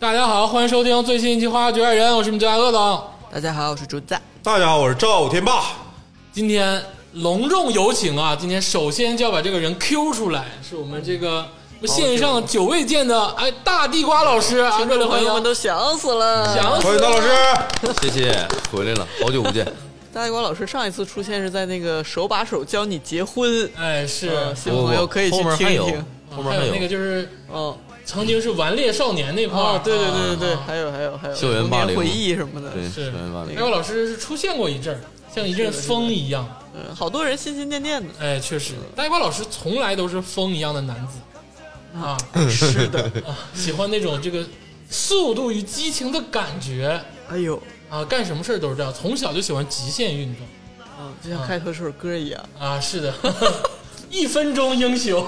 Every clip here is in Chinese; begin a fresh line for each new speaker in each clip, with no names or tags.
欢迎收听最新一期《花花局外人》，我是你们最爱恶总。
大家好，我是竹子。
大家好，我是赵天霸。
今天隆重有请啊！今天首先就要把这个人 Q 出来，是我们这个线上久未见的哎大地瓜老师啊，热烈欢
朋
迎
友！们都想死了。
想
欢
死
迎大老师，
谢谢，回来了，好久不 见。
大家光老师上一次出现是在那个手把手教你结婚，
哎，是
呃，新
我
朋友可以去
后面
听
还
一
有
听。，
后面还
那个
有
就是
哦
曾经是顽劣少年那块儿、
哦，对对对对对，
啊
还有还有还有
校园
童
霸
年
凌
回忆什么的。
对，
是哎
全完
大
了。
瓜老师是出现过一阵儿，像一阵风一样。
嗯，好多人心心念念的。
哎，确实，大地瓜老师从来都是风一样的男子啊，
是的，
喜欢那种这个速度与激情的感觉
哎呦，
啊，干什么事儿都是这样，从小就喜欢极限运动。
嗯，就像开头这首歌一样。
啊，是的， 一分钟英雄，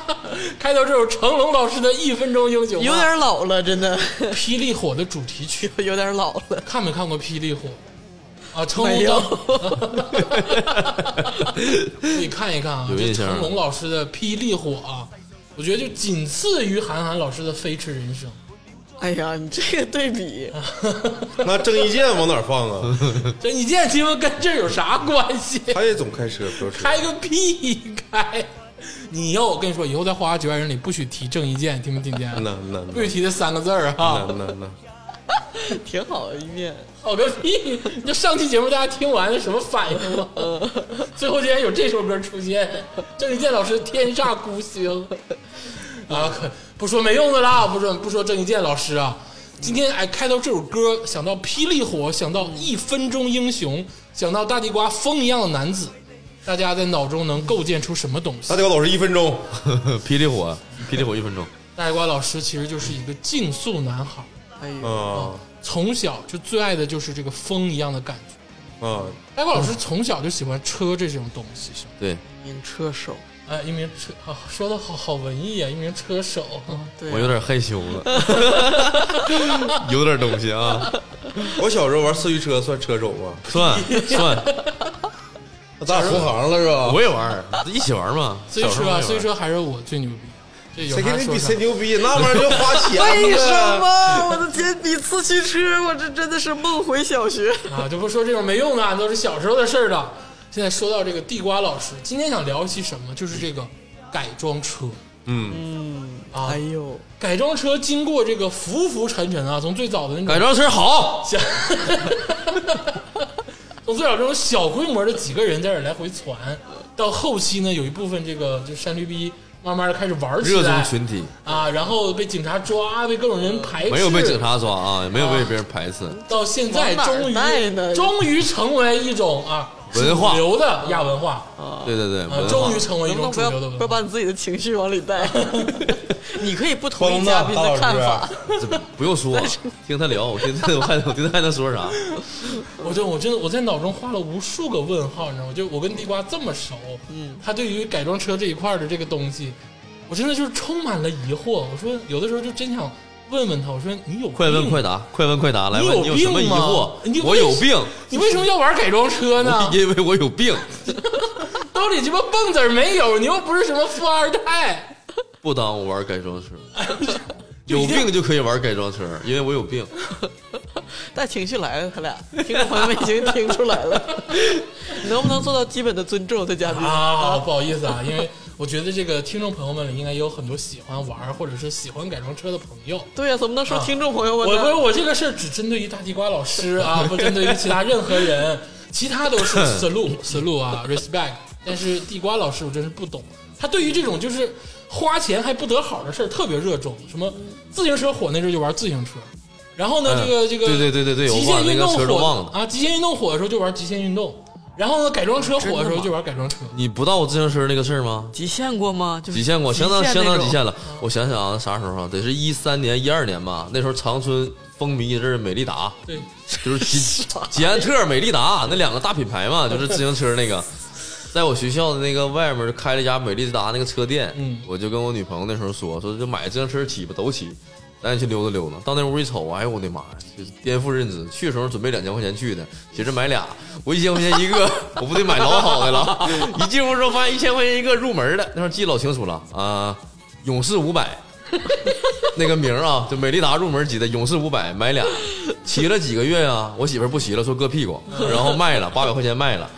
开头这首成龙老师的《一分钟英雄》，
有点老了，真的
《霹雳火》的主题曲，
有点老了。
看没看过《霹雳火》？啊，成龙
没有
当，自己看一看啊，
有
这
印象
成龙老师的《霹雳火》啊，我觉得就仅次于韩寒老师的《飞驰人生
哎呀，你这个对比，
那郑伊健往哪儿放啊？》。
这你见新闻跟这有啥关系？
他也总开车，不要车。
开个屁开！你要我跟你说，以后在《花花局外人》里不许提郑伊健，听没听见？啊
那那
不许提这三个字儿
那
啊！
那那，
挺好的一面。
好个屁！就上期节目大家听完了什么反应吗？最后竟然有这首歌出现，郑伊健老师天煞孤星啊！可不说没用的啦，不说不说郑伊健老师啊，今天哎开头这首歌，想到霹雳火，想到一分钟英雄，想到大地瓜风一样的男子，大家在脑中能构建出什么东西
大？家好，我是一分钟。
霹雳火，霹雳火一分钟，
大地瓜老师其实就是一个竞速男孩，
哎呦，
啊
从小就最爱的就是这个风一样的感觉。
啊，
大瓜老师从小就喜欢车这种东西，是吗？
对
一名车手，
哎，一名车，啊、说的好好文艺啊，一名车手。
对啊，
我有点害羞了， 有点东西啊，
我小时候玩四驱车算车手啊吗？
算算，
咱俩同行了是吧？
我也玩儿，一起玩儿嘛。
所以
小时
说
候
啊，
也玩儿
所以说还是我最牛逼。这有
谁
啥
跟你
说
比
啥
谁。牛逼？那玩意儿就花钱呗。
为什么？我的天，比四驱车，我这真的是梦回小学。
啊，就不说这种没用的啊，都是小时候的事儿了。现在说到这个地瓜老师，今天想聊一期什么？就是这个改装车
嗯，
啊
哎，呦，
改装车经过这个浮浮沉沉啊，从最早的那
改
种
装车好，
小，从最早这种小规模的几个人在这儿来回传，到后期呢，有一部分这个就山驴逼慢慢的开始玩起
热
来
衷群体，
啊，然后被警察抓，被各种人排斥，
没有被警，察抓啊，也没有被别人排斥，
到现在
往哪儿
终
带
于
呢
终于成为一种啊
文
主
化
流的亚文化，
对对对，
啊，
文
终于
化。
成为一
能不
种
能
主
不要
流的文
不要
化。
把你自己的情绪往里 带？你可以不同意嘉宾的看法，
这不用说，啊听他聊，我现在我还我听他还能说啥？
我就我真的我在脑中画了无数个问号，你知道吗？就我跟地瓜这么熟，嗯，他对于改装车这一块儿的这个东西，我真的就是充满了疑惑。我说有的时候就真想问问他，我说你有
快问
病
快答，快问快答，来问
你有
有什么疑
病吗
惑
你？
我
为
有
什
病，
你为什么要玩改装车呢？
因为我有病。
兜里鸡巴蹦子儿没有，你又不是什么富二代，
不耽误玩 改装车，有病就可以玩改装车，因为我有病。
但情绪来了，他俩听众朋友们已经听出来 了。你能不能做到基本的尊重对嘉宾？
啊，不好意思啊，因为我觉得这个听众朋友们里应该也有很多喜欢玩儿或者是喜欢改装车的朋友。
对呀、怎么能说
啊
听众朋友们
我不是
呢？
我这个事儿只针对于大地瓜老师 啊，不针对于其他任何人，其他都 是 salute salute 啊 respect。但是地瓜老师我真是不懂，他对于这种就是花钱还不得好的事儿特别热衷，什么自行车火那阵儿就玩自行车，然后呢、
嗯
这个这个
对对对对对
极
我
限
忘了
运动
那个词儿都忘
火
了
啊，极限运动火的时候就玩极限运动，然后呢改装车火的时
真的
候
吗
就玩改装车。
你不到我自行车那个事儿吗？
极限过吗？就是
极限过，相当
那
相
种
当极限了。我想想啊，啥时候啊？得是一三年、一二年吧。那时候长春风靡一阵儿美利达，
对，
就是捷捷安特、美利达那两个大品牌嘛，就是自行车那个。在我学校的那个外面开了一家美利达那个车店，
嗯
我就跟我女朋友那时候说，说就买自行车骑吧，都骑，咱也去溜达溜达。到那屋一瞅，哎呦我的妈呀，就是颠覆认知。去的时候准备两千块钱去的，寻思买俩，我一千块钱一个， 我不得买老好的了。一进屋之后发现一千块钱一个入门的，那时候记得老清楚了啊、勇士五百，那个名儿啊，就美利达入门级的勇士五百买俩，骑了几个月啊，我媳妇儿不骑了，说硌屁股，然后卖了八百块钱卖了，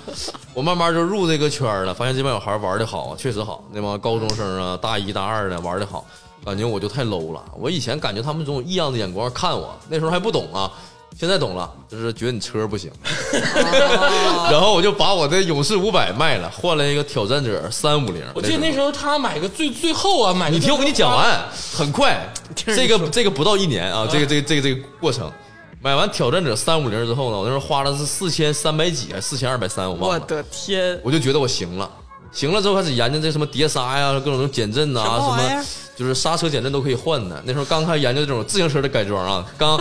我慢慢就入这个圈儿了，发现这帮小孩玩的好，啊确实好，那帮高中生啊，大一大二的玩的好，感觉我就太 low 了，我以前感觉他们总有异样的眼光看我，那时候还不懂啊。现在懂了，就是觉得你车不行，
啊
然后我就把我的勇士五百卖了，换了一个挑战者三五零。
我记得那
候
时候他买个最最后啊，买个
你听我给 你
最
讲
后
完，很快，
听
这
人
个这个不到一年啊，这个这个这个这个过程。买完挑战者三五零之后呢，我那时候花了是四千三百几还是四千二百三，我
我
忘了。
的天，
我就觉得我行了，行了之后开始研究这什么碟刹呀、各种减震呐、啊
什么玩意
什
儿
么就是刹车减震都可以换的。那时候刚开始研究这种自行车的改装啊，刚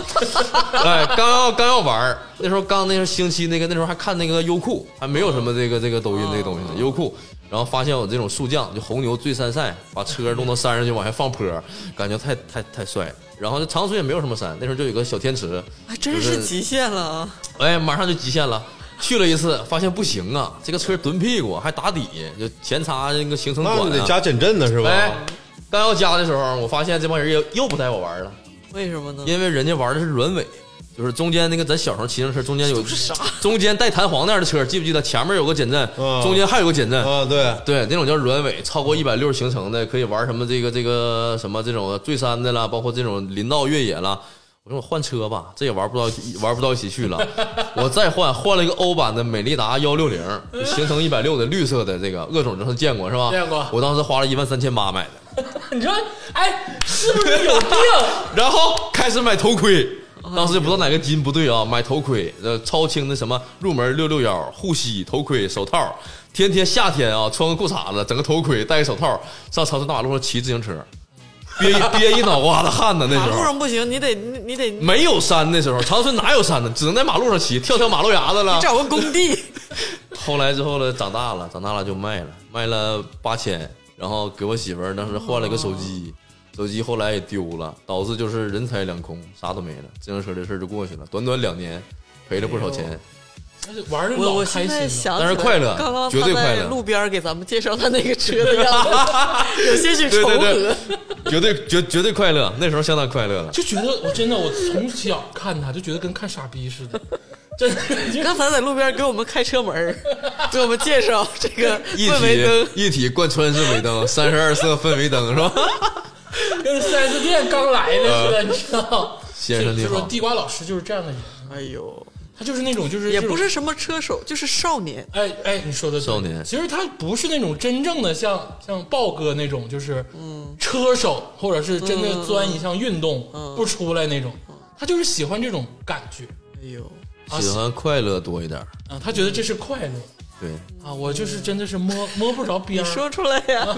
哎刚要刚要玩儿那时候刚那时候兴起那个那时候还看那个优酷，还没有什么这个这个抖音这个东西
哦
呢，优酷。然后发现我这种速降，就红牛最山赛，把车弄到山上去往下放坡，感觉太太太帅。然后就长春也没有什么山，那时候就有个小天池，
还啊哎真
就是
极限了啊！
哎，马上就极限了。去了一次，发现不行啊，这个车蹲屁股还打底，就前叉那个行程短、
那
啊。
你得加减震呢是吧？
哎，刚要加的时候，我发现这帮人又又不带我玩了，
为什么
嗯
呢？
因为人家玩的是轮尾，就是中间那个咱小时候骑自行车中间有
是啥？
中间带弹簧那样的车，记不记得？前面有个减震，
嗯
中间还有个减震。
啊，对，
对，那种叫软尾，
嗯
超过一百六十行程的，可以玩什么这个这个什么这种坠山的啦，包括这种林道越野啦。我说我换车吧，这也玩不到玩不到一起去 了。我再换换了一个欧版的美利达幺六零，行程一百六的绿色的这个恶总，就是见过是吧？
见过
我当时花了一万三千八买的，
你说，哎，是不是有病？
然后开始买头盔。当时也不知道哪个基因不对啊，买头盔，呃，超轻的什么入门六六幺护膝、头盔、手套，天天夏天啊，穿个裤衩子，整个头盔，戴个手套，上长春大马路上骑自行车，憋一憋一脑瓜子汗呢。那
马
时
路
候
上不行，你得你你得你
没有山，那时候长春哪有山呢？只能在马路上骑，跳跳马路牙子 了。
找个工地，
后来之后呢，长大了，长大了就卖了，卖了八千，然后给我媳妇儿当时换了个手机，手机后来也丢了，导致就是人财两空，啥都没了，自行车这事儿就过去了，短短两年赔了不少钱。
玩的
我
老
我
开
现在
心了。
想起来，
但是快乐
刚刚
绝对
他在
快乐
路边给咱们介绍他那个车的样 子，有些许
对
重
对
合
对。，
哎
绝对绝绝对快乐，那时候相当快乐了。
就觉得我真的，我从小看他就觉得跟看傻逼似的，真的。就
刚才在路边给我们开车门儿， 给我们介绍这个
一
氛围
体
灯，
一体贯穿式尾灯，三十二色氛围灯 是吧？
跟四 S 店刚来的似的，你知道？
先生你
就
好
是说地瓜老师就是这样的人，
哎呦，
他就是那种就是
也
这
不
种
是什么车手，就是少年。
哎哎，你说的对
少年
其实他不是那种真正的像像豹哥那种，就是
嗯
车手，或者是真的钻一项运动、不出来那种，他就是喜欢这种感觉
哎呦，
啊
喜欢快乐多一点儿，
啊，他觉得这是快乐
对，
啊，我就是真的是摸摸不着边
嗯你
儿，
说出来呀！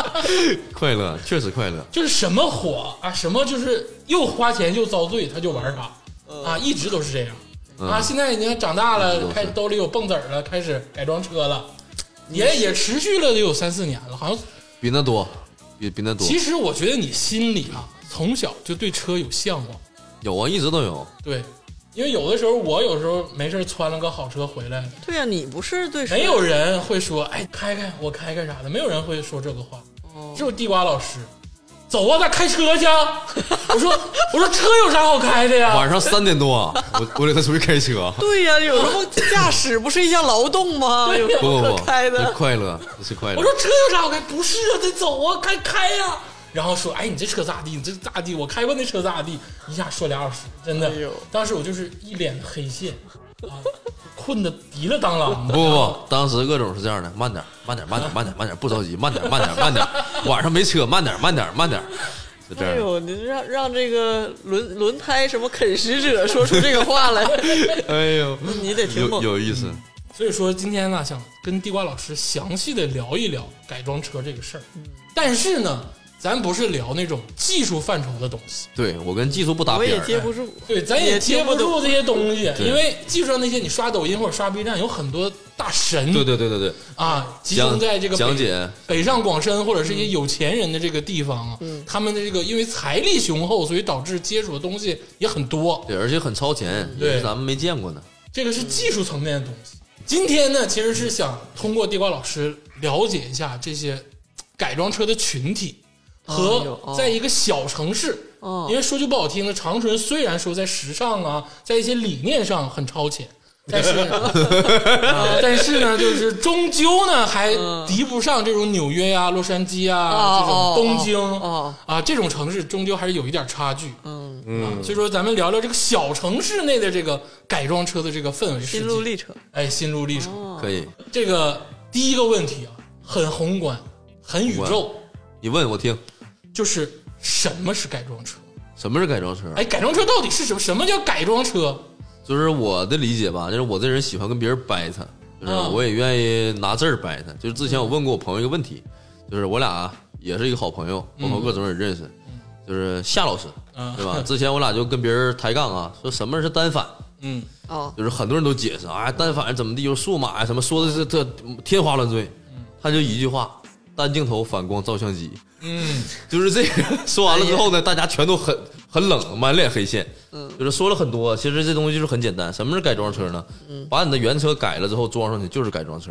快乐确实快乐。
就是什么火啊，什么就是又花钱又遭罪，他就玩啥
嗯
啊，一直都是这样
嗯
啊。现在你看长大了，开兜里有蹦子儿了，开始改装车了，也也持续了得有三四年了，好像
比那多，比比那多。
其实我觉得你心里啊，从小就对车有向往，
有啊，一直都有。
对，因为有的时候我有时候没事儿窜了个好车回来，
对呀，你不是对
没有人会说哎开开我开开啥的，没有人会说这个话，
哦
只有地瓜老师，走啊，咱开车去啊。我说 我说车有啥好开的呀？
晚上三点多，啊我我领他出去开车。
对呀，有什么驾驶不是一项劳动吗？有什
不不
么
不
可，开
这
的？
快乐，这是快乐
我。说车有啥好开？不是啊，得走啊，开开呀、然后说，哎，你这车咋地？你这咋地？我开过那车咋地？一下说俩小时，真的。
哎呦
当时我就是一脸的黑线，啊，困得滴了当啷
不
的。
不不，当时各种是这样的，慢点，慢点，慢点，慢点，慢点，不着急，慢点，慢点，慢点。晚上没车，慢点，慢点，慢点，是这
哎
样。
呦，你让让这个轮轮胎什么啃食者说出这个话 来，
哎呦，
你得挺
有
猛。
有意思。
所以说今天呢，想跟地瓜老师详细的聊一聊改装车这个事儿。
嗯
但是呢，咱不是聊那种技术范畴的东西，
对我跟技术不搭
我也
边儿，啊
接不住，
对，咱
也
接不
听不
住这些东西，
对
因为技术上那些你刷抖音或者刷 B 站有很多大神，
对对对对对，
啊，集
讲
中在这个北
讲解
北上广深或者是一些有钱人的这个地方啊，他们的这个因为财力雄厚，所以导致接触的东西也很多，
对，而且很超前，
对
也是咱们没见过呢。
这个是技术层面的东西。今天呢，其实是想通过地瓜老师了解一下这些改装车的群体，
哎呦
和
哦
在一个小城市。
哦
因为说句不好听的，长春虽然说在时尚啊，在一些理念上很超 前，但是、
嗯
啊但是呢，就是终究呢还敌不上这种纽约呀、洛杉矶呀、这
哦
种东京、
哦
啊这种城市，终究还是有一点差距。
嗯，
嗯，
所以说，咱们聊聊这个小城市内的这个改装车的这个氛围世界
心路历程。
哎，心路历程。
哦
可以，
这个第一个问题啊，很宏观，很宇宙，
你问我听，
就是什么是改装车？
什么是改装车？
哎，改装车到底是什么？什么叫改装车？
就是我的理解吧，就是我这人喜欢跟别人掰扯，就是
嗯
我也愿意拿字儿掰扯。就是之前我问过我朋友一个问题，就是我俩啊也是一个好朋友，包括各种也认识，就是夏老师，
嗯
对吧？之 前我俩就跟别人抬杠啊，说什么是单反，
嗯，
哦，
就是很多人都解释啊，单反怎么地，就是数码呀什么，说的是特天花乱坠。他就一句话，单镜头反光照相机。
嗯，
就是这个说完了之后呢，大家全都很很冷，满脸黑线。
嗯，
就是说了很多，其实这东西就是很简单。什么是改装车呢？把你的原车改了之后装上去就是改装车，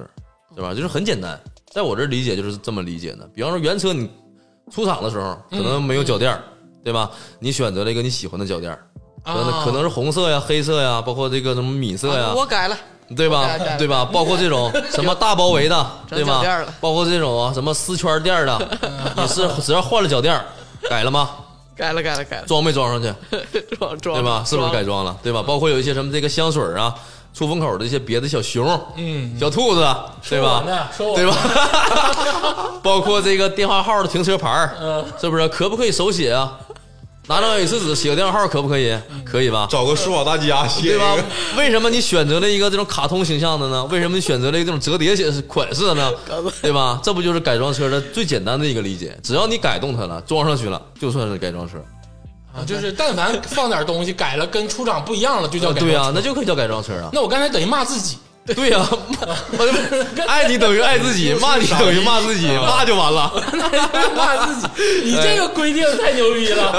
对吧？就是很简单，在我这儿理解就是这么理解的。比方说原车你出厂的时候可能没有脚垫儿，对吧？你选择了一个你喜欢的脚垫儿，可能、
啊
可能是红色呀、黑色呀，包括这个什么米色呀，
啊我改了，
对吧
改改？
对啊吧？包括这 种什么大包围的，
整
对吧
脚垫儿了？
包括这种啊，什么丝圈垫儿 的，你是只要换了脚垫儿，改了吗？
改了，改了， 改了，
装没装上去？
装装
对吧？是不是改？装了？对吧？包括有一些什么这个香水儿啊，出风口的一些别的小熊，
嗯，
小兔子，对
说我
吧？
呢？说我
对吧？ 包括这个电话号的停车牌儿
嗯，
是不是？可不可以手写啊？拿张 A 四纸写个电话号，可不可以？
嗯
可以吧？
找个数码大家写
对
一
吧
个，？
为什么你选择了一个这种卡通形象的呢？为什么你选择了一个这种折叠形款式的呢？对吧？这不就是改装车的最简单的一个理解？只要你改动它了，装上去了，就算是改装车。嗯
啊，就是但凡放点东西改了，跟出厂不一样了，就叫改装
对啊
车。
呀、那就可以叫改装车啊。
那我刚才等于骂自 己，
对呀、爱你等于爱自己，骂你等于骂自己，骂就完了。
骂自己，
哎
你这个规定太牛逼了。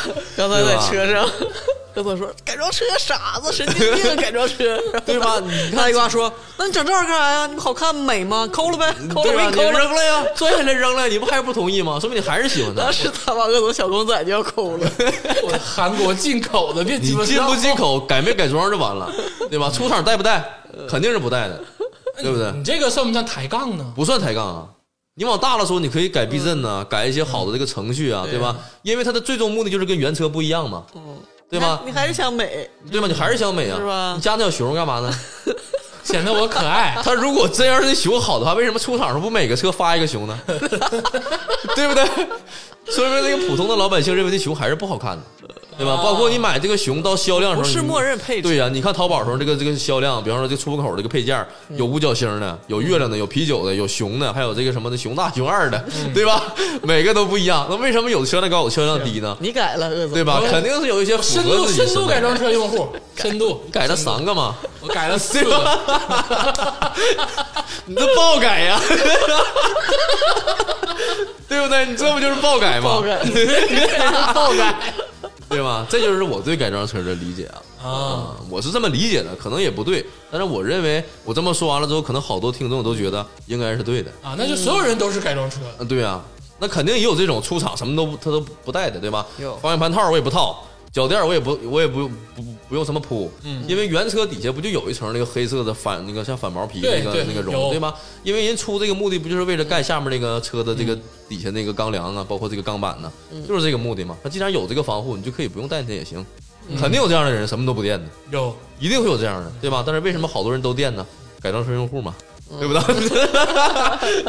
刚才在
对吧
车上，跟我说改装车傻子，神经 病，改装车，
对吧你
看一瓜说，那你整这玩意儿干啥呀？你好看美吗？抠了呗，抠了
对吧
没
你
抠
扔
了。
了呀，拽下来扔了，你不还是不同意吗？说明你还是喜欢它
当。时他把恶总小公仔就要抠 了，
我韩国进口的，别
你
鸡巴
进不
闹
进口，改没改装就完了，对吧？出厂带不带，肯定是不带的，对不对？
你这个算不算抬杠呢？
不算抬杠啊。你往大了说，你可以改避震
嗯
呐、改一些好的这个程序啊，对吧？因为它的最终目的就是跟原车不一样嘛，对吧
你还嗯你还是想美，
对吧？你还是想美啊，
是吧
你加那小熊干嘛呢？
显得我可爱。
它如果真要是熊好的话，为什么出厂时候不每个车发一个 熊呢？对不对？说明这个普通的老百姓认为这熊还是不好看的，对吧？包括你买这个熊到销量
哦
的时候，
不是
你
默认配置
对呀、你看淘宝的时候，这个这个销量，比方说这出风口这个配件儿，有五角星的，有月亮的，有啤酒的，有熊的，还有这个什么的熊大、熊二的，对吧？ 每个都不一样。那为什么有的销量高，有的销量低呢？
你改了恶总
对吧？肯定是有一些符
深
合
度
自己
深度
审
改
美
装
的。
车用户，深度
改啊了三个嘛，
我 改了四 个，
你这爆改呀， 对不对？你这不就是爆改吗？
爆 改，
爆改
对吧？这就是我对改装车的理解啊。
啊！
啊，我是这么理解的，可能也不对，但是我认为我这么说完了之后，可能好多听众都觉得应该是对的。
啊，那就所有人都是改装车，
嗯，对啊，那肯定也有这种出厂什么都不他都不带的，对吧
有？
方向盘套我也不套，脚垫我也不我也不不不用什么铺，
嗯
因为原车底下不就有一层那个黑色的反那个像反毛皮
对
那个
对
那个绒
有
对吧？因为人出这个目的不就是为了盖下面那个车的这个底下那个钢梁啊，包括这个钢板呢、就是这个目的嘛。那既然有这个防护，你就可以不用垫它也行，肯定有这样的人什么都不垫的。
有
一定会有这样的，对吧？但是为什么好多人都垫呢？改装车用户嘛，对 不对？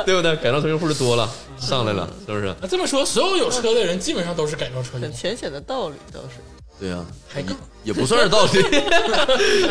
对不对？改装车用户就多了，上来了，是不是？
那这么说，所有有车的人基本上都是改装车用
很
户，
浅显的道理倒是。
对呀、
抬杠
也不算是 道理。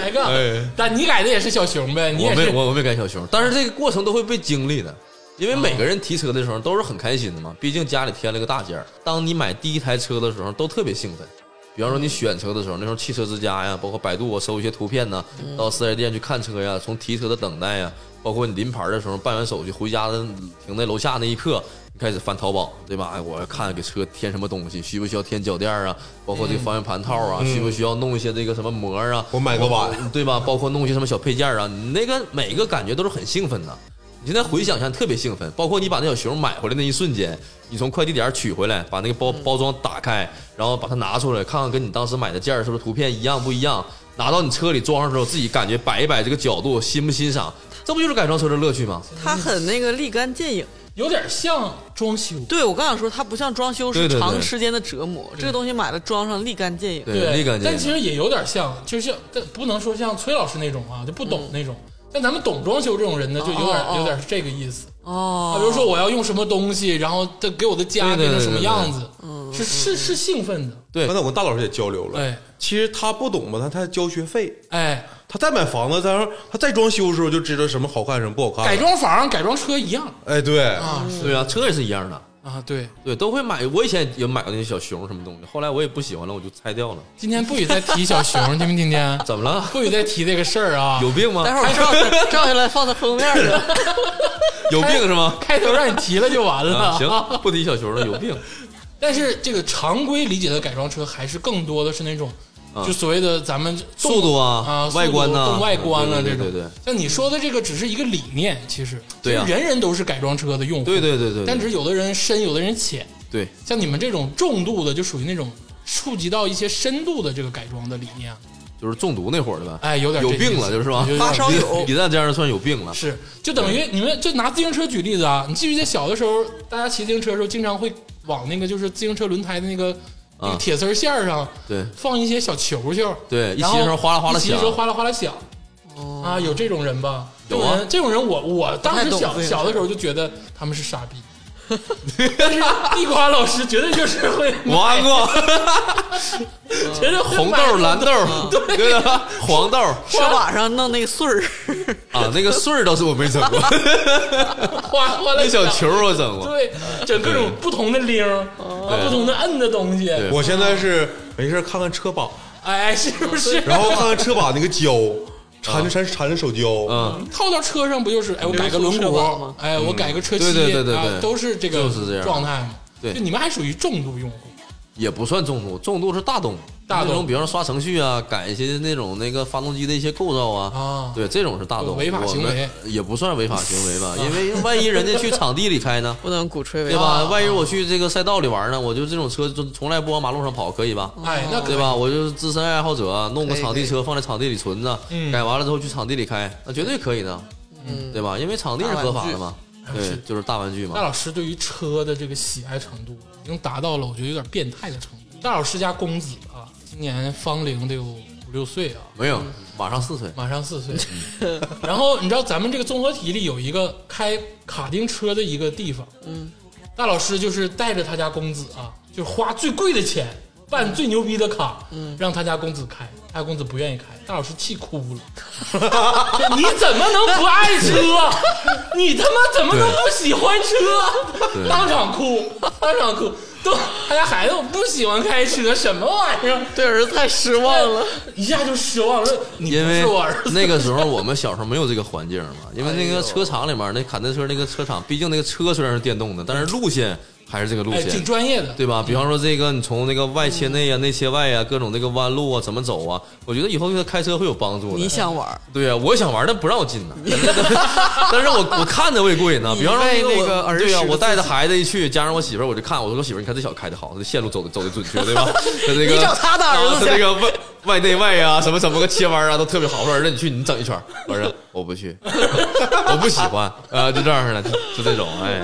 抬杠
哎。
但你改的也是小熊呗，你
我
也
没
是啊
我我没改小熊，但是这个过程都会被经历的，因为每个人提车的时候都是很开心的嘛，毕竟家里添了个大件儿。当你买第一台车的时候，都特别兴奋。比方说你选车的时候，那时候汽车之家呀，包括百度啊，搜一些图片呐、
嗯
到四 S 店去看车呀，从提车的等待呀，包括你临牌的时候办完手续回家的停在楼下那一刻，你开始翻淘宝，对吧？哎，我要看给车添什么东西，需不需要添脚垫儿啊，包括这
嗯
个方向盘套啊，需不需要弄一些这个什么膜儿啊？
我买个碗
对吧？包括弄一些什么小配件儿啊，你那个每个感觉都是很兴奋的。你现在回想一下，你特别兴奋。包括你把那小熊买回来那一瞬间，你从快递点儿取回来，把那个包包装打开，然后把它拿出来，看看跟你当时买的件儿是不是图片一样不一样。拿到你车里装上之后，自己感觉摆一摆这个角度，欣不欣赏？这不就是改装车的乐趣吗？
它很那个立竿见影。
有点像装修。
对我刚想说，它不像装修
对
是
对对
长时间的折磨，这个东西买了装上立竿见影。
对，那感觉。
但其实也有点像，就像但不能说像崔老师那种啊，就不懂
嗯
那种。但咱们懂装修这种人呢，就有点、
哦哦哦
有点是这个意思。
哦
啊，，比如说我要用什么东西，然后这给我的家
对
变
对对
成什么
对对
样子，
嗯
是是是兴奋的。
对
刚才我跟大老师也交流了，
哎
其实他不懂吧，他他交学费，
哎，
他再买房子，他他再装修的时候就知道什么好看什么不好看。
改，装房、改装车一样
哎，对，
啊
对啊，车也是一样的，
啊！对，
对，都会买。我以前也买过那些小熊什么东西，后来我也不喜欢了，我就拆掉了。
今天不许再提小熊，听没听 见？
怎么了？
不许再提这个事儿啊！
有病吗？
待会儿照下照下来放在封面 上。
有病是吗？
开头让你提了就完了。
啊， 行，不提小熊了，有病。
但是这个常规理解的改装车，还是更多的是那种，
啊
就所谓的咱们动
速度啊
啊，
外观呐
呐、动外观呐
对
这
对对
种。
对对对
像你说的这个，只是一个理念，其实
对啊
其实人人都是改装车的用户，
对对对对，
但只是有的人深，有的人浅。
对
像你们这种重度的，就属于那种触及到一些深度的这个改装的理念，
就是中毒那会儿的呗。
哎，有点
有
这意思
病了，就是吧
有？点
发烧友
比咱这样的算有病了。
是，就等于你们就拿自行车举例子啊，你记不记得小的时候，大家骑自行车的时候，经常会往那个就是自行车轮胎的那个、那
啊
个铁丝线儿上
对
放一些小球球，
对，一
然后
骑的时候哗啦哗啦
一骑的
响
时。候哗啦哗啦响。啊，有这种人吧？这种
有啊
人，这种人我，我当时
哦不太懂
小
自行车
小的时候就觉得他们是傻逼， 但是地瓜老师绝对就是会
我按过
绝对会
红
买
豆、蓝豆， 对吧？黄豆
车把上弄那个穗儿，
啊，那个穗儿倒是我 没整过，
哗哗啦
那小
响
球儿我整过。
对，整各种不同的铃儿啊，
对
不同的摁的东西，
对
我现在是没事看看车把，
哎，是
哦
不是？
然后看看车把那个胶，缠着缠缠着手哦胶，
嗯，
套到车上不就是哎，我改个轮
那个是车
毂
网吗，
哎，我改个车漆，
对对对对对
啊都是这个
就是这样
状态嘛。
对
就你们还属于重度用户，
也不算重度，重度是大动，
大动
那种比方说刷程序啊，改一些那种那个发动机的一些构造啊
啊，
对，这种是大动，
违法行为
我们也不算违法行为 吧，因为万一人家去场地里开呢，
不能鼓吹为
对吧？
啊
万一我去这个赛道里玩呢，我就这种车就从来不往马路上跑，可以吧？
哦
哎，那
对
可
吧？我就是资深爱好者，弄个
可以
场地车放在场地里存着，
嗯
改完了之后去场地里开，那绝对可以的，
嗯
对吧？因为场地是合法的嘛，对
是，
就是大玩具
大
嘛。
老师对于车的这个喜爱程度，已经达到了我觉得有点变态的程度。大老师家公子啊，今年芳龄得有五六岁啊，
没有，马上四岁，
马上四岁。 然后你知道咱们这个综合体里有一个开卡丁车的一个地方，
嗯，
大老师就是带着他家公子啊，就是花最贵的钱办最牛逼的卡，嗯，让他家公子开，他家公子不愿意开，大老师气哭了。 就你怎么能不爱车？你他妈怎么能不喜欢车？
对
当场哭，当场哭。都他家孩子我不喜欢开车，什么玩意儿？
对儿子太失望了。
一下就失望了。你不
因为
是我儿子，哎
那个时候我们小时候没有这个环境嘛，因为那个车厂里面那卡丁车那个车厂，毕竟那个车虽然是电动的，但是路线还是这个路
哎，
线
挺，专业的。
对吧？比方说这个你从那个外切内啊、内切外啊，各种那个弯路啊，怎么走啊？我觉得以后对他开车会有帮助 的。
你想玩儿，
对呀、啊我想玩，但不让我进呢。 但是我我看着我也过瘾呢。比方说
你为那
我
个儿时
对呀、啊
的
我带着孩子一去，加上我媳妇儿，我就看，我说我媳妇儿，你看这小开的好，这线路走的走的准确，对吧？他这个
你找他的儿子去
啊他这个外外内外呀、什么什么个切弯啊，都特别好。我说儿子，你去你整一圈儿。我说我不去，我不喜欢，啊，就这样似的，就就这种，哎，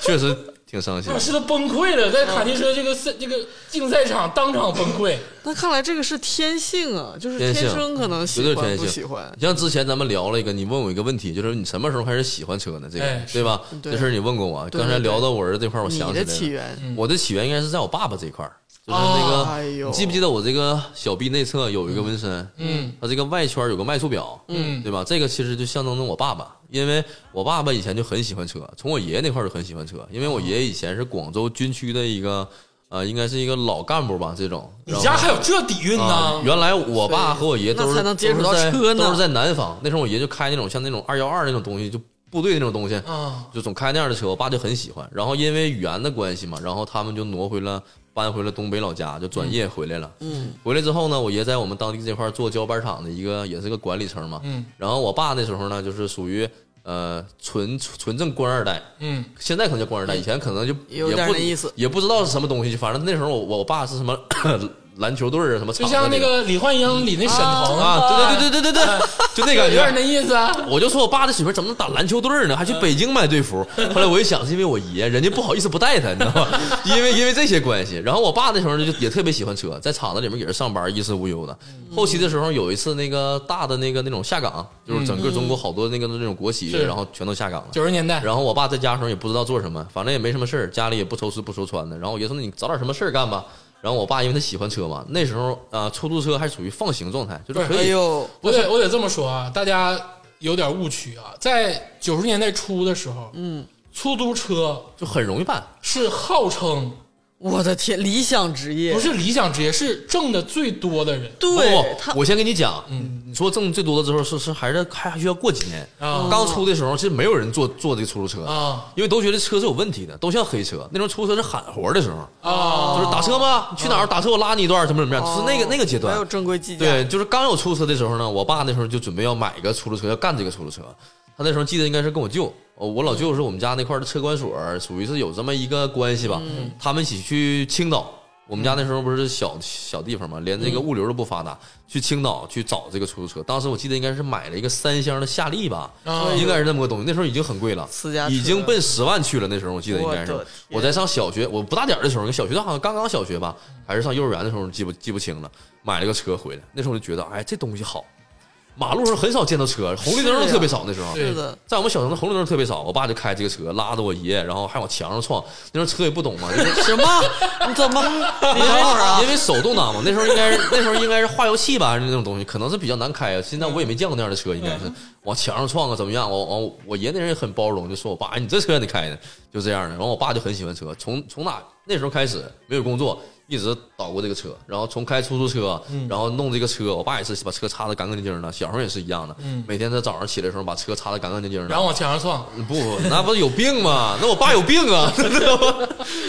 确实挺伤心
老。师都崩溃了，
嗯
在卡丁车这个赛这个竞赛场当场崩溃。
那看来这个是天性啊，就是天
性
生可能
绝
喜
对
欢
天
不
性
喜欢。
像之前咱们聊了一个，你问我一个问题，就是你什么时候开始喜欢车呢？这个、
哎是
对吧？
对
这事儿你问过我。
对
刚才聊到我儿子这块儿，我
你
想起来
的
了。
起源，
嗯
我的起源应该是在我爸爸这一块儿，就是那个，
哦哎呦
你记不记得我这个小臂内侧有一个纹身？
嗯，
它这个外圈有个迈速表，
嗯
对吧？这个其实就象征着我爸爸，因为我爸爸以前就很喜欢车，从我爷爷那块儿就很喜欢车，因为我爷爷以前是广州军区的一个，呃，应该是一个老干部吧，这种。
你
然后
家还有这底蕴
啊
呢，？
原来我爸和我爷都
所以那才
是
能接触到
都是在
车呢
都是在南方。那时候我爷就开那种像那种二幺二那种东西，就部队那种东西，
啊，
就总开那样的车。我爸就很喜欢。然后因为语言的关系嘛，然后他们就挪回了，搬回了东北老家，就转业回来了。
嗯，
回来之后呢，我爷在我们当地这块儿做胶板厂的一个，也是个管理层嘛。
嗯，
然后我爸那时候呢，就是属于。呃纯纯正官二代，
嗯，
现在可能叫官二代，以前可能就也
有
不
点那意思
也不知道是什么东西，反正那时候我我爸是什么 篮球队儿啊，什么
就
厂子
像那
里的
个李焕英里那沈腾
嗯啊，对对对对对对，就那感
有点那
觉。
意思嗯啊。
我就说我爸这水平怎么能打篮球队儿呢？还去北京买 队服。后来我一想，是因为我爷，人家不好意思不带他，你知道吗？ 因为因为这些关系。然后我爸那时候就也特别喜欢车，在厂子里面也是上班，衣食无忧的。
嗯
后期的时候有一次那个大的那个那种下岗，就是整个中国好多那个那种国企，
嗯是
然后全都下岗了。
九十年代，
然后我爸在家的时候也不知道做什么，反正也没什么事儿，家里也不愁吃不愁穿的。然后我爷说：“那你找点什么事儿干吧。”然后我爸因为他喜欢车嘛，那时候啊、呃出租车还属于放行状态，就是可
哎
以
呦，
我得我得这么说啊，大家有点误区啊。在九十年代初的时候，嗯，出租车
就很容易办。
是号称
我的天，理想职业
不是理想职业，是挣的最多的人
不
对
不
他嗯
我先跟你讲，你说挣最多的之后是是还是还还需要过几年。
啊
刚出的时候其实没有人坐坐这个出租车，
啊
因为都觉得车是有问题的，都像黑车。那时候出租车是喊活的时候，
啊！
就是打车吗？去哪儿打车我拉你一段，怎么怎么样，是那个那个阶段。
啊哦还有正规计价，
对，就是刚有出租车的时候呢，我爸那时候就准备要买一个出租车，要干这个出租车。他那时候记得应该是跟我舅，哦我老舅是我们家那块儿的车管所，属于是有这么一个关系吧。
嗯
他们一起去青岛，我们家那时候不是小小地方嘛，连
嗯
这个物流都不发达，去青岛去找这个出租车。当时我记得应该是买了一个三厢的夏利吧，
啊
应该是那么个东西。那时候已经很贵了
哦私家，车
已经奔十万去了。那时候我记得应该是
我的天
我在上小学，我不大点儿的时候，小学好像刚刚小学吧，还是上幼儿园的时候，记不记不清了。买了个车回来，那时候就觉得，哎，这东西好。马路上很少见到车，红绿灯
是
都
呀
特别少。那时候
是
是啊的，
在我们小城的红绿灯特别少，我爸就开这个车拉着我爷，然后还往墙上撞。那时候车也不懂嘛，就是
什么？你怎么？你
因
等会儿啊
为因！为手动挡嘛，那时候应该是那时候应该是化油器吧，那种东西可能是比较难开啊。现在我也没见过那样的车，应该是往墙上撞啊，怎么样？我我我爷那人也很包容，就说我爸，哎，你这车你开的就这样的。然后我爸就很喜欢车，从从哪那时候开始没有工作，一直捣鼓这个车，然后从开出租车，然后弄这个车，我爸也是把车擦的干干净净的，小时候也是一样的，每天他早上起来的时候把车擦的干干净净的，
然后往墙上撞，
不，那不是有病吗？那我爸有病啊，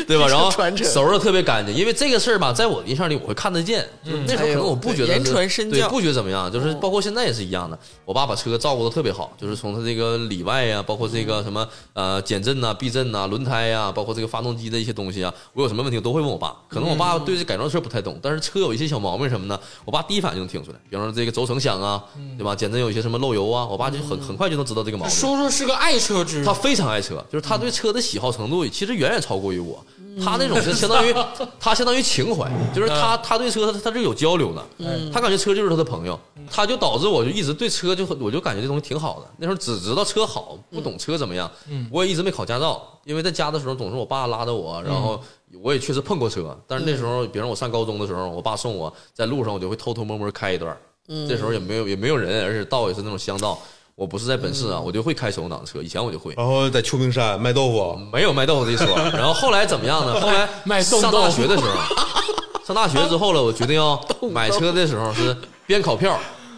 对吧？然后
传承
收拾得特别干净，因为这个事儿吧，在我的印象里我会看得见。就是那时候可能我不觉得
哎呦对言传身教哦
对，不觉得怎么样，就是包括现在也是一样的。我爸把车照顾的特别好，就是从他这个里外呀、包括这个什么呃减震呐、避震呐、轮胎呀、包括这个发动机的一些东西啊，我有什么问题我都会问我爸。可能我
嗯
爸对这改装车不太懂，但是车有一些小毛病什么呢，我爸第一反应就能听出来。比方说这个轴承响啊，对吧？减震有一些什么漏油啊，我爸就很很快就能知道这个毛病。
叔叔是个爱车之
他
人，
非常爱车，就是他对车的喜好程度其实远远超过于我。他那种是相当于他相当于情怀，就是他他对车他他是有交流的，他感觉车就是他的朋友，他就导致我就一直对车就很我就感觉这东西挺好的。那时候只知道车好，不懂车怎么样。我也一直没考驾照，因为在家的时候总是我爸拉着我，然后我也确实碰过车，但是那时候比方我上高中的时候，我爸送我在路上我就会偷偷摸摸开一段儿，这时候也没有也没有人，而且道也是那种乡道。我不是在本市啊，我就会开手动挡车，以前我就会。
然后在秋名山卖豆腐，
没有卖豆腐的一说。 然后后来怎么样呢？后来
哎卖冻
上
豆
大
腐
学的时候，上大学之后了，我决 定要买车的时候是边考票，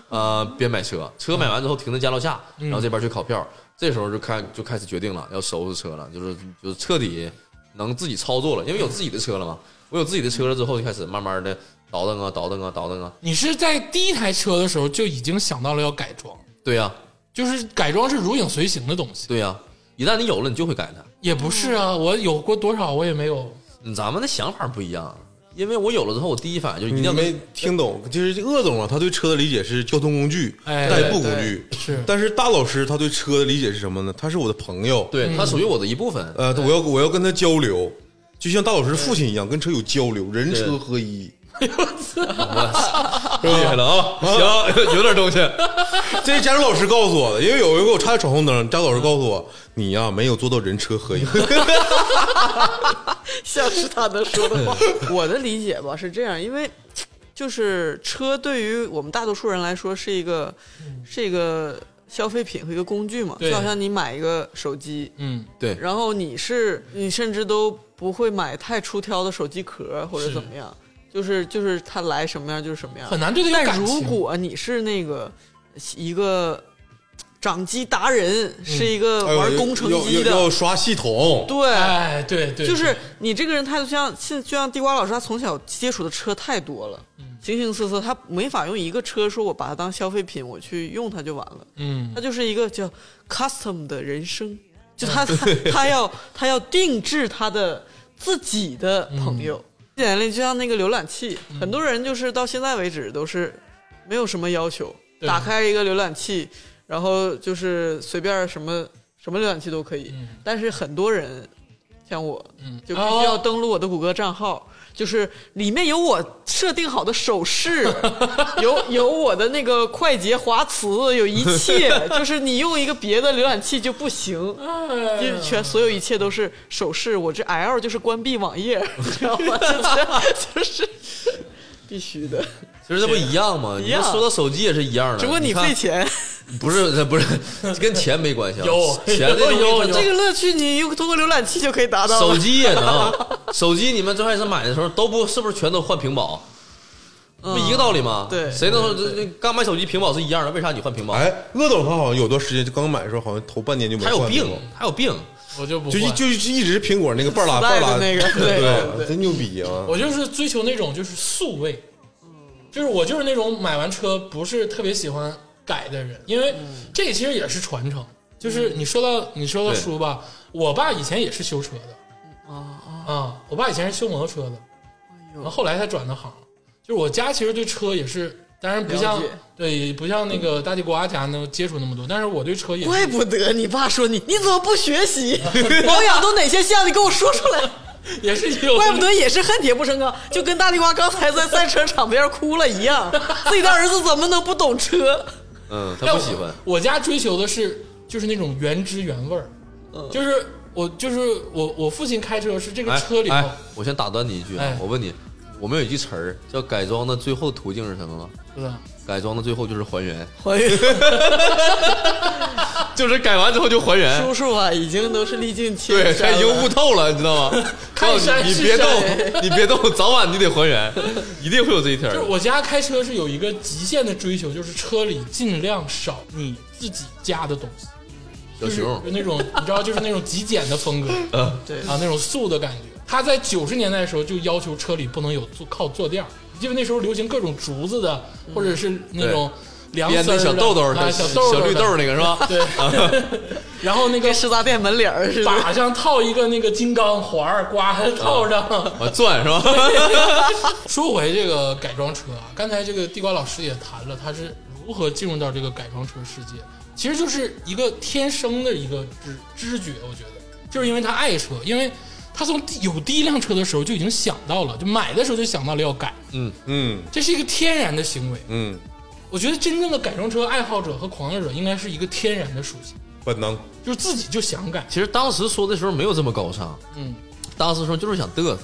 呃，边买车。车买完之后停在家楼下，
嗯
然后这边去考票。这时候就开就开始决定了，要收拾车了，就是就是彻底能自己操作了，因为有自己的车了嘛。我有自己的车了之后，就开始慢慢的倒腾啊，倒腾啊，倒腾啊。
你是在第一台车的时候就已经想到了要改装，
对呀、
就是改装是如影随形的东西，
对呀、一旦你有了，你就会改它。
也不是啊，我有过多少我也没有，
嗯咱们的想法不一样，啊因为我有了之后，我第一反应就一定
你
要
没听懂，就是鄂总啊，他对车的理解是交通工具、
哎
代步工具，
是
但是大老师他对车的理解是什么呢？他是我的朋友，
对它属于我的一部 分。
呃，我要我要跟他交流，就像大老师的父亲一样，跟车有交流，人车合一。
厉害了啊！ 行，有点东西。
这是家长老师告诉我的，因为有人给我差点闯红灯，家长老师告诉我，你呀、没有做到人车合一。
像是他能说的话。 我的理解吧是这样，因为就是车对于我们大多数人来说是一个是一个消费品和一个工具嘛，
对
就好像你买一个手机，
嗯，
对，
然后你是你甚至都不会买太出挑的手机壳或者怎么样，就是就是它来什么样就是什么样，
很难对它有
但
感
如
情
果你是那个一个掌机达人，是一个
哎
玩工程机
要要要
的，
刷系统，
对，
哎，对对，嗯
就是你这个人态度，就像现就像地瓜老师，他从小接触的车太多了，形形色色，它没法用一个车说我把它当消费品我去用它就完了，
嗯，
它就是一个叫 custom 的人生，就他
嗯
他他要他要定制他的自己的朋友。
嗯
简单类就像那个浏览器，很多人就是到现在为止都是没有什么要求，
对
打开一个浏览器，然后就是随便什么什么浏览器都可以。
嗯
但是很多人像我，
嗯
就必须要
哦
登录我的谷歌账号，就是里面有我设定好的手势， 有有我的那个快捷滑词，有一 切，就是你用一个别的浏览器就不行。
哎
就是全所有一切都是手势，我这 L 就是关闭网页，你知道 吗？就是就是必须的，
其实这不一样吗？
一
你
样
们说到手机也是一样的，
只不过你
看
费钱，
不是这不是跟钱没关系啊，
有
钱这东西
有
它
有
这个乐趣你用通过浏览器就可以达到
手
了。
机也能，手机你们最开始买的时候都不是不是全都换屏保，不一个道理吗？
对
谁能这这刚买手机屏保是一样的，为啥你换屏保？
哎，乐总他好像有段时间就刚买的时候，好像头半年就没
还有
换
病
过，
还有病，
我就不
就
换
就就一直苹果那个半拉
磁
半
带的
拉
那个对对
对，真牛逼啊！
我就是追求那种就是速位，
嗯
就是我就是那种买完车不是特别喜欢改的人，因为
嗯
这其实也是传承。就是你说到你说到
对
书吧，我爸以前也是修车的
啊
啊，我爸以前是修摩托车的，然后
啊！
后来才转的行。就是我家其实对车也是，当然不像
了解
对不像那个大地瓜家能接触那么多，但是我对车也
怪不得你爸说你，你怎么不学习？保养都哪些项？你给我说出来。
也是有
怪不得也是恨铁不成钢，就跟大地瓜刚才在赛车场边哭了一样，自己的儿子怎么能不懂车？
嗯，他
但
不喜欢。
哎我。我家追求的是就是那种原汁原味儿，就是我就是我我父亲开车是这个
嗯哎
车里头，
哎，我先打断你一句啊，
哎
我问你，我们有一句词儿叫“改装的最后途径是什么吗？
是吧？
改装的最后就是还原，
还原
就是改完之后就还原。
叔叔啊，已经都是历尽千
对，
山
他
了
已经悟透了，你知 道吗？
看山
你
是
别
山
动，你别动，早晚你得还 原，一定会有这一天儿
就是。我家开车是有一个极限的追求，就是车里尽量少你自己加的东西，
小
就是
熊
就，那种你知道，就是那种极简的风格
嗯，
对
啊，那种素的感觉。他在九十年代的时候就要求车里不能有坐靠坐垫儿，因为那时候流行各种竹子的，或者是那
嗯
种凉丝
编的
儿
小
的
豆豆儿、
啊
小
小豆豆
绿
的
豆儿啊那个是 吧？
对，然后那个
跟食杂店门脸儿 似的。
把上套一个那个金刚环儿，刮套上。
啊，钻是吧？
说回这个改装车啊，刚才这个地瓜老师也谈了，他是如何进入到这个改装车世界，其实就是一个天生的一个知知觉，我觉得就是因为他爱车，因为他从第有第一辆车的时候就已经想到了，就买的时候就想到了要改，
嗯，
嗯
这是一个天然的行为。
嗯，
我觉得真正的改装车爱好者和狂热者应该是一个天然的属性，
本能
就是自己就想改。
其实当时说的时候没有这么高尚，
嗯，
当时说就是想嘚瑟，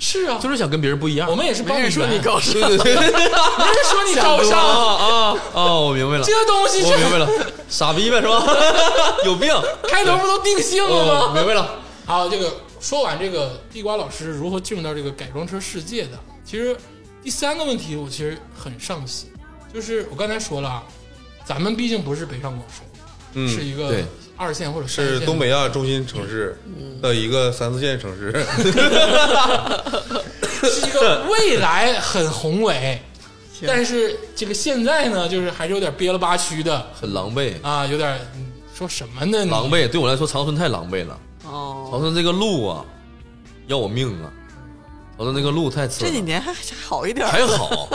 是啊，
就是想跟别人不一样。
我们也是帮你
说你
圆
高尚，
对对对，
没人说你高
啊
尚，
啊啊！我明白了，
这东西
我明
这
白了，傻逼呗 是吧？有病，
开头不都定性
哦
了吗？
明白了。
好，这个说完这个地瓜老师如何进入到这个改装车世界的，其实第三个问题我其实很上心，就是我刚才说了啊，咱们毕竟不是北上广深，
嗯
是一个
对
二线或者三
是
线
东北亚中心城市的一个三四线城市，
是一个未来很宏伟，
行
但是这个现在呢，就是还是有点憋了吧屈的
很狼狈，
啊，有点嗯说什么呢？你
狼狈对我来说，长春太狼狈了。长
哦，
春这个路啊，要我命啊！长春这个路太刺
这
了
几年还还好一点儿，
还好，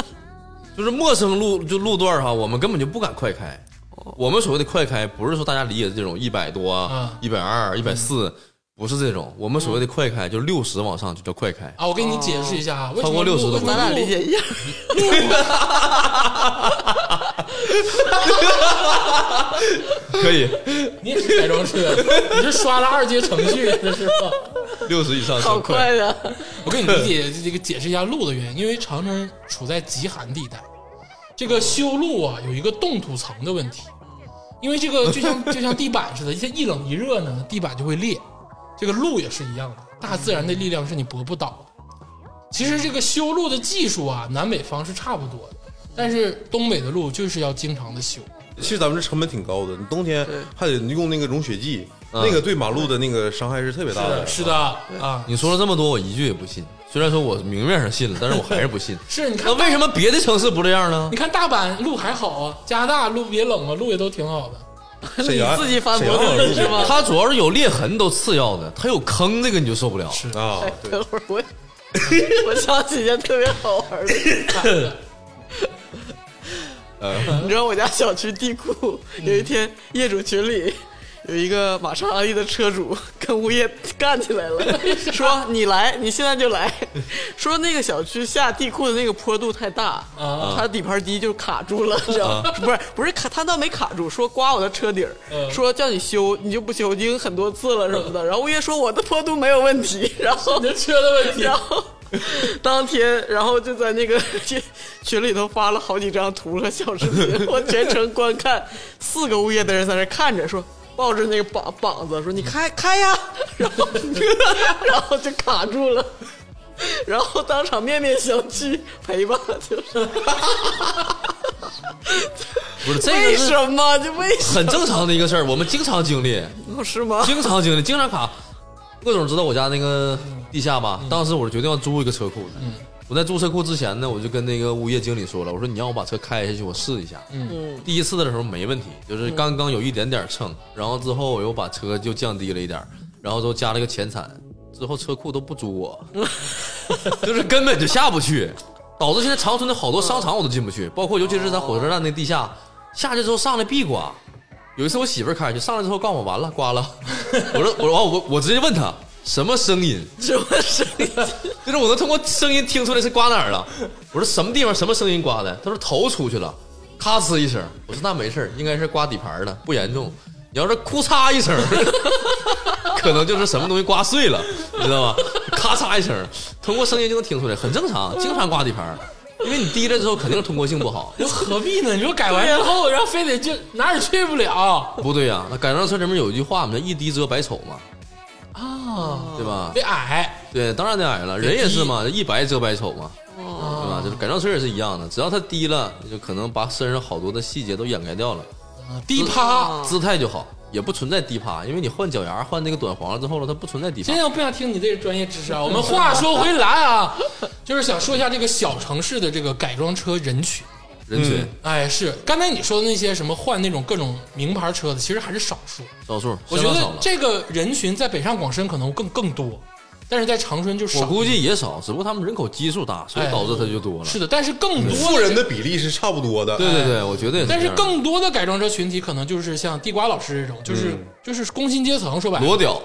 就是陌生路就路段儿哈，我们根本就不敢快开。我们所谓的快开，不是说大家理解的这种一百多啊
啊、
一百二、一百四，不是这种。我们所谓的快开，就六十往上就叫快开。
啊，我给你解释一下啊，为什
超
么
过
路
60都
为
不
什么
行
咱俩
路
理解一样。
可以，
你也是改装车，你是刷了二阶程序的是吧？
六十以上
好
叫
快。的，
我给你理解这个解释一下路的原因，因为长春处在极寒地带，这个修路啊有一个冻土层的问题，因为这个就像就像地板似的，一一冷一热呢，地板就会裂，这个路也是一样的，大自然的力量是你驳不倒的。其实这个修路的技术啊，南北方是差不多的，但是东北的路就是要经常的修，
其实咱们这成本挺高的，你冬天
对
还得用那个融雪剂，
嗯
那个对马路的那个伤害是特别大
呃
的。
是的啊，
你说了这么多，我一句也不信。虽然说我明面上信了，但是我还是不 信。
是你
那
看
为什么别的城市不这样呢
你？看大阪路还好啊，加拿大路也冷啊，路也都挺好的。
沈阳
自己翻
沈
脖
阳好
子
像
是吗？
它主要是有裂痕都次要的，它有坑这个你就受不了。是
是啊，对
等会儿我我想起一件特别好玩的事儿。你知道我家小区地库有一天业主群里有一个玛莎拉蒂的车主跟物业干 起来了，说你来，你现在就来，说那个小区下地库的那个坡度太大，
啊
它底盘低就卡住了，你知道吗？不是不是卡，他倒没卡住，说刮我的车底儿，
嗯
说叫你修，你就不修，已经很多次了什么的。然后物业说我的坡度没有问题，然后
你这车的问题
然后 当天，然后就在那个 群群里头发了好几张图和小视频， 我全程观看，四个物业的人在那看着说。抱着那个膀膀子说：“你开开呀！” 然后然后就卡住了， 然后当场面面相觑，赔吧，就是
不是这
为
个是
什么？就为什
很正常的一个事儿，我们经常经历，
么是吗？
经常经历，经常卡。各种知道我家那个地下吧？
嗯
当时我是决定要租一个车库的。我在租车库之前呢，我就跟那个物业经理说了，我说你让我把车开下去，我试一下。
嗯
第一次的时候没问题，就是刚刚有一点点蹭，然后之后我又把车就降低了一点儿，然后之后加了个前铲，之后车库都不 租我，就是根本就下不去，导致现在长春的好多商场我都进不去，包括尤其是咱火车站那地下，下去之后上来必刮。有一次我媳妇儿开去，上来之后告诉我完了刮了，我说我完我我直接问她什么声音，
什么声音？
就是我能通过声音听出来是刮哪儿了。我说什么地方什么声音刮的？他说头出去了，咔呲一声。我说那没事儿应该是刮底盘儿了，不严重。你要是哭嚓一声， 可能就是什么东西刮碎了，你知道吗？咔嚓一声，通过声音就能听出来，很正常，经常刮底盘儿，因为你滴了之后肯定是通过性不 好。
那何必呢？你说改完之后，然后非得就哪儿也去不了
不对呀、那改装车里面有一句话嘛，叫一滴遮百丑嘛，
啊，
对吧？
得矮。
对，当然得矮了，人也是嘛，一白遮百丑嘛，
哦
对吧？就是改造车也是一样的，只要它低了，就可能把身上好多的细节都掩盖掉了，
低趴。
啊
姿态就好，也不存在低趴，因为你换脚牙、换那个短黄了之后了，它不存在低趴
今。天我不想听你这专业知识啊。我们话说回来啊， 就是想说一下这个小城市的这个改装车人群。
人群
哎，是刚才你说的那些什么换那种各种名牌车的，其实还是少数。
少数，
我
相
觉
当少
得
了。
这个人群在北上广深可能更更多，但是在长春就少。
我估计也少，只不过他们人口基数大，所以导致它就多 了。
是的，但是更多
富人的比例是差不多的。
对对对，我觉 得也
但
这
是
样
更多的改装车群体可能就是像地瓜老师这种，就是、
嗯
就是工薪阶层，说白了哎
裸，屌，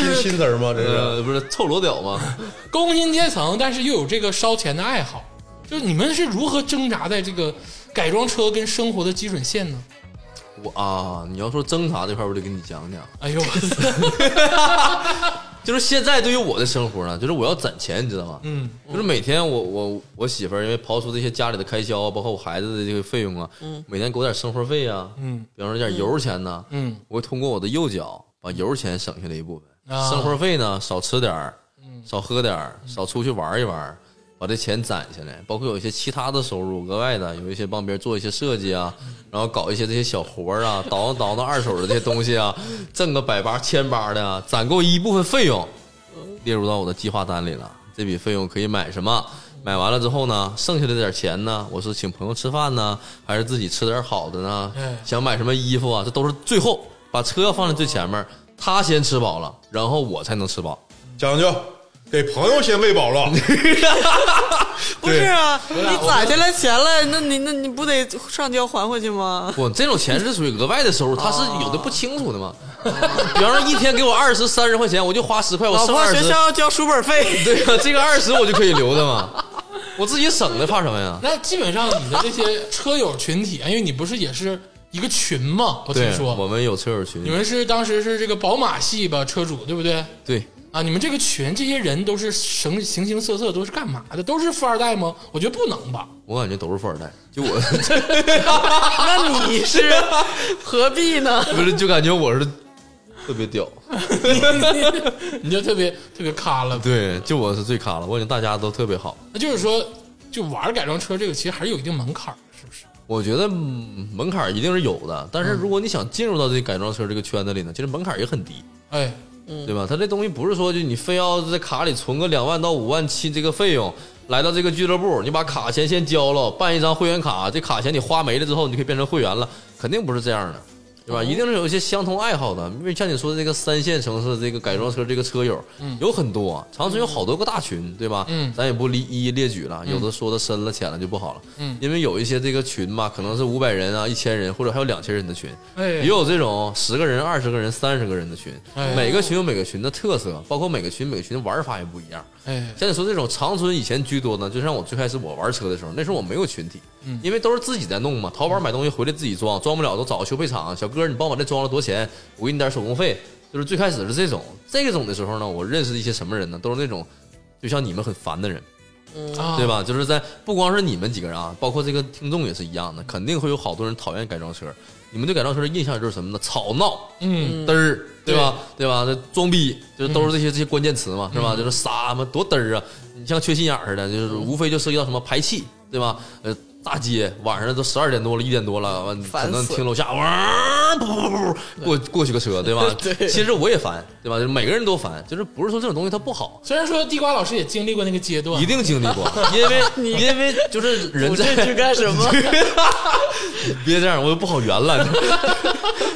就是
新词儿吗？这是
呃，不是臭裸屌吗？
工薪阶层，但是又有这个烧钱的爱好，就是你们是如何挣扎在这个改装车跟生活的基准线呢？
我啊，你要说挣扎这块儿，我得给你讲讲。
哎呦，
就是现在对于我的生活呢，就是我要攒钱，你知道吗？
嗯，
就是每天我我我媳妇儿因为刨出这些家里的开销啊，包括我孩子的这个费用啊，每天给我点生活费啊，
嗯，
比方说点油钱呐，
嗯，
我会通过我的右脚把油钱省下来一部分，
啊
生活费呢少吃点儿，少喝点儿，少出去玩一玩。把这钱攒下来，包括有一些其他的收入，额外的有一些帮别人做一些设计啊，然后搞一些这些小活儿啊，倒腾倒腾二手的这些东西啊，挣个百八千八的啊，攒够一部分费用，列入到我的计划单里了。这笔费用可以买什么？买完了之后呢，剩下的这点钱呢，我是请朋友吃饭呢，还是自己吃点好的呢
哎？
想买什么衣服啊？这都是最后把车放在最前面，他先吃饱了，然后我才能吃饱。
讲究，给朋友先喂饱了。
不是啊，你攒下来钱了，那你那你不得上交还回去吗？
我这种钱是属于额外的收入，他是
哦
有的不清楚的嘛。比方说一天给我二十三十块钱，我就花十块，我
老
剩
婆
二
学
十，
校要交书本费，
对啊呀，这个二十我就可以留的嘛，我自己省的，怕什么呀？
那基本上你的这些车友群体，因为你不是也是一个群吗？我听
对，
说
我们有车友群
你，们是当时是这个宝马系吧车主，对不对？
对，
啊，你们这个群这些人都是形形形色色，都是干嘛的？都是富二代吗？我觉得不能 吧。
我感觉都是富二代，就我。
那你是何必呢？
不是，就感觉我是特别屌，
你就特别特别咖了。
对，就我是最咖了，我感觉大家都特别好。
那就是说，就玩改装车这个其实还是有一定门槛儿的，是不是？
我觉得嗯门槛儿一定是有的，但是如果你想进入到这改装车这个圈子里呢，其实门槛儿也很低，
哎，
对吧？他这东西不是说就你非要在卡里存个两万到五万七这个费用，来到这个俱乐部，你把卡钱先交了，办一张会员卡，这卡钱你花没了之后，你就可以变成会员了，肯定不是这样的，对吧？一定是有一些相同爱好的，因为像你说的这个三线城市这个改装车这个车友，有很多，长春有好多个大群，对吧？
嗯
咱也不一一列举了，有的说的深了浅了就不好了，
嗯
因为有一些这个群嘛，可能是五百人啊、一千人或者还有两千人的群，
哎
也有这种十个人、二十个人、三十个人的群，
哎
每个群有每个群的特色，包括每个群每个群的玩法也不一样。
哎，
像你说这种长春以前居多呢，就像我最开始我玩车的时候，那时候我没有群体，因为都是自己在弄嘛，淘宝买东西回来自己装，装不了都找个修配厂，小哥你帮我这装了多少钱，我给你点手工费，就是最开始是这种，这种的时候呢，我认识一些什么人呢，都是那种就像你们很烦的人，
啊
对？吧？就是在不光是你们几个人啊，包括这个听众也是一样的，肯定会有好多人讨厌改装车。你们对改装车的印象就是什么呢？吵闹、
嗯，
嘚儿，对吧？对吧？这装逼就是都是这些这些关键词嘛，是吧？就是傻嘛，多嘚儿啊！你像缺心眼儿似的，就是无非就涉及到什么排气，对吧？呃，大街晚上都十二点多了，一点多了，完
烦
可
死
能听楼下哇，噗噗噗噗，过过去个车，对吧？
对
其实我也烦，对吧？就是每个人都烦，就是不是说这种东西它不
啊
好，
虽然说地瓜老师也经历过那个阶 段，
一定经历过，因为因为就是人
我这
在
去 干什么？
别这样，我又不好圆了。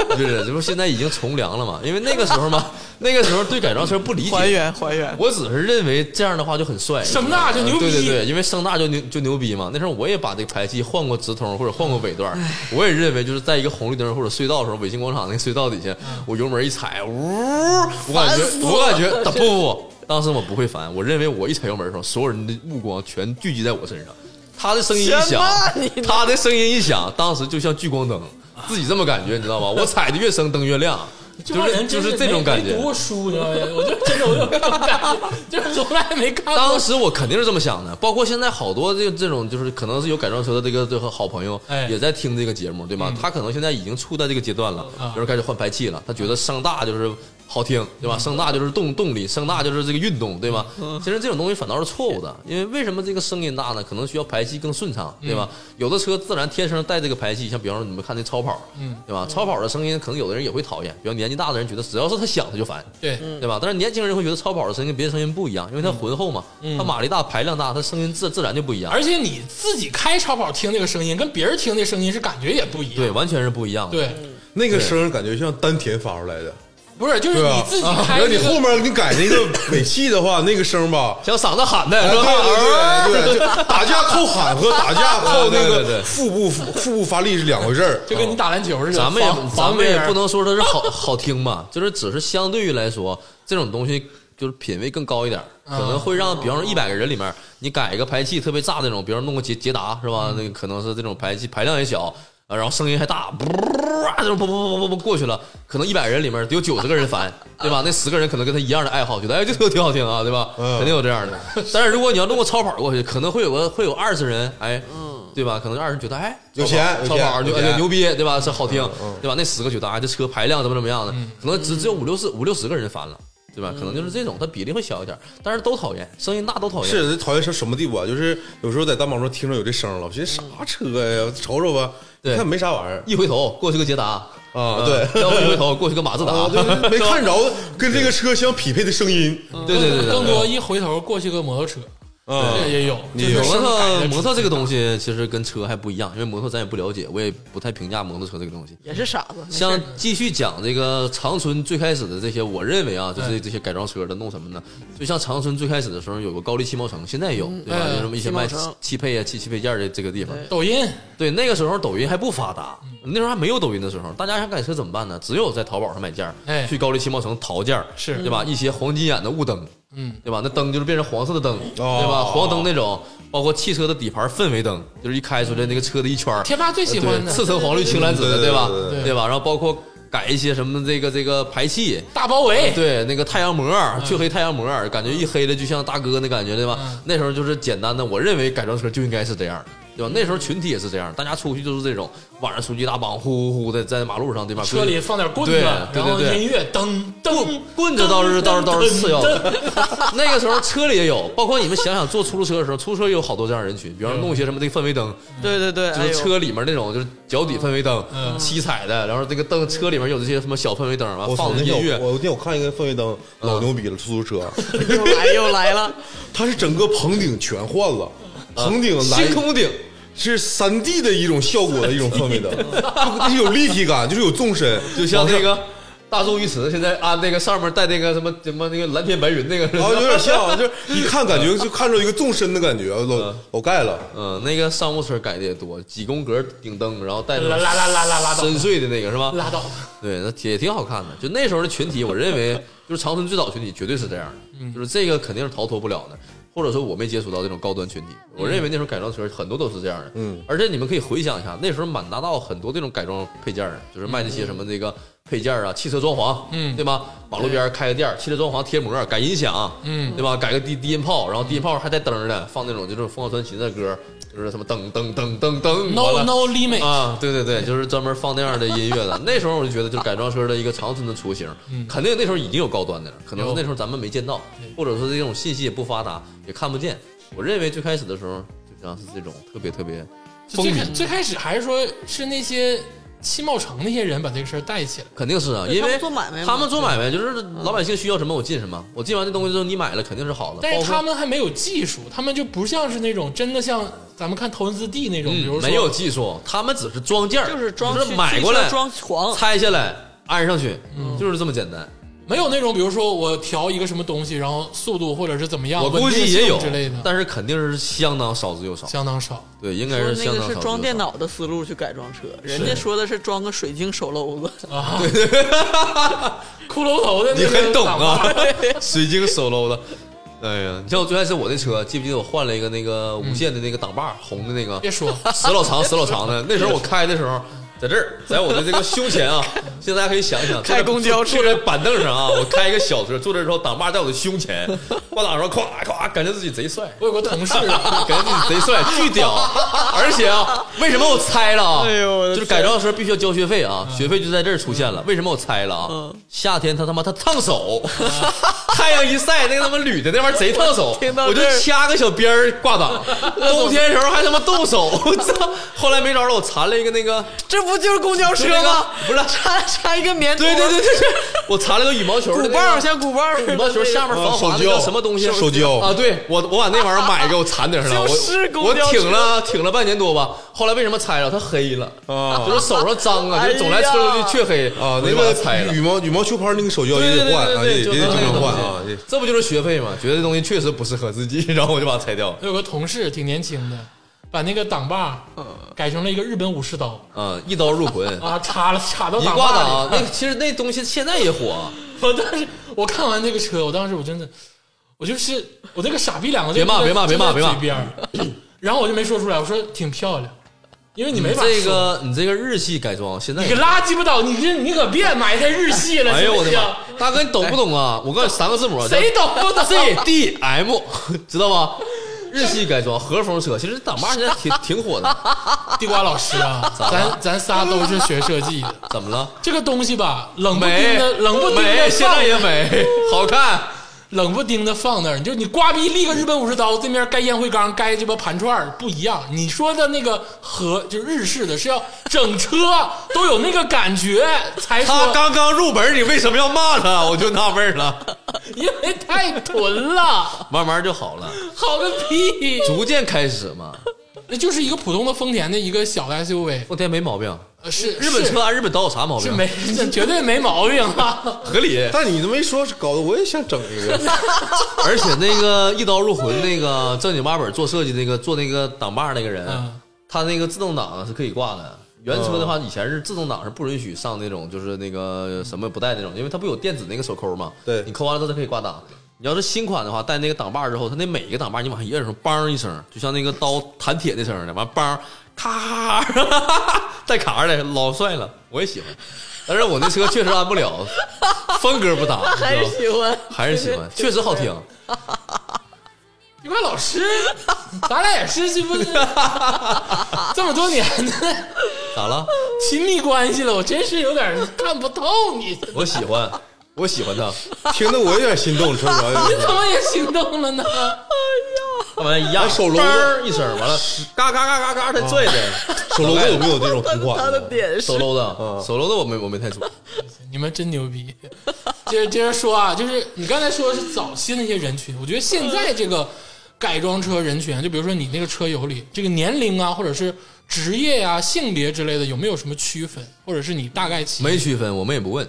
不是，这不现在已经从良了嘛？因为那个时候嘛，那个时候对改装车不理
还
解，
原还原，
我只是认为这样的话就很帅，
声大就牛逼
对对对，因为声大就牛就牛逼嘛。那时候我也把这个排气换过直通或者换过尾段，我也认为就是在一个红绿灯或者隧道的时候，北京广场那个隧道底下，我油门一踩，呜，我感觉我感觉打不不，当时我不会烦，我认为我一踩油门的时候，所有人的目光全聚集在我身上。他的声音一
什
响
么你，
他的声音一响，当时就像聚光灯，自己这么感觉，你知道吗？我踩的越深，灯越亮，
这
就
帮
是
人
就
真
是
是
这种
没
感觉。
没读过书，你知道吗？我就真的我有这种感觉， 就是从来没看
当
过。
时我肯定是这么想的，包括现在好多这这种就是可能是有改装车的这个这个好朋友
哎嗯
也在听这个节目，对吗？他可能现在已经处在这个阶段了，就是开始换排气了，他觉得声大就是好听，对
嗯
吧？声大就是动动力，声大就是这个运动，对吗？其实这种东西反倒是错误的，因为为什么这个声音大呢？可能需要排气更顺畅，对吧？
嗯
有的车自然天生带这个排气，像比方说你们看那超跑，
嗯
对吧？超跑的声音可能有的人也会讨厌，比方年纪大的人觉得只要是他响他就烦，
对，
嗯
对吧？但是年轻人会觉得超跑的声音跟别的声音不一样，因为它浑厚嘛，
嗯
它马力大、排量大，它声音自自然就不一样。
而且你自己开超跑听那个声音，跟别人听那声音是感觉也不一样。
对，完全是不一样的。
对，
那个声儿感觉像丹田发出来的，
不是就是
对
啊
吧
你自己
然
开
后
那
你后
个，
面你改那个尾气的话，那个声儿 吧，
像嗓子喊的
哎
是
对
吧？
对对对，就打架靠喊和打架靠那
啊 对对对
个腹部腹部发力是两回事儿。啊
就跟你打篮球似的。
咱
防
们也咱
防
们
别
也
人
不能说它是好 好听吧，就是只是相对于来说，这种东西就是品味更高一点，可
啊
能会让比方说一百个人里面，你改一个排气特别炸那种，比方弄个捷捷达是吧？那个可能是这种排气排量也小。啊然后声音还大，噗，这种噗噗噗噗噗过去了，可能一百人里面得有九十个人烦，对吧？那十个人可能跟他一样的爱好，觉得哎这歌挺好听啊，对吧？
嗯
肯定有这样的。但是如果你要弄个超跑过去，可能会有个会有二十人，哎，对吧？可能二十觉得哎
嗯有钱有
超
钱
跑
有
就哎
钱
牛逼，对吧？这好
嗯
听，对吧？那十个觉得啊，这车排量怎么怎么样的，可能只只有五六十五六十个人烦了，对吧？可能就是这种，它比例会小一点，但是都讨厌，声音大都讨
嗯
厌。
是讨厌成什么地步啊？就是有时候在大马路上听着有这声儿了，我寻思啥车呀？瞅瞅吧，
对
看没啥玩意儿
一回头过去个捷达
啊
呃
对
要不一回头过去个马自达
啊，， 就是没看着跟这个车相匹配的声音
对对对对，
更多一回头过去个摩托车，
啊
这也有。
也
就是
有
摩
生改的
托
车
摩托这个东西其实跟车还不一样，因为摩托咱也不了解，我也不太评价摩托车这个东西。
也是傻子。没事
像继续讲这个长春最开始的这些，我认为啊，就是这些改装车的弄什么呢？就像长春最开始的时候有个高丽汽贸城，现在有对吧？
嗯
有什么一些卖
汽哎贸城
汽配啊、汽汽配件的这个地方。
抖音，
对，那个时候抖音还不发达，那时候还没有抖音的时候，大家想改车怎么办呢？只有在淘宝上买件儿
哎
去高丽汽贸城淘件儿
是
对
嗯
吧？一些黄金眼的雾灯，
嗯，
对吧？那灯就是变成黄色的灯，
哦
对吧？黄灯那种，包括汽车的底盘氛围灯，就是一开出来那个车的一圈儿，呃
贴吧最喜欢
对，
的
赤橙黄绿青蓝紫的，
对对
吧
对对
对？
对吧？然后包括改一些什么这个这个排气。
大包围，
啊对，那个太阳膜，
嗯
去黑太阳膜，感觉一黑了就像大哥那感觉，对吧？那时候就是简单的，我认为改装车就应该是这样的，对吧？那时候群体也是这样，大家出去就是这种，晚上出去一大帮，呼呼呼的在马路上，对吧？
车里放点棍
对
子，
对
然后
对对
音乐噔噔
棍子倒是
噔
倒是倒是次要
噔噔
的， 那个时候车里也有，包括你们想想坐出租车的时候，出租车也有好多这样人群，比方说弄一些什么这个氛围灯，
嗯
对对对，
就
哎
是
呦，
车里面那种就是脚底氛围灯，
嗯
七彩的，然后这个灯车里面有这些什么小氛围灯啊，
我操
放的
那天
音
我
乐，啊
我那天我看一个氛围灯，老牛逼了，出租车，
又来又来了，
它是整个棚顶全换了，棚顶蓝
嗯星空顶，
是三 D 的一种效果的一种氛围 灯，就是有立体感，就是有纵深，
就像那个大众鱼池现在按那个上面带那个什么什么那个蓝天白云那个似
然哦后有
的。
点像，就是一看感觉就看出一个纵深的感觉，老老盖了。
嗯，那个商务车改的也多，几宫格顶灯，然后带那
啦
种
啦啦啦啦啦倒
深邃的那个是吧？
拉倒，
对，那也挺好看的。就那时候的群体，我 认为就是长春最早群体绝对是这样
嗯
的，就是这个肯定是逃脱不了的，或者说我没接触到这种高端群体。
嗯
我认为那时候改装车很多都是这样的，
嗯，
而且你们可以回想一下，那时候满大道很多这种改装配件儿，就是卖那些什么这个配件儿啊，汽车装潢，
嗯
对吧？马路边儿开个店儿，汽车装潢贴膜，改音响，
嗯
对吧？改个低低音炮，然后低音炮还带灯儿呢，放那种就是凤凰传奇的歌，就是什么噔噔噔噔噔完
，no
了
no limit，
啊，对对对，就是专门放那样的音乐的。 那时候我就觉得，就改装车的一个长春的雏形，
嗯
肯定那时候已经有高端的了，可能是那时候咱们没见到，或者说这种信息也不发达，也看不见。我认为最开始的时候，就像是这种特别特别风
最开
靡，
最开始还是说是那些汽贸城那些人把这个事儿带起来，
肯定是啊，
对
因
他
为
们做买卖嘛
他们做买卖就是老百姓需要什么我进什么，我进完这东西之后你买了肯定是好的，
但是
包括
他们还没有技术，他们就不像是那种真的像咱们看头文字 D 那种，比如
嗯
说
没有技术，他们只是装件 儿，
就是装
只
去
买过来
汽车装嗯潢，
拆下来安上去，就是这么简单。
没有那种，比如说我调一个什么东西，然后速度或者是怎么
啊
样，
我估计
稳
也
定
有
性之类的，
但是肯定是相当少之又少。
相当少。
对，应该
说
是
那
相
个
当少之
是
又少。
装电 脑的思路去改装车，人家说的是装个水晶手篓子，
啊
骷髅头的那
你
个
很懂
挡把
啊， 水晶 solo 的。哎呀，你像我最开始我那车，记不记得我换了一个那个无线的那个挡把，红的那个，
别说，
死老长死老长的。那时候我开的时候，在这儿，在我的这个胸前啊，现在大家可以想一想，
开公交车
坐在板凳上啊，我开一个小车，坐这之后挡把在我的胸前，挂挡上，咵咵，感觉自己贼帅。
我有个同事 啊，
感觉自己贼帅，巨屌！而且啊，为什么我猜了啊？
哎呦我的
就是改装的时候必须要交学费啊，学费就在这儿出现了。为什么我猜了啊
嗯？
夏天他他妈他烫手， 太阳一晒，那个他妈铝的那玩意儿贼烫手
听，到
我就
这儿
掐个小边儿挂 档。冬天时候还他妈冻手，我操！后来没招了，我缠了一个那个，
这不就是公交车
就那个
吗？
不是
插插一个棉头，
对对对对对，我缠了个羽毛球的那
鼓
个
棒像鼓棒似的，
羽毛球下面防滑
手
那个
哦
胶
什么东西？
手胶
啊！对我，我把那玩意儿买给我缠顶上了，
就是
我
公
我
交车
挺了挺了半年多吧。后来为什么拆了？它黑了
啊
就是手上脏啊，
哎呀
就是总来车轮就雀黑
啊，
我
那
就把它
个
拆了
羽。毛羽毛球拍那个手胶
对
也
对
得
对
换啊，
对
也
对，就
得也得
那
经
个
常
东
换
西
啊。也
这不就是学费吗？觉得这东西确实不适合自己，然后我就把它拆掉了。
我有个同事挺年轻的，把那个挡把改成了一个日本武士刀
嗯，一刀入魂，
啊，插了插到
一
挡
挂啊
把
档
里。，
那其实那东西现在也火啊。
我当时我看完这个车，我当时我真的，我就是我这个傻逼两个字
别骂
就在
别骂别骂
就在
别骂
嘴边 儿然后我就没说出来，我说挺漂亮，因为你没法
嗯这
说
个，你这个日系改装现在
你个拉鸡巴倒，你这你可别埋汰日系了，
哎
行
呦
不
我的
行？
妈！大哥，你懂不懂啊？我告诉你三个字母啊，叫
谁懂不懂？
ZDM，知道吗？日系改装和风车，其实挡把现在挺挺火 的。
地瓜老师啊，咱咱仨都是学设计的，
怎么了？
这个东西吧，冷不丁
美
的，冷不丁
美，
的
现在也 美，好看。
冷不丁的放那儿，你就你刮逼立个日本武士刀，
嗯
对面该烟灰缸，该鸡巴盘串儿不一样。你说的那个和就日式的是要整车都有那个感觉才
他
说，
刚刚入门，你为什么要骂他？我就纳闷了。
因为太囤了，
慢慢就好 了，
好个屁！
逐渐开始嘛。
那就是一个普通的丰田的一个小的 SUV，
丰田没毛病，
呃是
日本车按啊日本刀有啥毛
是是
病？
没这绝对没毛病啊。
合理。
但你这么一说，搞得我也想整一个。
而且那个一刀入魂，那个正经八本做设计那个做那个挡把那个人
嗯，
他那个自动挡是可以挂的。原车的话，以前是自动挡是不允许上那种，就是那个什么也不带那种，因为它不有电子那个手扣嘛。
对
你扣完了之后它可以挂档。你要是新款的话，带那个挡把之后，它那每一个挡把你往上一摁的时候，梆一声，就像那个刀弹铁那声的，完梆咔，带卡儿的，老帅了，我也喜欢。但是我那车确实安不了，风格不搭，你知 道
还
吗
是喜欢，
还是喜欢，确实好听。
一般老师，咱俩也是这不是这么多年的
咋了？
亲密关系了，我真是有点看不透你，
我喜欢，我喜 欢他，
听得我有点心动，陈主 任。
怎么也心动了呢？
他完一压
手
手
揉
揉
过
一声，完了，嘎嘎嘎嘎嘎，他拽的，
手楼哥有没有这种啊同款？
他的点
手
是
揉
嗯
的，手揉的我没我没太准，
你们真牛逼！接着接着说啊，就是你刚才说的是早期那些人群，我觉得现在这个改装车人群，啊就比如说你那个车友里，这个年龄啊，或者是职业呀、性别之类的，有没有什么区分，或者是你大概起？
没区分，我们也不问，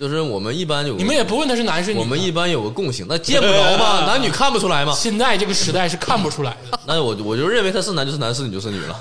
就是我们一般有个
你们也不问他是男是女吗，
我们一般有个共性，那见不着嘛，男女看不出来嘛，
现在这个时代是看不出来的。
那我我就认为他是男就是男，是女就是女了。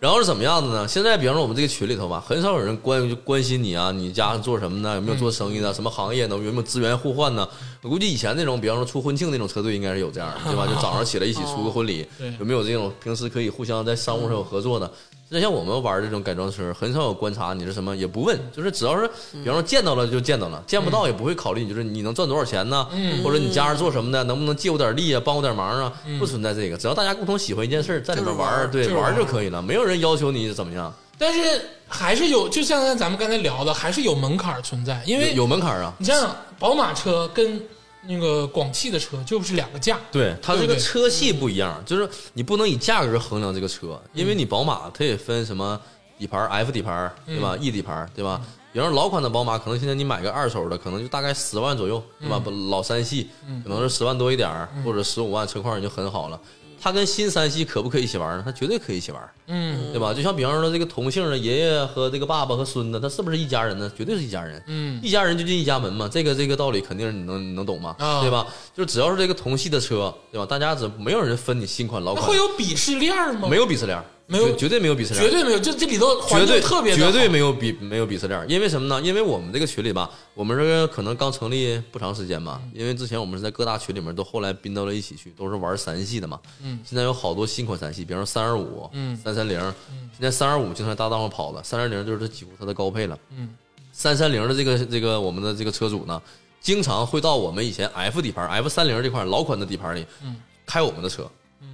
然后是怎么样的呢？现在比方说我们这个群里头吧，很少有人关关心你啊，你家做什么呢？有没有做生意呢？什么行业呢？有没有资源互换呢？我估计以前那种，比方说出婚庆那种车队应该是有这样的，对吧？就早上起来一起出个婚礼
对，
有没有这种平时可以互相在商务上有合作的？那像我们玩这种改装车，很少有观察你是什么，也不问，就是只要是
嗯
比方说见到了就见到了，见不到也不会考虑，就是你能赚多少钱呢？
嗯
或者你家是做什么的，能不能借我点力啊，帮我点忙啊？不存在这个，只要大家共同喜欢一件事儿，在里面玩儿，对
就是玩
玩
儿
儿就可以了，没有人要求你怎么样，
但是还是有，就像咱们刚才聊的，还是有门槛存在。因
有
为
有门槛儿啊。
你像宝马车跟那个广汽的车就是两个价，
对，它这
对
个
对
车系不一样，就是你不能以价格衡量这个车，因为你宝马它也分什么底盘儿 F 底盘儿对吧？E 底盘儿对吧？比方说老款的宝马，可能现在你买个二手的，可能就大概十万左右对吧？不老三系可能是十万多一点儿，或者十五万车况也就很好了。它跟新三系可不可以一起玩呢？它绝对可以一起玩，
嗯，
对吧？就像比方说这个同姓的爷爷和这个爸爸和孙子，他是不是一家人呢？绝对是一家人。
嗯，
一家人就进一家门嘛，这个这个道理肯定是你能你能懂嘛，
啊
对吧？就只要是这个同系的车，对吧？大家只没有人分你新款老
那
款，
会有鄙视链吗？
没有鄙视链儿？
没有
绝绝对没有鄙视链
绝
儿，
对没有，就这里头环境
绝对
特别的
绝对
好
没有鄙没有鄙视链儿，因为什么呢？因为我们这个群里吧，我们这个可能刚成立不长时间嘛，
嗯
因为之前我们是在各大群里面都后来并到了一起去，都是玩三系的嘛。
嗯，
现在有好多新款三系，比方说三二五，
嗯
三三零，现在三二五经常搭档上跑了，三二零就是几乎它的高配了。
嗯，
三三零的这个这个我们的这个车主呢，经常会到我们以前 F 底盘 F 三零这块老款的底盘里，
嗯
开我们的车，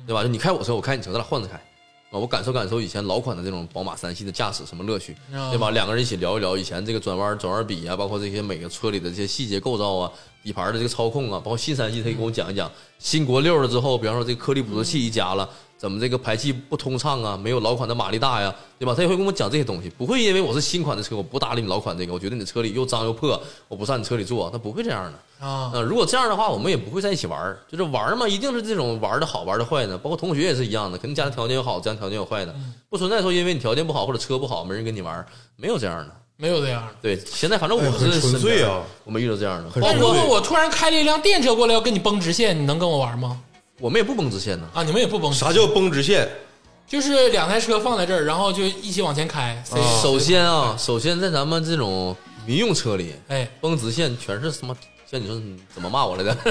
对吧？就你开我车，我开你车，咱俩换着开。啊，我感受感受以前老款的这种宝马三系的驾驶什么乐趣，
啊
对吧？两个人一起聊一聊以前这个转弯转弯比啊，包括这些每个车里的这些细节构造啊，底盘的这个操控啊，包括新三系，他也给我讲一讲新国六了之后，比方说这个颗粒捕捉器一加了，怎么这个排气不通畅啊，没有老款的马力大呀，对吧？他也会跟我讲这些东西，不会因为我是新款的车，我不搭理你老款这个，我觉得你的车里又脏又破，我不上你车里坐，他不会这样的。
啊，
呃，如果这样的话，我们也不会在一起玩儿，就是玩儿嘛，一定是这种玩儿的好，玩儿的坏的。包括同学也是一样的，肯定家庭条件有好，家庭条件有坏的，不存在说因为你条件不好或者车不好没人跟你玩儿，没有这样的。
没有这样的。
对，现在反正
哎
我
很
是
纯
身
粹
边
啊，
我没遇到这样的，
很
包
但如
括
果我突然开了一辆电车过来要跟你崩直线，你能跟我玩吗？
我们也不崩直线呢。
啊，你们也不崩，
啥叫绷直线？
就是两台车放在这儿，然后就一起往前开。哎谁
首先啊，首先在咱们这种民用车里，
哎，
崩直线全是什么？像你说你怎么骂我来的？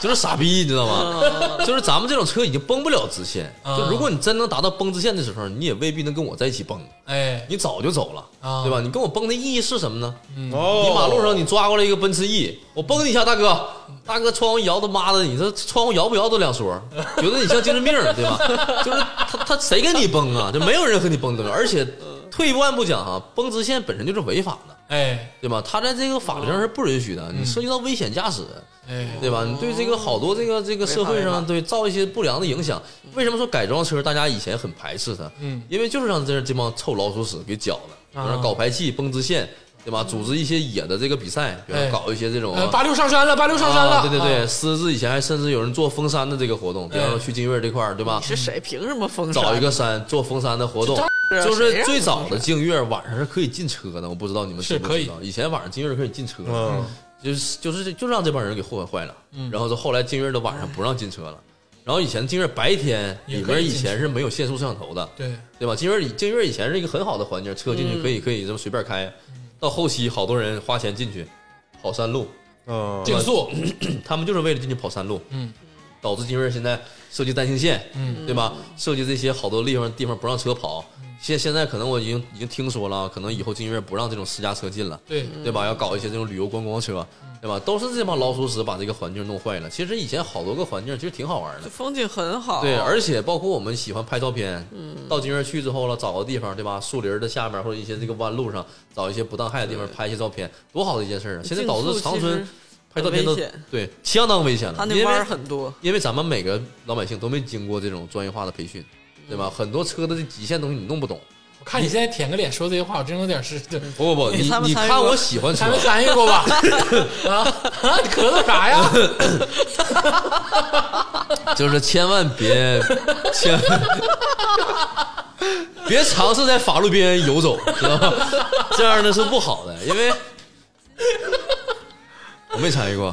就是傻逼，你知道吗？就是咱们这种车已经崩不了直线。
啊
就如果你真能达到崩直线的时候，你也未必能跟我在一起崩。
哎，
你早就走了，
啊
对吧？你跟我崩的意义是什么呢？
哦
你马路上你抓过来一个奔驰 E，我崩你一下，大哥，大哥窗户摇他妈的，你这窗户摇不摇都两说，觉得你像精神病，对吧？就是他他谁跟你崩啊？就没有人和你崩的，而且退一万步讲哈、崩直线本身就是违法的，
哎，
对吧？他在这个法律上是不允许的，你涉及到危险驾驶，
哎，
对吧？你对这个好多这个这个社会
违法违
上
法
对造一些不良的影响。为什么说改装车大家以前很排斥它？
嗯，
因为就是让这这帮臭老鼠屎给搅的，比方说搞排气、崩支线，对吧？组织一些野的这个比赛，比
哎
方搞一些这种啊
呃，八六上山了，八六上山了，
啊对对对，
啊，
狮子以前还甚至有人做封山的这个活动，比方说去金月这块儿，对吧
你？是谁？凭什么封杀？
找一个山做封山的活动
这。
啊
就是最早的静月晚上是可以进车的，我不知道你们
是
知不
可以
知道。以前晚上静月是可以进车的，
嗯，
就是就是这就让这帮人给祸害坏了。然后就后来金月的晚上不让进车了，然后以前金月白天
也
里
可以
面以
进
前是没有限速摄像头的，
对，
对吧？金月里金月以前是一个很好的环境，车进去可以可以这么随便开，到后期好多人花钱进去跑山路，
嗯，
竞速，
他们就是为了进去跑山路，
嗯，
导致金瑞现在设计单行线，
嗯，
对吧？设计这些好多地方地方不让车跑，现现在可能我已经已经听说了，可能以后金瑞不让这种私家车进了，
对，嗯
对吧？要搞一些这种旅游观光车，对吧？都是这帮老鼠屎把这个环境弄坏了。其实以前好多个环境其实挺好玩的
这，风景很好，
对，而且包括我们喜欢拍照片，到景儿去之后了，找个地方，对吧？树林儿的下面或者一些这个弯路上，找一些不当害的地方拍一些照片，多好的一件事儿啊！现在导致长春拍照片都
很危险
对相当危险
它
了，
那
因
弯
为
儿很多，
因为咱们每个老百姓都没经过这种专业化的培训，对
嗯
吧？很多车的这极限东西你弄不懂。
我看你现在舔个脸说这些话，我真有点是，
不不不，
你
你
哎参没
你
参与
看
过
我喜欢车
还，没参与过吧？ 啊啊！你咳嗽啥呀？
就是千万别千万别尝试在法律边缘游走，知道吗？这样的是不好的，因为我没参与过，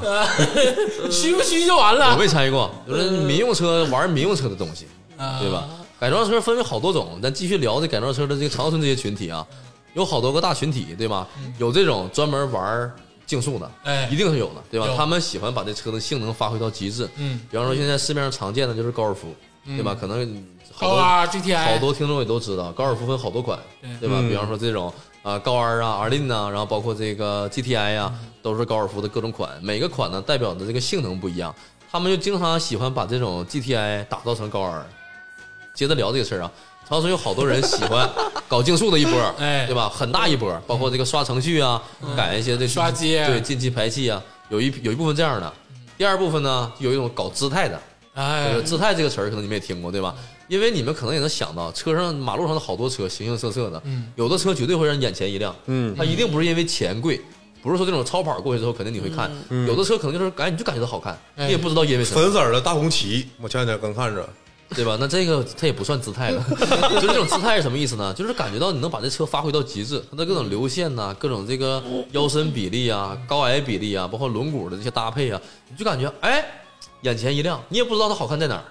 虚不虚就完
我
了，
没参与过，就是民用车玩民用车的东西，对
对
吧？？改装车分为好多种，咱继续聊这改装车的这个长春这些群体啊，有好多个大群体，对吧？有这种专门玩竞速的，
嗯哎
一定是有的，对吧
有？
他们喜欢把这车的性能发挥到极致，
嗯，
比方说现在市面上常见的就是高尔夫，对吧？可能好
高
多
啊 GTI
好多听众也都知道，高尔夫分好多款，对吧？
嗯
比方说这种啊高 R 啊、R 令啊，然后包括这个 GTI 啊，都是高尔夫的各种款，每个款呢代表的这个性能不一样，他们就经常喜欢把这种 GTI 打造成高 R。接着聊这个事儿啊，长春有好多人喜欢搞竞速的一波，
哎
对吧？很大一波，包括这个刷程序啊，改一些这
刷街
对进气排气啊，嗯有一有一部分这样的。第二部分呢，有一种搞姿态的，
哎
就是，姿态这个词儿，可能你们也听过，对吧？因为你们可能也能想到，车上马路上的好多车形形色色的，
嗯
有的车绝对会让你眼前一亮，
嗯
它一定不是因为钱贵，不是说这种超跑过去之后肯定你会看，有的车可能就是哎你就感觉它好看，
哎
你也不知道因为什么，
粉色儿的大红旗，我前两天刚看着，
对吧？那这个它也不算姿态了，就这种姿态是什么意思呢？就是感觉到你能把这车发挥到极致，它的各种流线呐、各种这个腰身比例啊、高矮比例啊，包括轮毂的这些搭配啊，你就感觉哎眼前一亮，你也不知道它好看在哪儿。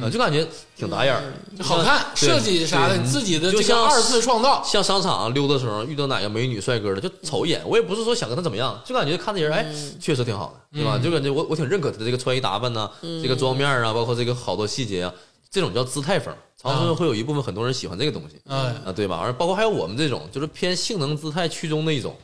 啊就感觉挺打眼儿，就像
好看，
对
设计啥的，
对嗯
你自己的这
就
个
像
二次创造，
像商场溜达的时候遇到哪个美女帅哥的，就瞅一眼。我也不是说想跟他怎么样，就感觉看这人，哎，确实挺好的，对吧？就感觉我我挺认可他的这个穿衣打扮呐、这个妆面啊，包括这个好多细节啊，这种叫姿态风。长春会有一部分很多人喜欢这个东西，
哎
啊，对吧？而包括还有我们这种，就是偏性能姿态居中的一种，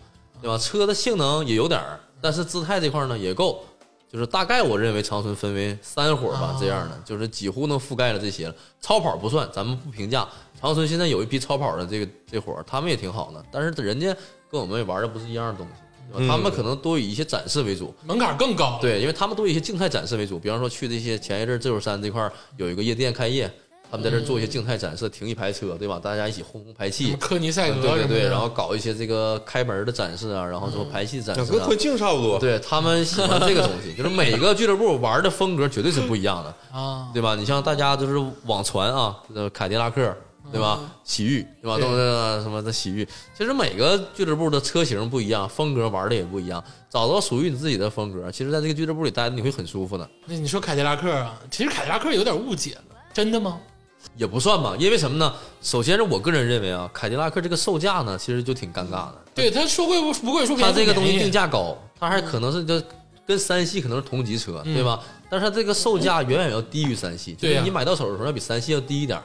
对吧？车的性能也有点儿，但是姿态这块儿呢也够。就是大概我认为长春分为三伙吧，这样的就是几乎能覆盖了这些了。超跑不算，咱们不评价。长春现在有一批超跑的这个这伙儿，他们也挺好的，但是人家跟我们玩的不是一样的东西，对吧他们可能多以一些展示为主。
门槛更高。
对，因为他们都以一些静态展示为主，比方说去这些前一阵儿自由山这块儿有一个夜店开业，他们在这儿做一些静态展示，停一排车，对吧？大家一起轰轰
什
排气
么，科尼赛
对
格
嗯对
什么
对，
的
然后搞一些这个开门的展示啊，然后说排气展示
跟
啊，
婚庆差不多。
对他们喜欢这个东西，就是每个俱乐部玩的风格绝对是不一样的，
啊，
对吧？你像大家就是网传啊，呃，凯迪拉克。对吧？洗浴对吧？
对
都是什么的洗浴？其实每个俱乐部的车型不一样，风格玩的也不一样，找到属于你自己的风格，其实在这个俱乐部里待着你会很舒服的，
那你说凯迪拉克啊，其实凯迪拉克有点误解了，真的吗？
也不算吧。因为什么呢？首先是我个人认为啊，凯迪拉克这个售价呢，其实就挺尴尬的。
对他说贵不不贵，说便
它
宜
这个东西
便宜嗯
定价高，它还可能是就跟三系可能是同级车，对吧？但是它这个售价远远要低于三系，就
对啊
是
呀
你买到手的时候要比三系要低一点儿，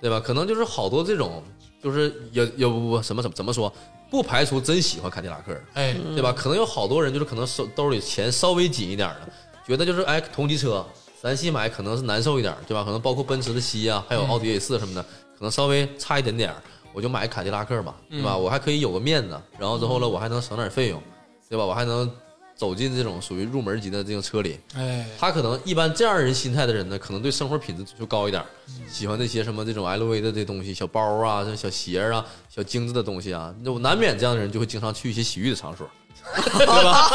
对吧？可能就是好多这种，就是也也不不什么怎么怎么说，不排除真喜欢凯迪拉克，
哎，
对吧？可能有好多人就是可能手兜里钱稍微紧一点儿的，觉得就是哎同级车三系买可能是难受一点儿，对吧？可能包括奔驰的 C 啊，还有奥迪 A 四什么的，可能稍微差一点点儿，我就买凯迪拉克吧，对吧？我还可以有个面子，然后之后呢，我还能省点费用，对吧？我还能走进这种属于入门级的这种车里，
哎，
他可能一般这样人心态的人呢，可能对生活品质追求高一点儿，喜欢那些什么这种 LV 的这东西，小包啊、这小鞋啊、小精致的东西啊，那我难免这样的人就会经常去一些洗浴的场所，对吧？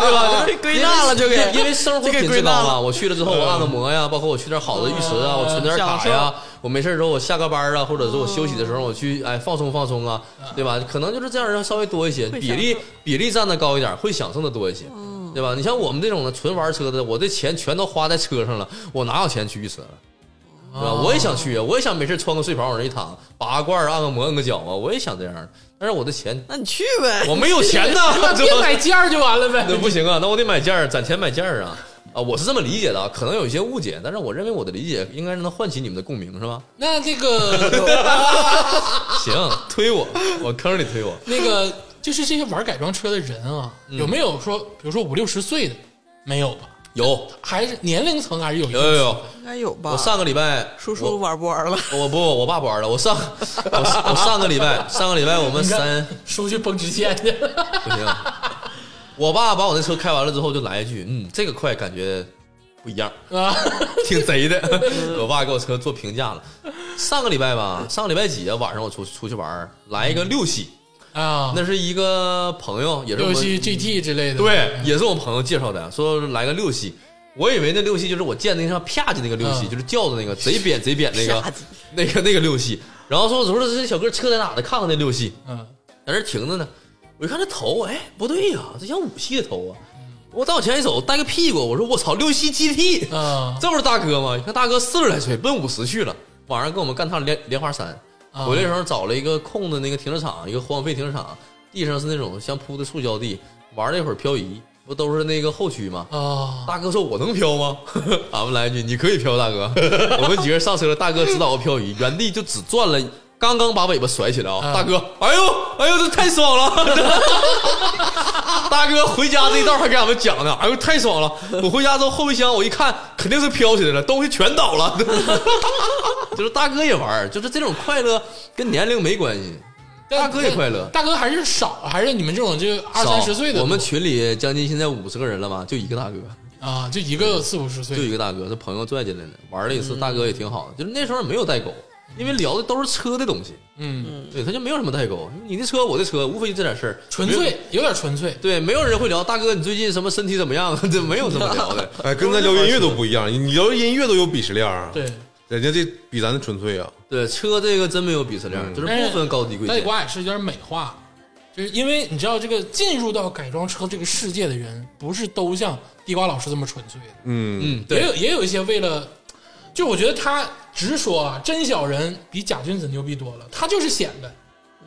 对 吧？就是
归纳了就给
因为因为生活
就给
品
归
质
纳
高
了嗯
嘛，我去了之后我按个摩呀，包括我去点好的浴池啊，我存点
享
卡
受嗯
呀，我没事儿之后我下个班啊，或者说我休息的时候我去哎放松放松啊，对吧？可能就是这样人稍微多一些，
会
比
享
例
受嗯
比例占的高一点，会享受的多一些，对吧？你像我们这种的纯玩车的，我这钱全都花在车上了，我哪有钱去浴池了？对吧？我也想去啊，我也想没事穿个睡袍往那一躺，拔个罐儿按个摩按个脚啊，我也想这样，但是我的钱
那你去呗。
我没有钱 呐，
那
这
别买件儿就完了呗。
那不行啊，那我得买件儿，攒钱买件儿啊。啊，我是这么理解的啊，可能有一些误解，但是我认为我的理解应该是能唤起你们的共鸣，是吧？
那这个
行，推我，往坑里推我。
那个，就是这些玩改装车的人啊，有没有说，比如说五六十岁的，没有吧？
有
还是年龄层还是有一
有有
定
有，
应该有吧？
我上个礼拜
叔叔玩不玩了？
我我不我爸不玩了，我上我我上个礼拜上个礼拜我们
你看
三
叔去蹦直线去了，
不行，我爸把我那车开完了之后就来一句，嗯，这个快感觉不一样，
啊，
挺 贼的。我爸给我车做评价了。上个礼拜吧，上个礼拜几啊？晚上我出出去玩儿，来一个六系，
啊，
那是一个朋友，也是我
尤
们
其 GT 之类的，
嗯
对，也是我朋友介绍的，说来个六系。我以为那六系就是我见那上啪叽那个六系，
嗯
就是轿子那个贼扁贼扁那 个
啪叽
那个那个六系。然后说我说这小哥车在哪呢？看看那六系，
嗯，
在那儿停着呢。我一看这头，哎，不对呀、这像五系的头啊。我再往前一走，带个屁股，我说我操，六系 GT
啊，
这不是大哥吗？你看大哥四十来岁，奔五十去了，晚上跟我们干趟莲莲花山，
啊
回来的时候找了一个空的那个停车场，一个荒废停车场，地上是那种像铺的塑胶地，玩了一会儿漂移，不都是那个后驱吗？
啊，
大哥说：“我能飘吗？” 俺们来一句：“你可以飘，大哥。” 我们几个人上车了，大哥指导我漂移，原地就只转了，刚刚把尾巴甩起来啊！
啊
大哥，哎呦，哎呦，这太爽了！ 大哥回家这一道还给俺们讲呢，哎呦，太爽了！我回家之后后备箱我一看，肯定是飘起来了，东西全倒了。 就是大哥也玩儿，就是这种快乐跟年龄没关系。
但
大哥也快乐
大哥还是少，还是你们这种就二
少
三十岁的多，
我们群里将近现在五十个人了吧，就一个大哥。
啊，就一个四五十
就
岁
一个大哥，这朋友拽进来了，玩了一次，
嗯
大哥也挺好的。就是那时候没有代沟，因为聊的都是车的东西，
嗯，
对，他就没有什么代沟。你的车，我的车，无非就这点事儿，
纯
没有。
粹，有点纯粹，
对，没有人会聊大哥，你最近什么身体怎么样？ 这没有这么聊 的。
哎，跟咱聊音乐都不一样，你聊音乐都有鄙视链啊。，
对，
人家这比咱的纯粹啊。
对，车这个真没有鄙视
嗯
链，就是不分高低贵
但是
贱。
我也是有点美化，就是因为你知道，这个进入到改装车这个世界的人，不是都像地瓜老师这么纯粹的，
嗯，
嗯，
也
对，
有也有一些为了，就我觉得他直说啊，真小人比假君子牛逼多了，他就是显摆，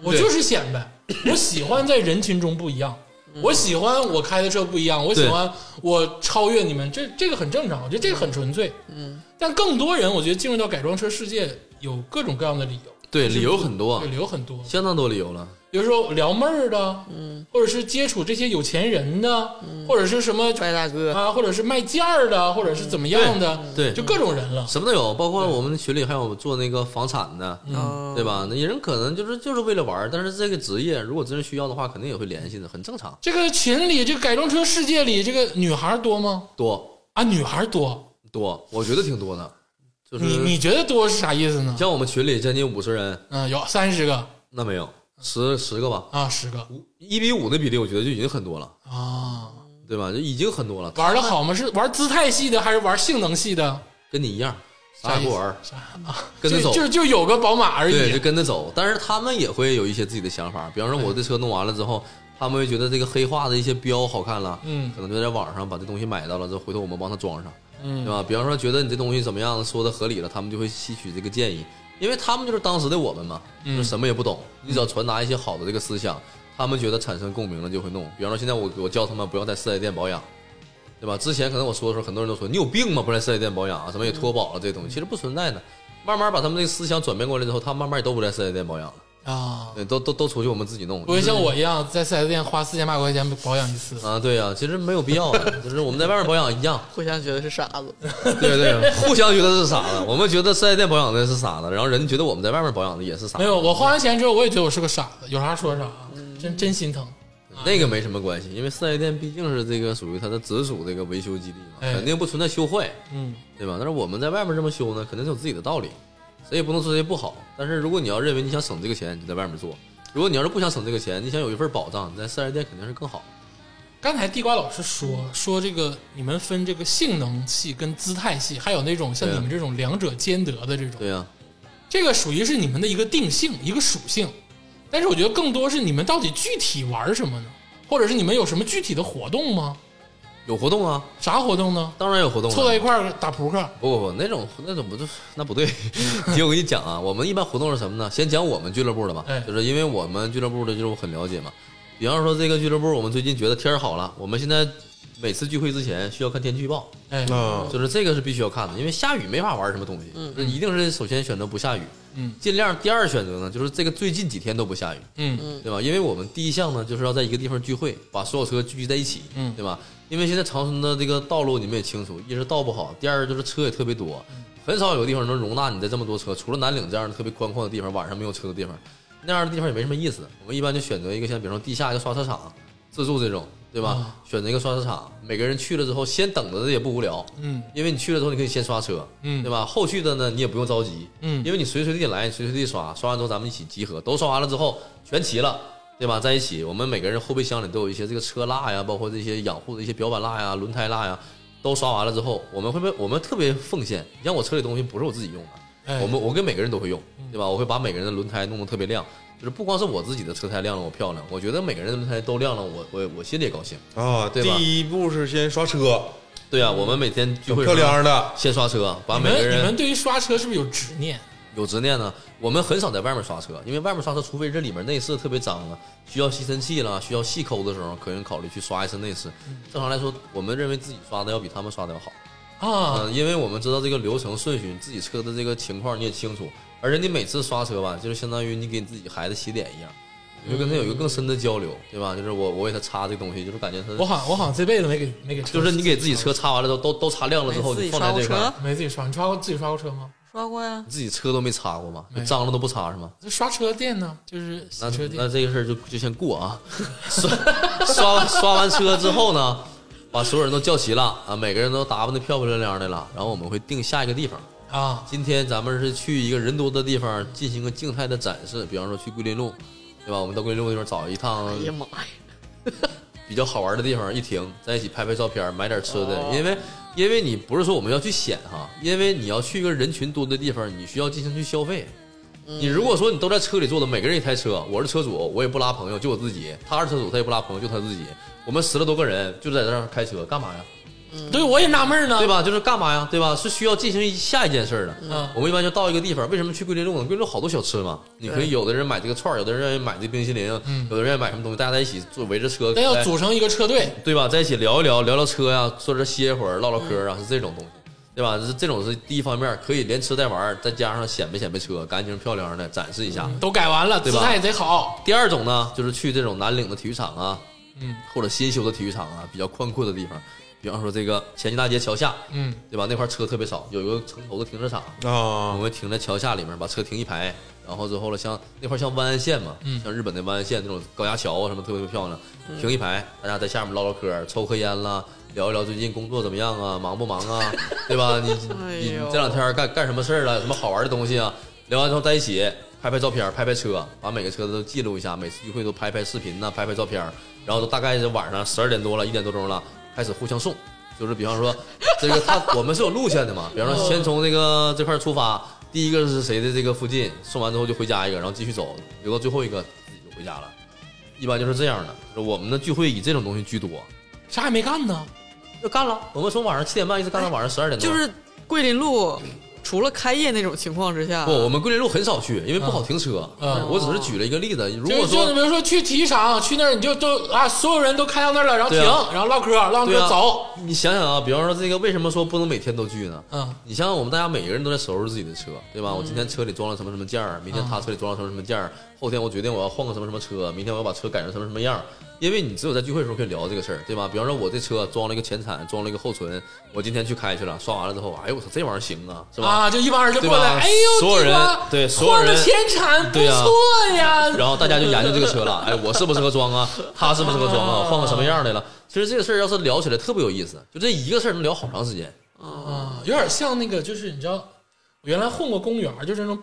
我
对
就是显摆， 我喜欢在人群中不一样。我喜欢我开的车不一样，我喜
嗯对
欢我超越你们，这这个很正常，我觉得这个很纯粹。
嗯，
但更多人，我觉得进入到改装车世界有各种各样的理由，
对，理由很多
对，，理由很多。
相当多理由了。
比如说撩妹儿的，嗯，或者是接触这些有钱人的，
嗯
或者是什么
白大哥，
啊，或者是卖件儿的，或者是怎么样的，
对，
就各种人了。
什么都有，包括我们群里还有做那个房产的，
嗯
对？吧？那人可能就是就是为了玩儿，但是这个职业如果真是需要的话，肯定也会联系的，很正常。
这个群里，这个改装车世界里，这个女孩儿多吗？
多，
啊，女孩儿多，
多，我觉得挺多的。就是
你你觉得多是啥意思呢？
像我们群里将近五十人，
嗯，有三十个
那没有十十个吧，
啊，十个
一比五的比例，我觉得就已经很多了，
啊，
对吧？就已经很多了，
玩的好吗？是玩姿态系的还是玩性能系的？
跟你一样，
啥
啥
意
也
思
不玩儿，跟着
就
走，
就就有个宝马而
对，就
已。
跟着走。但是他们也会有一些自己的想法，比方说我的车弄完了之后，他们会觉得这个黑化的一些标好看了，
嗯
可能就在网上把这东西买到了，之后回头我们帮他装上，
嗯
对吧？比方说觉得你这东西怎么样，说的合理了，他们就会吸取这个建议，因为他们就是当时的我们嘛，
嗯
就是什么也不懂，你只要传达一些好的这个思想，他们觉得产生共鸣了就会弄。比方说现在我我教他们不要在四 S 店保养。对吧？之前可能我说的时候，很多人都说你有病吗？不来四 S 店保养啊，
嗯
什么也脱保了这些东西，其实不存在的。慢慢把他们这个思想转变过来之后，他慢慢也都不来四 S 店保养了，
啊，
对，都都都出去我们自己弄。
不会像我一样在四 S 店花四千八百块钱保养一次。
啊，对呀、其实没有必要 的，就是我们在外面保养一样，
互相觉得是傻子，
对对， 互相觉得是傻子，我们觉得四 S 店保养的是傻子，然后人觉得我们在外面保养的也是傻
没
子，
有，我花完钱之后，我也觉得我是个傻子，有啥说啥，啊真真心疼。
那个没什么关系，因为四 S 店毕竟是这个属于它的直属这个维修基地嘛，
哎
肯定不存在修坏，
嗯，
对吧？但是我们在外面这么修呢，肯定是有自己的道理，谁也不能说谁不好。但是如果你要认为你想省这个钱，你在外面做；如果你要是不想省这个钱，你想有一份保障，你在四 S 店肯定是更好。
刚才地瓜老师说说这个，你们分这个性能系跟姿态系，还有那种像
对啊
你们这种两者兼得的这种，
对啊呀、
这个属于是你们的一个定性、一个属性。但是我觉得更多是你们到底具体玩什么呢？或者是你们有什么具体的活动吗？
有活动啊，
啥活动呢？
当然有活动、啊。
凑在一块儿打扑克
不不不，那种那种不就那不对。 姐，我跟你讲啊，我们一般活动是什么呢？先讲我们俱乐部的吧
哎，
就是因为我们俱乐部的就是我很了解嘛。比方说这个俱乐部，我们最近觉得天儿好了，我们现在每次聚会之前需要看天气预报，
哎，
啊，
就是这个是必须要看的，因为下雨没法玩什么东西，就是一定是首先选择不下雨。
嗯，
尽量第二选择呢，就是这个最近几天都不下雨，
嗯
对吧？因为我们第一项呢，就是要在一个地方聚会，把所有车聚集在一起，
嗯
对吧？因为现在长春的这个道路你们也清楚，一是道不好，第二就是车也特别多，
嗯
很少有地方能容纳你在这么多车。除了南岭这样的特别宽旷的地方，晚上没有车的地方，那样的地方也没什么意思。我们一般就选择一个像比如说地下一个刷车场，自助这种，对吧？
啊
选择一个刷车场，每个人去了之后，先等着的也不无聊，
嗯
因为你去了之后你可以先刷车，
嗯
对吧？后续的呢你也不用着急，
嗯
因为你随时随地来，你随时随地刷，刷完之后咱们一起集合，都刷完了之后全齐了，对吧？在一起，我们每个人后备箱里都有一些这个车蜡呀，包括这些养护的一些表板蜡呀、轮胎蜡呀，都刷完了之后，我们会不会我们特别奉献？你像我车里东西不是我自己用的，
哎嗯
我们我跟每个人都会用，对吧？我会把每个人的轮胎弄得特别亮。就是不光是我自己的车胎亮了，我漂亮，我觉得每个人的轮胎都亮了，我我我心里也高兴。
啊，
对吧
第一步是先刷车，
对啊，我们每天聚会
漂亮的，
先刷车，把
嗯你
每个
们
人
你们对于刷车是不是有执念？
有执念呢，我们很少在外面刷车，因为外面刷车，除非这里面内饰特别脏了，需要吸尘器了，需要细抠的时候，可能考虑去刷一次内饰。正常来说，我们认为自己刷的要比他们刷的要好，
啊，
嗯，因为我们知道这个流程顺序，自己车的这个情况你也清楚，而且你每次刷车吧，就是相当于你给你自己孩子洗脸一样，你会跟他有一个更深的交流，对吧？就是我我给他擦这个东西，就是感觉他
我好像我好像这辈子没给没给车，
就是你给自己车擦完了之后，都都擦亮了之后，
自
你
己
放
刷
在
过
这块儿
车，，
没自己刷，你刷过自己刷过车吗？
刷过呀。
你自己车都没擦过吗？
没有
脏了都不擦是吗？
这刷车店呢，就是洗
那
车店
那这个事儿就就先过啊。 刷刷完刷完车之后呢，把所有人都叫齐了啊，每个人都打扮的漂漂亮亮的了，然后我们会定下一个地方。
啊，
今天咱们是去一个人多的地方进行个静态的展示，比方说去桂林路，对吧？我们到桂林路那边找一趟
哎呀妈呀！
比较好玩的地方一停，在一起拍拍照片，买点吃的，
哦
因为因为你不是说我们要去显哈，因为你要去一个人群多的地方，你需要进行去消费。
嗯
你如果说你都在车里坐的，每个人一台车，我是车主，我也不拉朋友，就我自己；他是车主，他也不拉朋友，就他自己。我们十来多个人就在这儿开车，干嘛呀？
对我也纳闷呢，
对吧？就是干嘛呀？对吧？是需要进行一下一件事儿的。
嗯
我们一般就到一个地方，为什么去桂林路呢？桂林路好多小吃嘛，你可以有的人买这个串儿，有的人愿意买这冰淇淋，有的人愿意买什么东西，大家在一起坐围着车，
咱嗯要
哎
组成一个车队，
对吧？在一起聊一聊，聊聊车呀、坐这歇一会儿，唠唠嗑啊，是这种东西，对吧？是这种是第一方面，可以连吃带玩儿，再加上显摆显摆车，干净漂亮的展示一下。
都改完了，
对
姿
吧
态也贼好，
第二种呢，就是去这种南岭的体育场啊，
嗯
或者新修的体育场啊，比较宽阔的地方，比方说这个前进大街桥下，
嗯
对吧？那块儿车特别少，有一个城头的停车场，我
啊
们，会停在桥下里面，把车停一排，然后之后了，像那块儿像湾岸线嘛，
嗯
像日本的湾岸线那种高架桥啊什么，特别特别漂亮，停一排，大家在下面唠唠嗑，抽颗烟啦，聊一聊最近工作怎么样啊，忙不忙啊，对吧？你
哎
你你
呦
这两天干干什么事儿了？有什么好玩的东西啊？聊完之后在一起拍拍照片，拍拍车，把每个车都记录一下，每次聚会都拍拍视频呐、拍拍照片，然后都大概是晚上十二点多了，一点多钟了，开始互相送。就是比方说，这个他我们是有路线的嘛，比
嗯
方说先从这个这块儿出发，第一个是谁的这个附近，送完之后就回家一个，然后继续走，留到最后一个自己就回家了。一般就是这样的，就是我们的聚会以这种东西居多。
啥也没干呢，
就干了，我们从晚上七点半一直干到晚上十二点多。
哎就是桂林路，除了开业那种情况之下，
啊
不，我们桂林路很少去，因为不好停车。
嗯
我只是举了一个例子。如
就
果
就比
说
如说去体育场，去那儿你就都啊，所有人都开到那儿了，然后停，
对啊
然后唠嗑，唠
对
嗑
啊
走，
你想想啊，比方说这个，为什么说不能每天都聚呢？
嗯
你像我们大家每个人都在收拾自己的车，对吧？我今天车里装了什么什么件
嗯
儿，明天他车里装了什么什么件儿，后天我决定我要换个什么什么车，明天我要把车改成什么什么样儿。因为你只有在聚会的时候可以聊这个事儿，对吧？比方说我这车装了一个前铲，装了一个后唇，我今天去开去了，刷完了之后，哎呦我操，这玩意儿行啊，是吧？
啊，就一帮人就
对
过来，
吧
哎呦，
所
地
有人
瓜
对所有
换个
人
前铲不
对啊
错呀，
然后大家就研究这个车了，哎，我适不适合装啊？他适不适合装
哦
啊？换个什么样的了？其实这个事儿要是聊起来特别有意思，就这一个事儿能聊好长时间。
啊，有点像那个，就是你知道，我原来混过公园儿，就是那种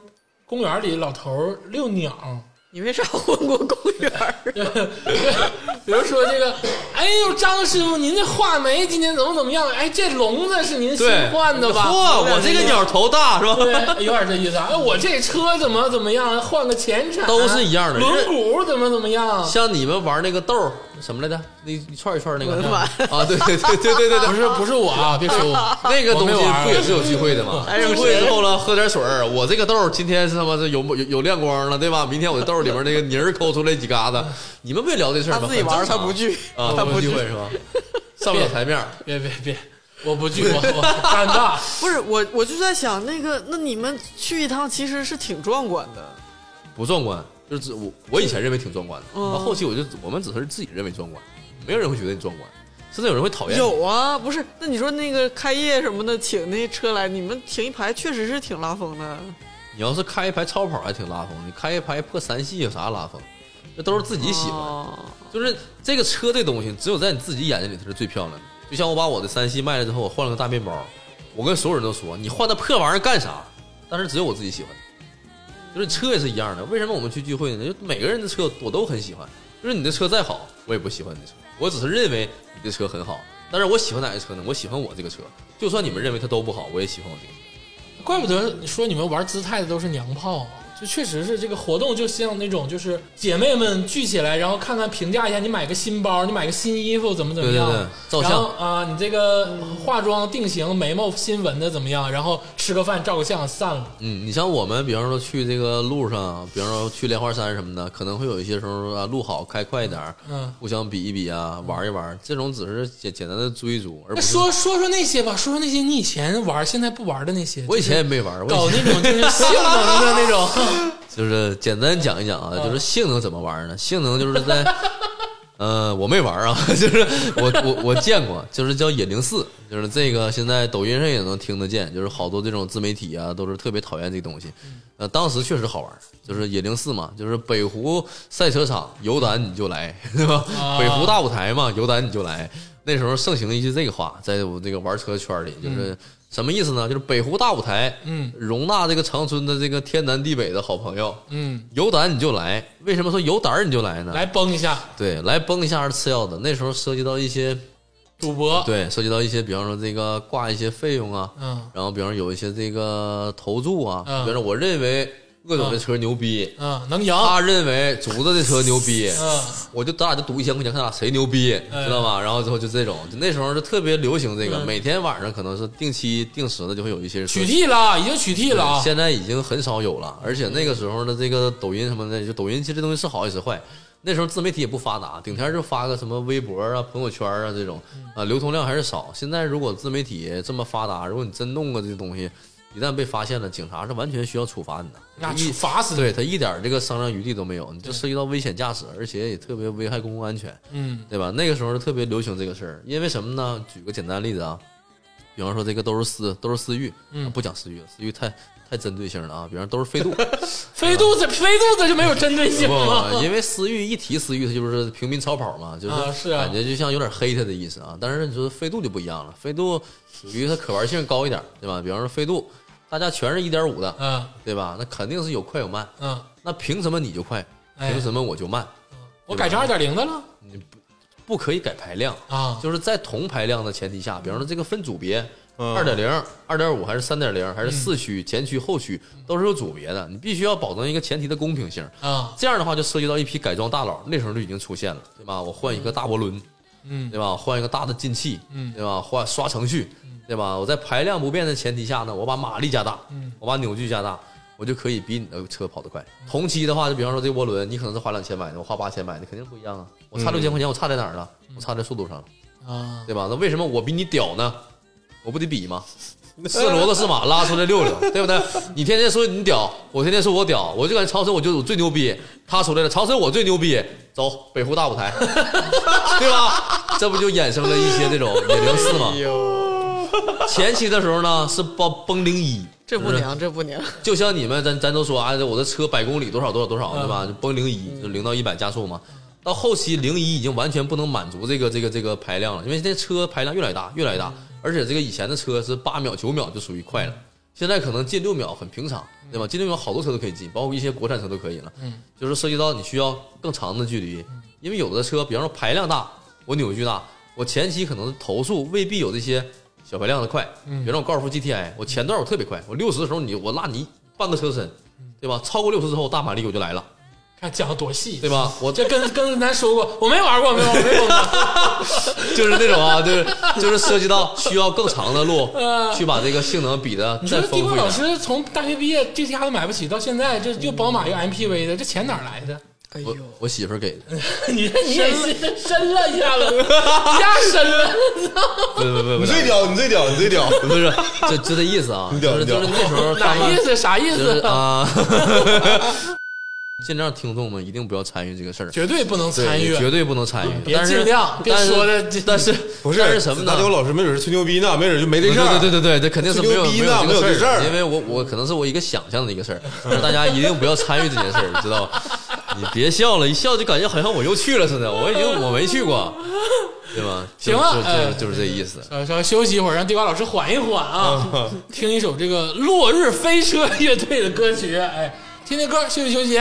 公园儿里老头儿遛鸟儿，
你为啥混过公园儿？
比如说这个，哎呦，张师傅，您这画眉今天怎么怎么样？哎，这笼子是您新换的吧？
嚯，我这个鸟头大是吧？
对，有点这意思啊。哎，我这车怎么怎么样？换个前铲，啊
都是一样的
轮毂怎么怎么样？
像你们玩那个豆儿什么来着？那一串一串那个
我的妈
啊，对对对对对对
不
对，
是不是我啊，别说我，
那个东西
我没玩
不也是有聚会的吗？
哎呦
聚会之后了，喝点水儿。我这个豆儿今天是他妈是有有有亮光了，对吧？明天我这豆儿里面那个泥儿抠出来几疙瘩，你们不也聊这事儿
他
吗？
自己玩儿，
很正
他
常
不去
啊，
他
他
不
不聚
去
会是吧？上不了台面儿。
别别别，我不去，我我尴尬。
不是我，我就在想那个，那你们去一趟其实是挺壮观的，
不壮观，就是自我我以前认为挺壮观的，
嗯
然后后期我就我们只是自己认为壮观，没有人会觉得你壮观，甚至有人会讨厌你。
有啊，不是？那你说那个开业什么的，请那些车来，你们停一排确实是挺拉风的。
你要是开一排超跑还挺拉风，你开一排破三系有啥拉风？这都是自己喜欢，
哦
就是这个车这东西，只有在你自己眼睛里它是最漂亮的。就像我把我的三系卖了之后，我换了个大面包，我跟所有人都说你换那破玩意儿干啥？但是只有我自己喜欢，就是车也是一样的。为什么我们去聚会呢？就每个人的车我都很喜欢，就是你的车再好，我也不喜欢你的车，我只是认为你的车很好。但是我喜欢哪个车呢？我喜欢我这个车，就算你们认为它都不好，我也喜欢我这个车。
怪不得你说你们玩姿态的都是娘炮啊，就确实是这个活动就像那种就是姐妹们聚起来，然后看看评价一下你买个新包，你买个新衣服怎么怎么样，
对对对照相
然后啊、你这个化妆定型、眉毛新纹的怎么样，然后吃个饭照个相散了。
嗯，你像我们，比方说去这个路上，比方说去莲花山什么的，可能会有一些时候啊，路好开快一点儿，
嗯
互相比一比啊，玩一玩，这种只是简简单的追逐，而
那
不是
哎说说说那些吧，说说那些你以前玩现在不玩的那些，
我以前也没玩，我
搞
以前
那种 就是性能的那种，
就是简单讲一讲啊，就是性能怎么玩呢？性能就是 在，呃，我没玩啊， 就是我我我见过，就是叫野零四，就是这个现在抖音上也能听得见，就是好多这种自媒体啊，都是特别讨厌这东西。呃，当时确实好玩，就是野零四嘛，就是北湖赛车场有胆你就来， 对吧？
啊
北湖大舞台嘛，有胆你就来。那时候盛行一句这个话，在我这个玩车圈里，就是什么意思呢？就是北湖大舞台，
嗯，
容纳这个长春的这个天南地北的好朋友，
嗯，
有胆你就来。为什么说有胆儿你就来呢？
来崩一下
对，来崩一下是次要的。那时候涉及到一些，
主播，
对，涉及到一些，比方说这个挂一些费用啊，
嗯
然后比方说有一些这个投注啊，
嗯
比方说我认为鄂总的车牛逼，
嗯，能赢，
他认为竹子的车牛逼，
嗯
我就咱俩就赌一千块钱，看俩谁牛逼，
哎
知道吧？然后之后就这种，就那时候就特别流行
嗯
这个，每天晚上可能是定期定时的就会有一些
取缔了，已经取缔了啊，
现在已经很少有了。而且那个时候的这个抖音什么的，就抖音其实东西是好也是坏。那时候自媒体也不发达，顶天就发个什么微博啊、朋友圈啊这种，
嗯
啊，流通量还是少。现在如果自媒体这么发达，如果你真弄个这东西，一旦被发现了，警察是完全需要处罚你的。
那
一
罚死你，
对他一点这个商量余地都没有，你就涉及到危险驾驶，而且也特别危害公共安全。
嗯
对吧？那个时候特别流行这个事儿，因为什么呢？举个简单例子啊，比方说这个都是私都是私域，啊
嗯
不讲私域了，私域太太针对性了啊。比方都是 飞度，
飞肚子，飞肚子就没有针对性啊吗？
不，因为私域一提私域，它就是平民超跑嘛，就是
啊是啊
感觉就像有点黑他的意思啊。但是你说飞度就不一样了，飞度属于它可玩性高一点，对吧？比方说飞度，大家全是一点五的，
嗯
对吧？那肯定是有快有慢，
嗯，
那凭什么你就快？
哎
凭什么我就慢？
我改成二点零的了
不可以改排量
啊，
就是在同排量的前提下，比方说这个分组别，
嗯
二点零、二点五还是三点零，还是四驱、前驱、后驱都是有组别的，你必须要保证一个前提的公平性。
啊
这样的话，就涉及到一批改装大佬，那时候就已经出现了，对吧？我换一个大涡轮，
嗯
对吧？换一个大的进气，
嗯
对吧？换刷程序，对吧？我在排量不变的前提下呢，我把马力加大，
嗯
我把扭矩加大，我就可以比你的车跑得快。同期的话，就比方说这涡轮，你可能是花两千买的，我花八千买的，肯定不一样啊。我差六千块钱，我差在哪儿了？
嗯
我差在速度上了，
啊，
对吧？那为什么我比你屌呢？我不得比吗？是骡子是马拉出来溜溜，对不对？你天天说你屌，我天天说我屌，我就感觉长春我就我最牛逼，他出来了，长春我最牛逼，走北湖大舞台， 对吧？这不就衍生了一些这种野零四嘛？前期的时候呢是崩崩零一，
这不
就是
娘，这不娘，
就像你们咱咱都说啊，我的车百公里多少多少多少，对吧？就崩零一，就零到一百加速嘛。到后期零一已经完全不能满足这个这个这个排量了，因为这车排量越来越大，越来越大，而且这个以前的车是八秒九秒就属于快了，现在可能近六秒很平常，对吧？近六秒好多车都可以进，包括一些国产车都可以了。
嗯，
就是涉及到你需要更长的距离，因为有的车，比方说排量大，我扭矩大，我前期可能投诉未必有这些小排量的快。
嗯
比方说我高尔夫 GTI，我前段我特别快，我六十的时候你我拉你半个车身，
嗯
对吧？超过六十之后大马力我就来了，
看讲的多细，
对？吧？我
这跟跟咱说过，我没玩过，没 玩过，没玩过，
就是那种啊，就是就是涉及到需要更长 的路去把这个性能比的
嗯你
再
说地
丰
方
富一
老
点。
师从大学毕业，这家都买不起，到现在这又宝马又 MPV 的，这钱哪儿来的？
哎
我
呦，
我媳妇儿给的，
你这你也是深了一下 子，一下深了，
不不不
你
不
最屌，你最屌，你最 屌，
不是，就就这意思啊，
你
就
屌你
是就
屌
是那时候他
哪
们
意思？啥意
就 是
思？
啊，尽量听众们一定不要参与这个事儿，
绝对不能
对
参与，啊
绝对不能参与，
别
但是
尽量别
但是
说的这
但是
不
但
是
是什么
大
呢？
刘老师没准是吹牛逼呢，没准就没这
对
事
对
儿。
对对对，这肯定是没有
吹牛逼
没
呢
有
没有这
事
事儿
因为我我可能是我一个想象的一个事儿，但是大家一定不要参与这件事儿，知道 吧？你别笑了，一笑就感觉好像我又去了似的，我已经我没去过，对吧？就
行了
就
哎
就就是这意思。
呃，稍微休息一会儿，让地瓜老师缓一缓啊， 听一首这个落日飞车乐队的歌曲，哎，听听歌，休息休息。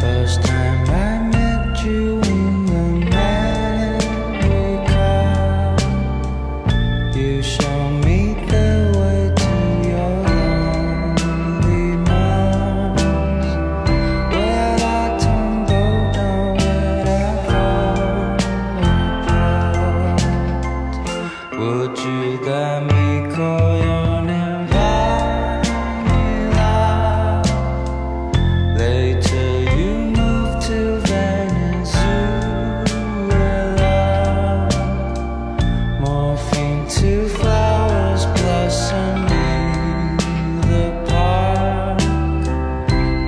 First time I met you in the memory car You show me the way to your lonely arms Where I tumble down, where I fall apart Would you let me call your name Vanilla? Later you moved to Venezuela, morphing to flowers blossoming in the park.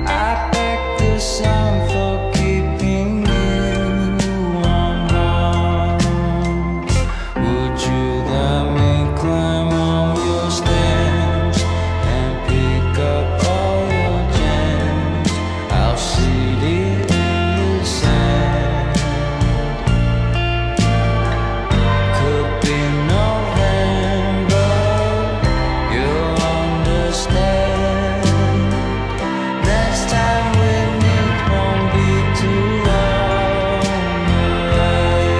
I beg the sun for keeping you warm. Would you let me climb on your stems and pick up all your gems? I'll seed it in the sand. Could be November, you'll understand. Next time we meet won't be too long away.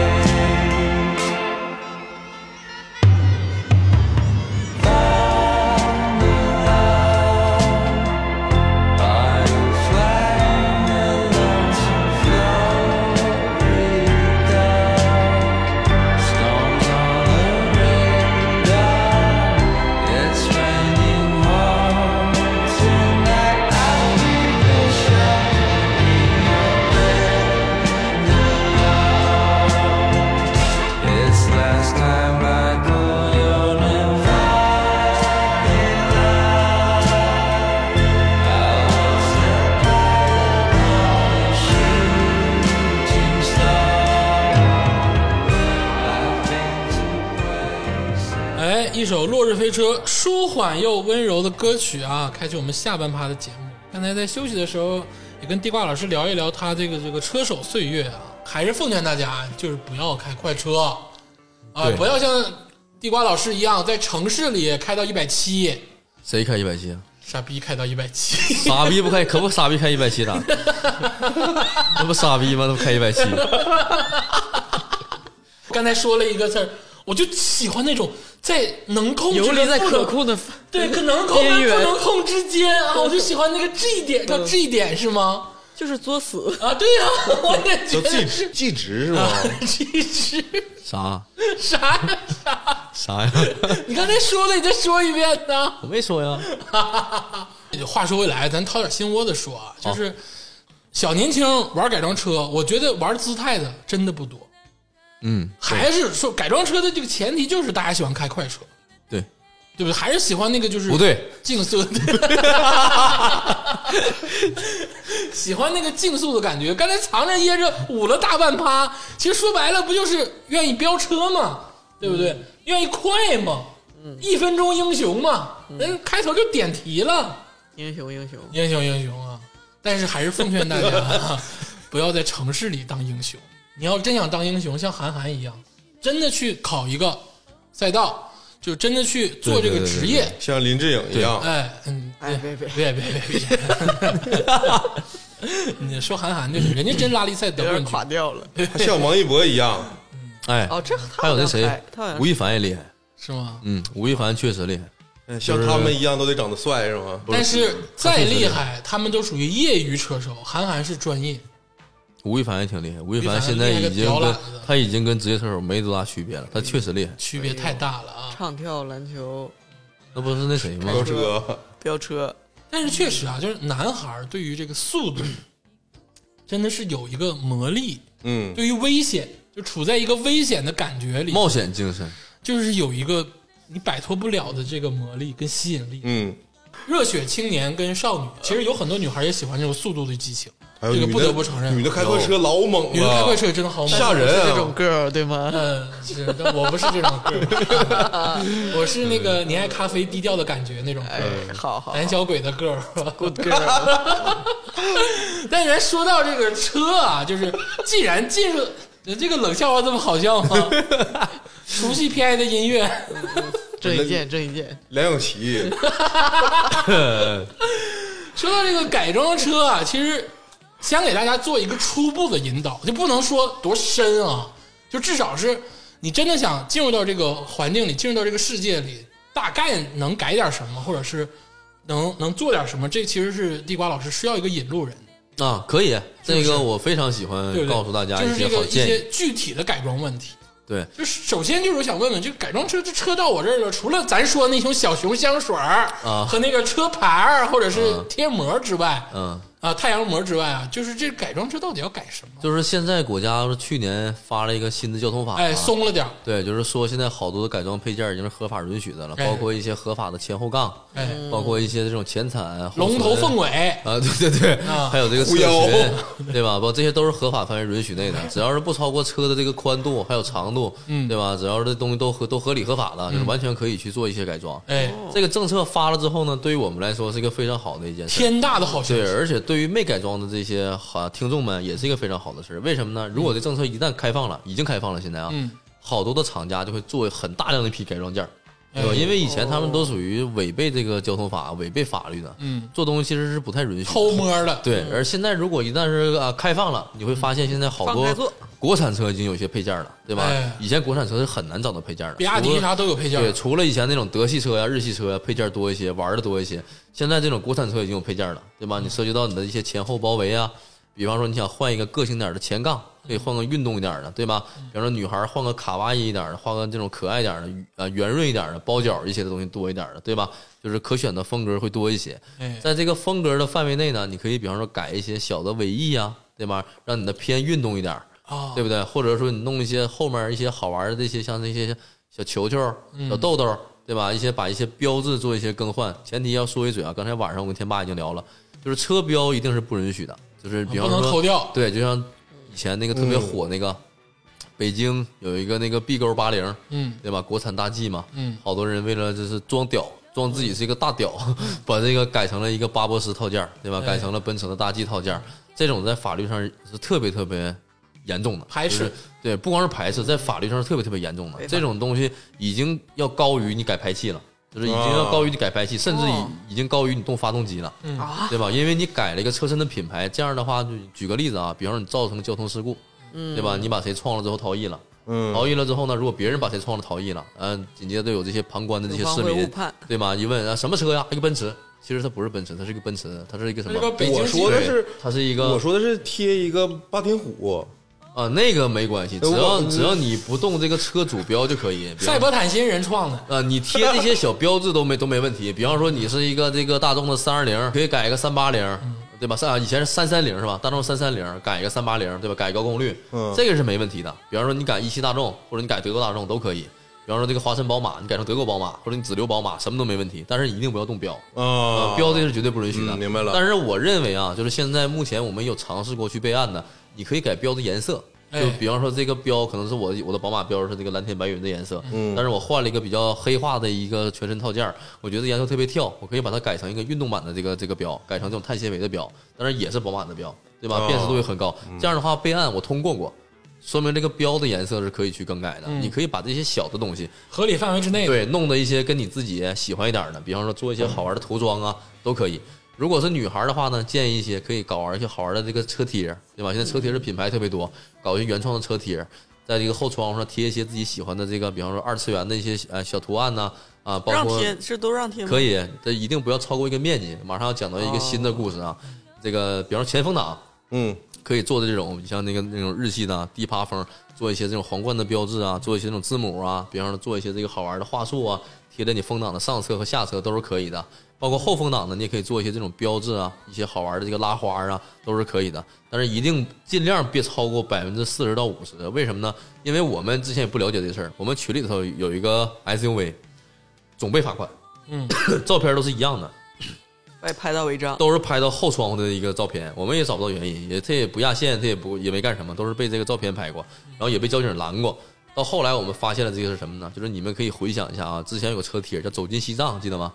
It's last time I call your name shooting star. I've been to places.
哎，一首《落日飞车》舒缓又温柔的歌曲啊，开启我们下半趴的节目。刚才在休息的时候，也跟地瓜老师聊一聊他这个这个车手岁月啊，还是奉劝大家，就是不要开快车啊，不要像地瓜老师一样在城市里开到一百七，
谁开一百七啊？
傻逼开到一百七，
傻逼不开，可不傻逼开一百 七咋？那不傻逼吗？那不开一百七？
刚才说了一个字儿，我就喜欢那种在能控制
游离
的
在
不
可
能
控的
对可能控
边
跟
缘嗯
不能控之间啊，我就喜欢那个 G 点，叫 G 点是吗？
就是作死。
啊，对 呀、我也觉得
就记
是
记值是吗？
啊
这是
啥
啥呀啥？
啥呀？
你刚才说的，你再说一遍呢？
我没说呀。
话说回来，咱掏点心窝子说啊，
哦
就是小年轻玩改装车，我觉得玩姿态的真的不多。
嗯，
还是说改装车的这个前提就是大家喜欢开快车，
对，
对不对？还是喜欢那个就是
不对
竞速， 喜欢那个竞速的感觉。刚才藏着掖着捂了大半趴，其实说白了不就是愿意飙车嘛，对不对？愿意快嘛，一分钟英雄嘛，人开头就点题了。
英雄英雄，
英雄英雄啊！但是还是奉劝大家、啊，不要在城市里当英雄。你要真想当英雄，像韩寒一样，真的去考一个赛道，就真的去做这个职业。
像林志颖一样，
哎，嗯，
哎别别
别别别别！你说韩寒就是，人家真拉力赛得
有点
冠
垮
军，
掉了。
他像王一博一样，
哎，
哦，这
还
还
有那谁
他好像，
吴亦凡也厉害。
是吗？
嗯，吴亦凡确实厉害。
像他们一样都得长得帅是吗？
但是再厉害，他们都属于业余车手，韩寒是专业。
吴亦凡也挺厉害，吴亦
吴亦
凡
凡
现在
厉
已
害
经
个屌
跟
懒子
他已经跟职业车手没多大区别了，他确实厉害。
区别太大了啊！
唱跳、篮球、
那不是那谁吗？
飙车，
飙车，
但是确实啊，就是男孩儿对于这个速度，真的是有一个魔力，
嗯，
对于危险，就处在一个危险的感觉里，
冒险精神，
就是有一个你摆脱不了的这个魔力跟吸引力。
嗯，
热血青年跟少女，其实有很多女孩也喜欢这种速度的激情，
还有
这个
女
不
的
得不承认
女的开快车老猛了，
女人开快车也真的好猛
吓人
是这
啊！
种 girl 对吗？
嗯，是，但我不是这种歌儿， 我是那个你爱咖啡低调的感觉那种歌儿，
哎，好好
胆小鬼的歌儿。
，good girl，
但咱说到这个车啊，就是既然进入这个冷笑话这么好笑吗？熟悉 PI 的音乐，
郑伊健，郑伊健，
梁咏琪，
说到这个改装车啊，其实想给大家做一个初步的引导，就不能说多深啊，就至少是你真的想进入到这个环境里，进入到这个世界里，大概能改点什么，或者是能 能做点什么，这其实是地瓜老师需要一个引路人，
啊，可以，
不
这
是
个我非常喜欢
对不对？
告诉大家
就是
一
这
些
个
好
一
建议。
些具体的改装问题。
对，
就是首先就是我想问问，这个改装车这车到我这儿了，除了咱说那种小熊香水儿
啊
和那个车牌儿或者是
啊
贴膜之外，
嗯，
啊，太阳膜之外啊，就是这改装车到底要改什么？
就是现在国家去年发了一个新的交通法嘛，
哎，松了点儿，
对，就是说现在好多的改装配件已经是合法允许的了，
哎
包括一些合法的前后杠，
哎，
包括一些这种前铲、后
龙头
轮
凤尾，
啊，对对对，
啊
还有这个
狐
车
妖
裙，对吧？不，这些都是合法范围允许内的，只要是不超过车的这个宽度还有长度，
嗯
对吧？只要是这东西都合都合理合法了，就是完全可以去做一些改装。
哎，
这个政策发了之后呢，对于我们来说是一个非常好的一件事。
天大的好消
对，
息，
而且对于没改装的这些好听众们，也是一个非常好的事儿。为什么呢？如果这政策一旦开放了，已经开放了，现在啊，
嗯
好多的厂家就会做很大量的一批改装件儿，
哎
对吧？因为以前他们都属于违背这个交通法、违背法律的，
嗯，
做东西其实是不太允许的。
偷摸了，
对，而现在如果一旦是啊开放了，你会发现现在好
放开
多
做
国产车已经有一些配件了，对吧
哎？
以前国产车是很难找到配件的，
比亚
除
迪
了
啥都有配件儿，
对，除了以前那种德系车呀、日系车呀，配件多一些，玩的多一些。现在这种国产车已经有配件了，对吧？你涉及到你的一些前后包围啊，比方说你想换一个个性点的前杠，可以换个运动一点的，对吧？比方说女孩换个卡哇伊一点的，换个这种可爱一点的，呃，圆润一点的，包角一些的东西多一点的，对吧？就是可选的风格会多一些。
哎，
在这个风格的范围内呢，你可以比方说改一些小的尾翼啊，对吧？让你的偏运动一点儿，
啊，
对不对？或者说你弄一些后面一些好玩的这些，像这些小球球、
嗯
小豆豆，对吧？一些把一些标志做一些更换。前提要说一嘴啊，刚才晚上我跟天霸已经聊了，就是车标一定是不允许的，就是比方
不
说
能抠掉
对，就像以前那个特别
嗯
火那个。北京有一个那个 B 勾八零，
嗯
对吧？国产大 G 嘛，
嗯
好多人为了就是装屌，装自己是一个大屌， 把这个改成了一个巴博斯套件儿，对吧？
哎
改成了奔驰的大 G 套件儿，这种在法律上是特别特别严重的
排斥
就是对，不光是排斥，在法律上是特别特别严重的。这种东西已经要高于你改排气了，就是已
哦
经要高于你改排气，甚至
哦
已已经高于你动发动机了。
啊，
对吧？因为你改了一个车身的品牌，这样的话，就举个例子啊，比方说你造成交通事故，
嗯
对吧？你把谁撞了之后逃逸了，
嗯
逃逸了之后呢，如果别人把谁撞了逃逸了，嗯、紧接着有这些旁观的这些市
警方会误
民
判，
对吧？一问啊，什么车呀？一个奔驰，其实它不是奔驰，它是一个奔驰，它是一个什
这个
么？
北京
我说的
记者
是，
它是一
我
个
说的是贴一个霸天虎，
啊，那个没关系，只
呃我嗯
要只要你不动这个车主标就可以。比方
赛博坦新人创的，
呃，你贴那些小标志都没都没问题。比方说你是一个这个大众的三二零，可以改一个三八零，对吧？三以前是三三零是吧？大众三三零改一个三八零，对吧？改高功率，
嗯
这个是没问题的。比方说你改一汽大众或者你改德国大众都可以。比方说这个华晨宝马，你改成德国宝马或者你只留宝马，什么都没问题。但是一定不要动标。
啊，
标这是绝对不允许的，
嗯明白了
但是我认为啊，就是现在目前我们有尝试过去备案的，你可以改标的颜色，
哎
就比方说这个标可能是我的我的宝马标是这个蓝天白云的颜色，嗯，但是我换了一个比较黑化的一个全身套件儿，我觉得颜色特别跳，我可以把它改成一个运动版的这个这个标，改成这种碳纤维的标，但是也是宝马的标，对吧
哦？
辨识度也很高，这样的话备案我通过过。说明这个标的颜色是可以去更改的，你可以把这些小的东西，
合理范围之内的，
对，弄的一些跟你自己喜欢一点儿的，比方说做一些好玩的涂装啊，都可以。如果是女孩儿的话呢，建议一些可以搞玩一些好玩的这个车贴，对吧？现在车贴的品牌特别多，搞一些原创的车贴，在这个后窗户上贴一些自己喜欢的这个，比方说二次元的一些呃小图案呐、啊，包
让
括
贴是都让贴吗？
可以，这一定不要超过一个面积。马上要讲到一个新的故事啊，这个比方说前风挡，
嗯，
可以做的这种，像那个那种日系的啊低趴风，做一些这种皇冠的标志啊，做一些这种字母啊，比方说做一些这个好玩的话术啊，贴在你风挡的上侧和下侧都是可以的。包括后风挡的，你也可以做一些这种标志啊，一些好玩的这个拉花啊，都是可以的。但是一定尽量别超过百分之四十到五十，为什么呢？因为我们之前也不了解这事儿，我们群里头有一个 SUV，总被罚款，
嗯，
照片都是一样的，
被拍到违章，
都是拍到后窗户的一个照片，我们也找不到原因，也他也不压线，他也不也没干什么，都是被这个照片拍过，然后也被交警拦过。到后来我们发现了这个是什么呢？就是你们可以回想一下啊，之前有个车贴叫“走进西藏”，记得吗？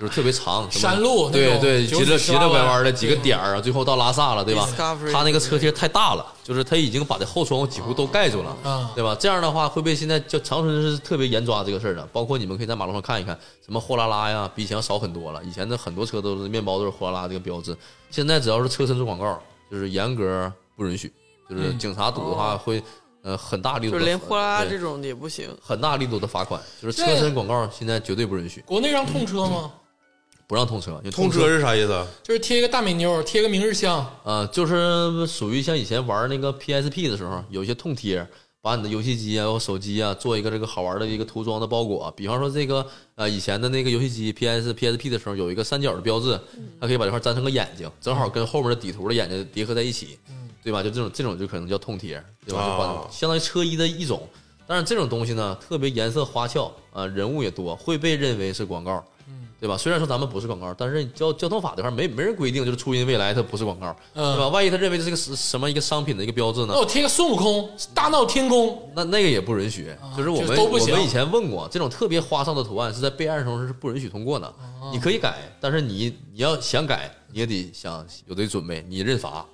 就是特别长，什么
山路那
啊对
种
对，
九
急着
曲
急
弯
着拐弯的
对
几个点儿啊，最后到拉萨了，对吧
Discovery？
他那个车贴太大了，就是他已经把这后窗户几
哦
乎都盖住了，
啊
对吧？这样的话会被现在叫长春是特别严抓这个事儿的，包括你们可以在马路上看一看，什么货拉拉呀，比以前少很多了。以前的很多车都是面包都是货拉拉这个标志，现在只要是车身做广告，就是严格不允许，就是
嗯
警察堵的话会呃很大力
哦就
度的，
是连货拉拉
对
这种也不行。
很大力度的罚款，就是车
对
身广告现在绝对不允许，
国内让通车吗？
不让通车，因为
通车是啥意思啊？
就是贴一个大美妞，贴个明日香，
呃，就是属于像以前玩那个 PSP 的时候，有一些痛贴，把你的游戏机啊、或手机啊做一个这个好玩的一个涂装的包裹。比方说这个呃，以前的那个游戏机 PS PSP 的时候，有一个三角的标志，它可以把这块粘成个眼睛，正好跟后面的底图的眼睛叠合在一起，对吧？就这种这种就可能叫痛贴，对吧？就
啊
把相当于车衣的一种。但是这种东西呢，特别颜色花俏啊、人物也多，会被认为是广告。对吧？虽然说咱们不是广告，但是交交通法这块儿没没人规定，就是初音未来它不是广告，
嗯哦
对吧？万一他认为这是个什什么一个商品的一个标志呢
那？我贴个孙悟空，大闹天宫，
那那个也不允许，就是我
啊就
们
都不
我
行
们以前问过，这种特别花哨的图案是在备案的时候是不允许通过的。
哦
你可以改，但是你你要想改，你也得想有这准备，你认罚，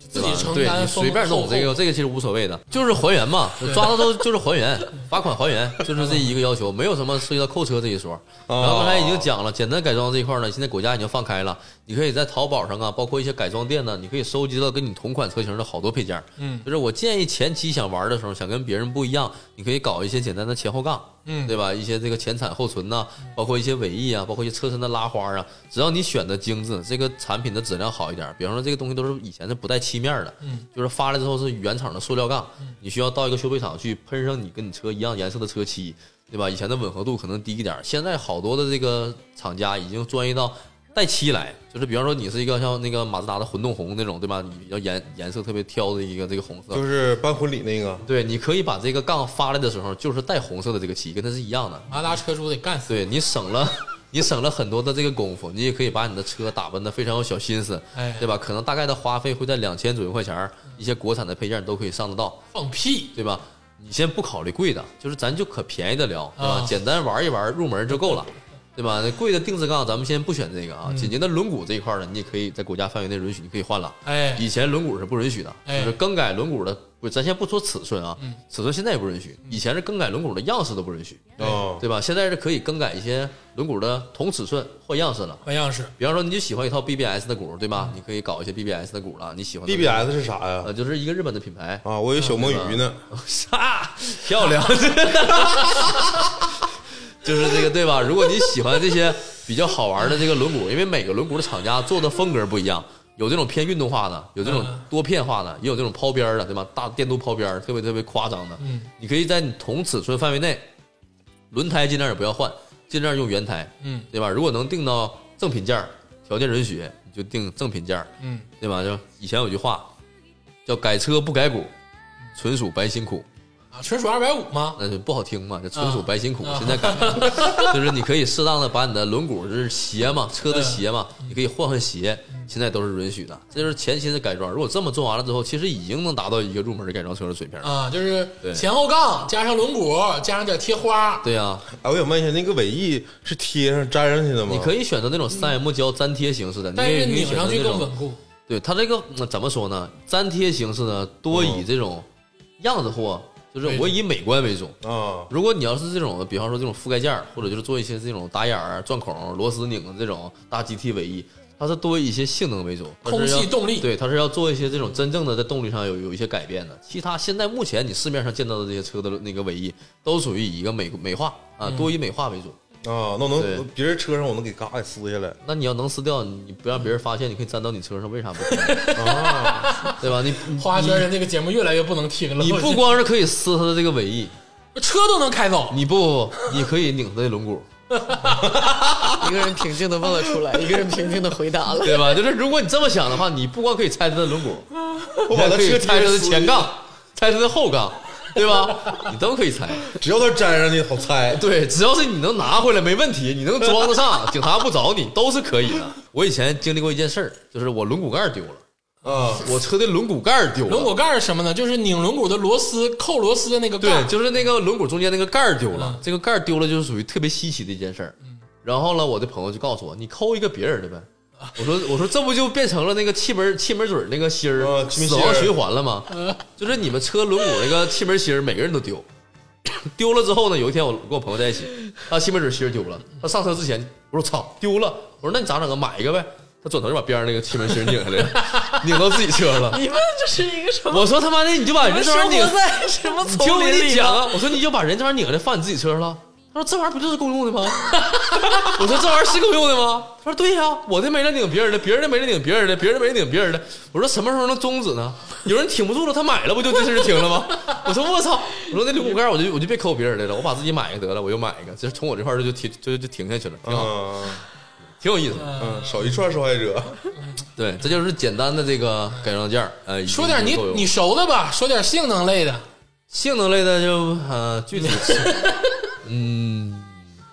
自
对吧
己？承
对
担
你
风
随便弄
后
这
果
个，这个其实无所谓的，就是还原嘛，抓到都就是还 原，罚款还原，就是这一个要求，没有什么涉及到扣车这一说。
哦
然后刚才已经讲了，简单改装这一块呢，现在国家已经放开了，你可以在淘宝上啊，包括一些改装店呢，你可以收集到跟你同款车型的好多配件。
嗯，
就是我建议前期想玩的时候，想跟别人不一样，你可以搞一些简单的前后杠，
嗯
对吧？一些这个前铲后唇呐、包括一些尾翼啊，包括一些车身的拉花啊，只要你选的精致，这个产品的质量好一点。比方说这个东西都是以前是不带漆面的，
嗯，
就是发了之后是原厂的塑料杠，你需要到一个修配厂去喷上你跟你车一样颜色的车漆，对吧？以前的吻合度可能低一点，现在好多的这个厂家已经专业到带漆来，就是比方说你是一个像那个马自达的混动红那种，对吧？你比较颜颜色特别挑的一个这个红色，
就是办婚礼那个，
对，你可以把这个杠发来的时候就是带红色的这个漆，跟它是一样的。
马达车主得干死。
对你省了， 你省了很多的这个功夫，你也可以把你的车打扮的非常有小心思，
哎
对吧？可能大概的花费会在两千左右块钱儿，一些国产的配件都可以上得到，
放屁！
对吧？你先不考虑贵的，就是咱就可便宜的聊，对吧？
啊
简单玩一玩，入门就够了。对吧？那贵的定制杠咱们先不选这个啊，
嗯
紧接着轮毂这一块儿呢，你也可以在国家范围内允许，你可以换了。
哎，
以前轮毂是不允许的，
哎嗯
就是更改轮毂的，不，咱先不说尺寸啊，尺寸现在也不允许。以前是更改轮毂的样式都不允许，
啊，
对吧？现在是可以更改一些轮毂的同尺寸换样式了。
换样式，
比方说，你就喜欢一套 BBS 的轱辘，对吧？你可以搞一些 BBS 的轱了。你喜欢的
BBS 是啥呀？
呃，就是一个日本的品牌，
啊，我有小摸鱼呢，
呃啥漂亮，就是这个对吧？如果你喜欢这些比较好玩的这个轮毂，因为每个轮毂的厂家做的风格不一样，有这种偏运动化的，有这种多片化的，也有这种抛边儿的，对吧？大电镀抛边儿，特别特别夸张的。
嗯，
你可以在你同尺寸范围内，轮胎尽量也不要换，尽量用原胎，
嗯
对吧？如果能定到正品件儿，条件允许，你就定正品件儿，
嗯，
对吧？就以前有句话叫“改车不改骨，纯属白辛苦”。
啊，纯属二百五吗？
那就不好听嘛，这纯属白辛苦。
啊
现在改，就是你可以适当的把你的轮毂，就是鞋嘛，车
嗯
的鞋嘛，你可以换换鞋，现在都是允许的。这就是前期的改装。如果这么做完了之后，其实已经能达到一个入门的改装车的水平了。
啊，就是
对
前后杠加上轮毂，加上点贴花，
对呀，
哎，我想问一下，那个尾翼是贴上粘上去的吗？
你可以选择那种三 M 胶粘贴形式的，你
但是
也可以
拧
选
上
择
去
那
更
种。
稳固。
对它这个嗯怎么说呢？粘贴形式呢，多以
嗯
这种样子货，就是
为
我以美观为主。
啊，
如果你要是这种，比方说这种覆盖件儿，或者就是做一些这种打眼儿、啊钻孔、螺丝拧的啊这种大 GT 尾翼，它是多一些性能为主，它是
空气
要
动力
对，它是要做一些这种真正的在动力上有有一些改变的。其他现在目前你市面上见到的这些车的那个尾翼，都属于一个美美化啊，多以美化为主。
嗯
啊，那我
对
能别人车上我能给嘎给撕下来
那你要能撕掉，你不让别人发现，你可以粘到你车上，为啥 不行？对吧？你你
花圈人这个节目越来越不能听了，
你
我
不光是可以撕它的这个尾翼，
车都能开走，
你不不不，你可以拧它的轮毂，
一个人平静的问了出来，一个人平静的回答 了。
对吧？就是如果你这么想的话，你不光可以猜它的轮毂，
我
我
把它
可以
车
猜它
的
的前，杠，猜它的后杠，对吧？ 你都可以猜。
只要它粘上去好猜。
对，只要是你能拿回来没问题，你能装得上，警察不找你都是可以的。我以前经历过一件事儿，就是我轮毂盖儿丢了，
啊，
我车的轮毂盖儿丢了。
轮毂盖是什么呢？就是拧轮毂的螺丝，扣螺丝的那个盖
对，
儿。
就是那个轮毂中间那个盖儿丢了，这个盖儿丢了就是属于特别稀奇的一件事儿。然后呢，我的朋友就告诉我，你抠一个别人的呗。我说我说这不就变成了那个气门气门嘴儿那个芯儿
啊气门
死
芯儿
亡循环了吗？就是你们车轮毂那个气门芯儿，每个人都丢。 丢了之后呢，有一天我跟我朋友在一起，他气门嘴芯儿丢了，他上车之前我说操丢了，我说那你咋整啊？买一个呗。他转头就把边上那个气门芯儿拧下来了，拧到自己车了。
你们这是一个什么？
我说他妈的，你就
你
把人
们
这
生
玩意儿拧
活在什么
你听
丛
我跟
林
你
里
讲
吗？
啊，我说你就把人这玩意儿拧下来放你自己车上了。他说这玩意儿不就是公用的吗？ 我说这玩意儿是公用的吗？他说对呀、我的没人拧别人的，别人的没人拧别人的，别人的没人拧别人的。我说什么时候能终止呢？有人挺不住了，他买了不就这事儿停了吗？ 我说我操！我说那轮毂盖儿我就我就别抠别人的了，我把自己买一个得了，我又买一个，这从我这块儿就停就就停下去了，挺好，
嗯
挺有意思的。
嗯，少一串受害 者。
对，这就是简单的这个改装件儿。呃，已经
说点你
够用
你熟的吧，说点性能类的。
性能类的就呃 具体，嗯，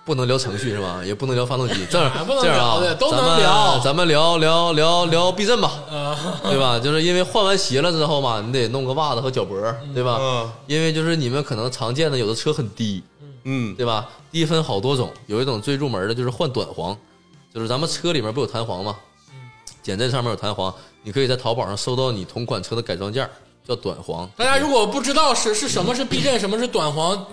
不能聊程序是吧？也不能聊发动机，这样
不能
这样
聊
啊
的，都能
咱们
聊
咱们聊聊聊聊避震吧，
啊，
对吧？就是因为换完鞋了之后嘛，你得弄个袜子和脚脖，对吧？
嗯
因为就是你们可能常见的有的车很低，
嗯，
对吧？低分好多种，有一种最入门的就是换短簧，就是咱们车里面不有弹簧吗？
嗯
减震上面有弹簧，你可以在淘宝上搜到你同款车的改装件儿，叫短簧。
大家如果不知道是是什么是避震，什么是短簧，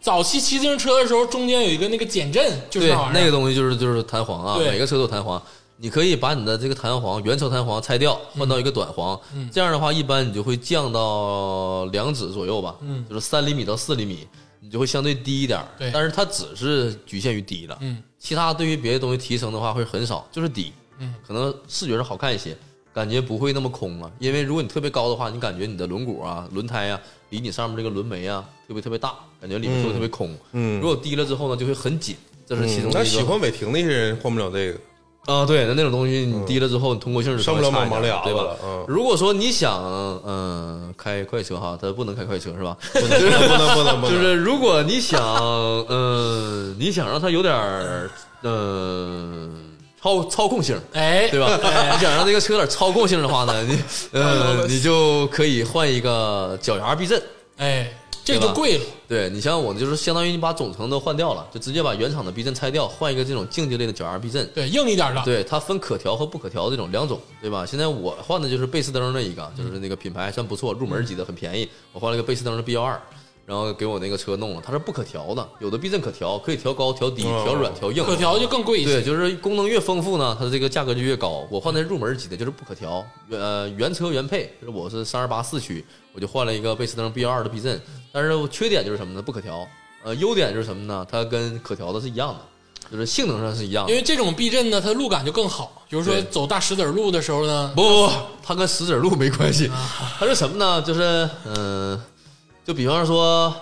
早期骑自行车的时候，中间有一个那个减震，就是
对
那，玩意
那
儿。
个东西就是就是弹簧啊，
对
每个车都有弹簧。你可以把你的这个弹簧原车弹簧拆掉，换到一个短簧，
嗯
这样的话一般你就会降到两指左右吧，
嗯
就是三厘米到四厘米，你就会相对低一点儿。
对
但是它只是局限于低了，
嗯，
其他对于别的东西提升的话会很少，就是低，
嗯，
可能视觉上好看一些，感觉不会那么空了。因为如果你特别高的话，你感觉你的轮毂啊、轮胎啊，离你上面这个轮眉啊特别特别大，感觉里面特别特别空。
嗯
如果低了之后呢，就会很紧，这是其中
嗯那
的一个。
喜欢违停那些人换不了 这个。
啊，对，那那种东西你低了之后，你通过性
嗯
是
上不了
稍微差一
马
点
马里
对
亚
吧
了？嗯
如果说你想嗯、开快车哈，它不能开快车是吧？
不 能不能不能不
就
能，
是如果你想嗯、呃你想让它有点儿嗯、操操控性。
哎，
对吧？你想让这个车有点操控性的 话呢，你
哎
呃，你就可以换一个脚牙避震。
哎，这个就贵了。
对你像我，就是相当于你把总成都换掉了，就直接把原厂的避震拆掉，换一个这种竞技类的脚牙避震。
对，硬一点的。
对，它分可调和不可调这种两种，对吧？现在我换的就是贝斯灯那一个，
嗯
就是那个品牌还算不错，入门级的很便宜。我换了个贝斯灯的 B 幺二，然后给我那个车弄了，它是不可调的，有的避震可调，可以调高、调低、调软、调硬。
哦可调就更贵一些。
对，就是功能越丰富呢，它的这个价格就越高。我换的是入门级的，就是不可调，原呃原车原配，就是我是三二八四驱，我就换了一个贝斯登 B 幺二的避震，但是我缺点就是什么呢？不可调。呃，优点就是什么呢？它跟可调的是一样的，就是性能上是一样的
因。为这种避震呢，它路感就更好。比如说
对
走大石子儿路的时候呢，
不不不，它跟石子路没关系，
啊
它是什么呢？就是嗯、呃就比方说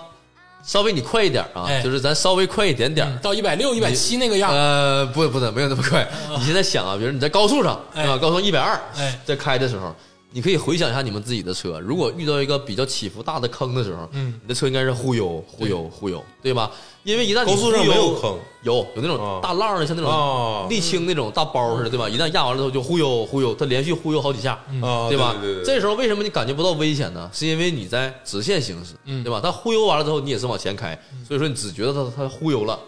稍微你快一点啊，
哎
就是咱稍微快一点点儿。
嗯到一百六、一百七那个样，
呃，不，不能没有那么快。你现在想啊，比如你在高速上，
嗯哎
对吧？高速一百二
哎，
在开的时候，你可以回想一下你们自己的车，如果遇到一个比较起伏大的坑的时候，
嗯
你的车应该是忽悠、忽悠、忽悠，对吧？因为一旦你
高速上
忽悠
没有坑，
有有那种
啊
大浪的，像那
啊
种沥青那种大包似的，对吧？一旦压完了之后就忽悠忽悠，它连续忽悠好几下，
嗯
啊，
对吧？
对对对，
这时候为什么你感觉不到危险呢？是因为你在直线行驶，
嗯
对吧？它忽悠完了之后，你也是往前开，
嗯
所以说你只觉得它它忽悠了，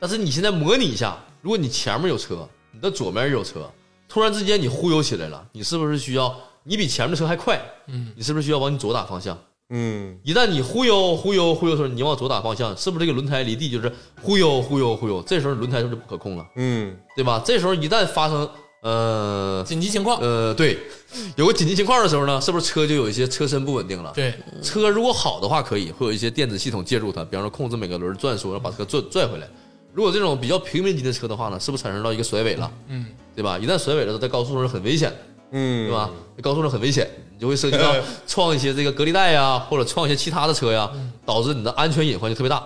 但是你现在模拟一下，如果你前面有车，你的左面有车，突然之间你忽悠起来了，你是不是需要你比前面的车还快？
嗯，
你是不是需要往你左打方向？
嗯，
一旦你忽悠忽悠忽悠的时候，你往左打方向，是不是这个轮胎离地就是忽悠忽悠忽悠？这时候轮胎就是不可控了，
嗯，
对吧？这时候一旦发生呃
紧急情况。
呃，对，有个紧急情况的时候呢，是不是车就有一些车身不稳定了？，嗯
对，
车如果好的话，可以会有一些电子系统介入它，比方说控制每个轮儿转速，然后把车拽拽回来。如果这种比较平民级的车的话呢，是不是产生到一个甩尾了？
嗯，
对吧？一旦甩尾了，在高速上是很危险的，
嗯，
对吧？在高速上很危险，你就会涉 及到
嗯
撞一些这个隔离带呀，或者撞一些其他的车呀，导致你的安全隐患就特别大。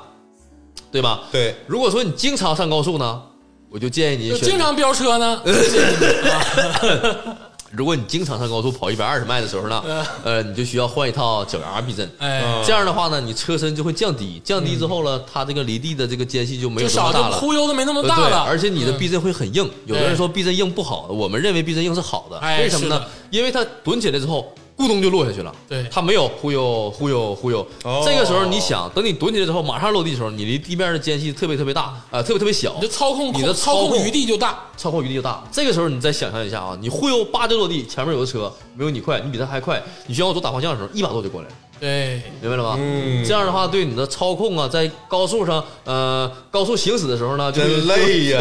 对吧？
对
如果说你经常上高速呢，我就建议你
就
选择
经常飙车呢，
呃如果你经常上高速跑一百二十迈的时候 呢，呃，你就需要换一套脚牙避震。
嗯哎，
这样的话呢，你车身就会降低，降低之后呢，它这个离地的这个间隙就没
就
有那么
少
大
就
了。
忽悠的没那么
呃
大
对
了，
而且你的
嗯
避震会很硬。有的人说避震硬不好，我们认为避震硬是好的，
哎
为什么
是
呢
的？
因为它蹲起来之后，咕咚就落下去了。
对
它没有忽悠忽悠忽悠
哦。
这个时候你想，等你蹲起来之后，马上落地的时候，你离地面的间隙特别特别大，呃，特别特别小
你的。操控
你的
操
操控
余地就大，
操控余地就大。这个时候你再想象一下啊，你忽悠叭就落地，前面有个车没有你快，你比他还快，你需要往左打方向的时候，一把舵就过来了，
对，
明白了吧？
嗯
这样的话对你的操控啊，在高速上呃高速行驶的时候呢，就会
真累 呀，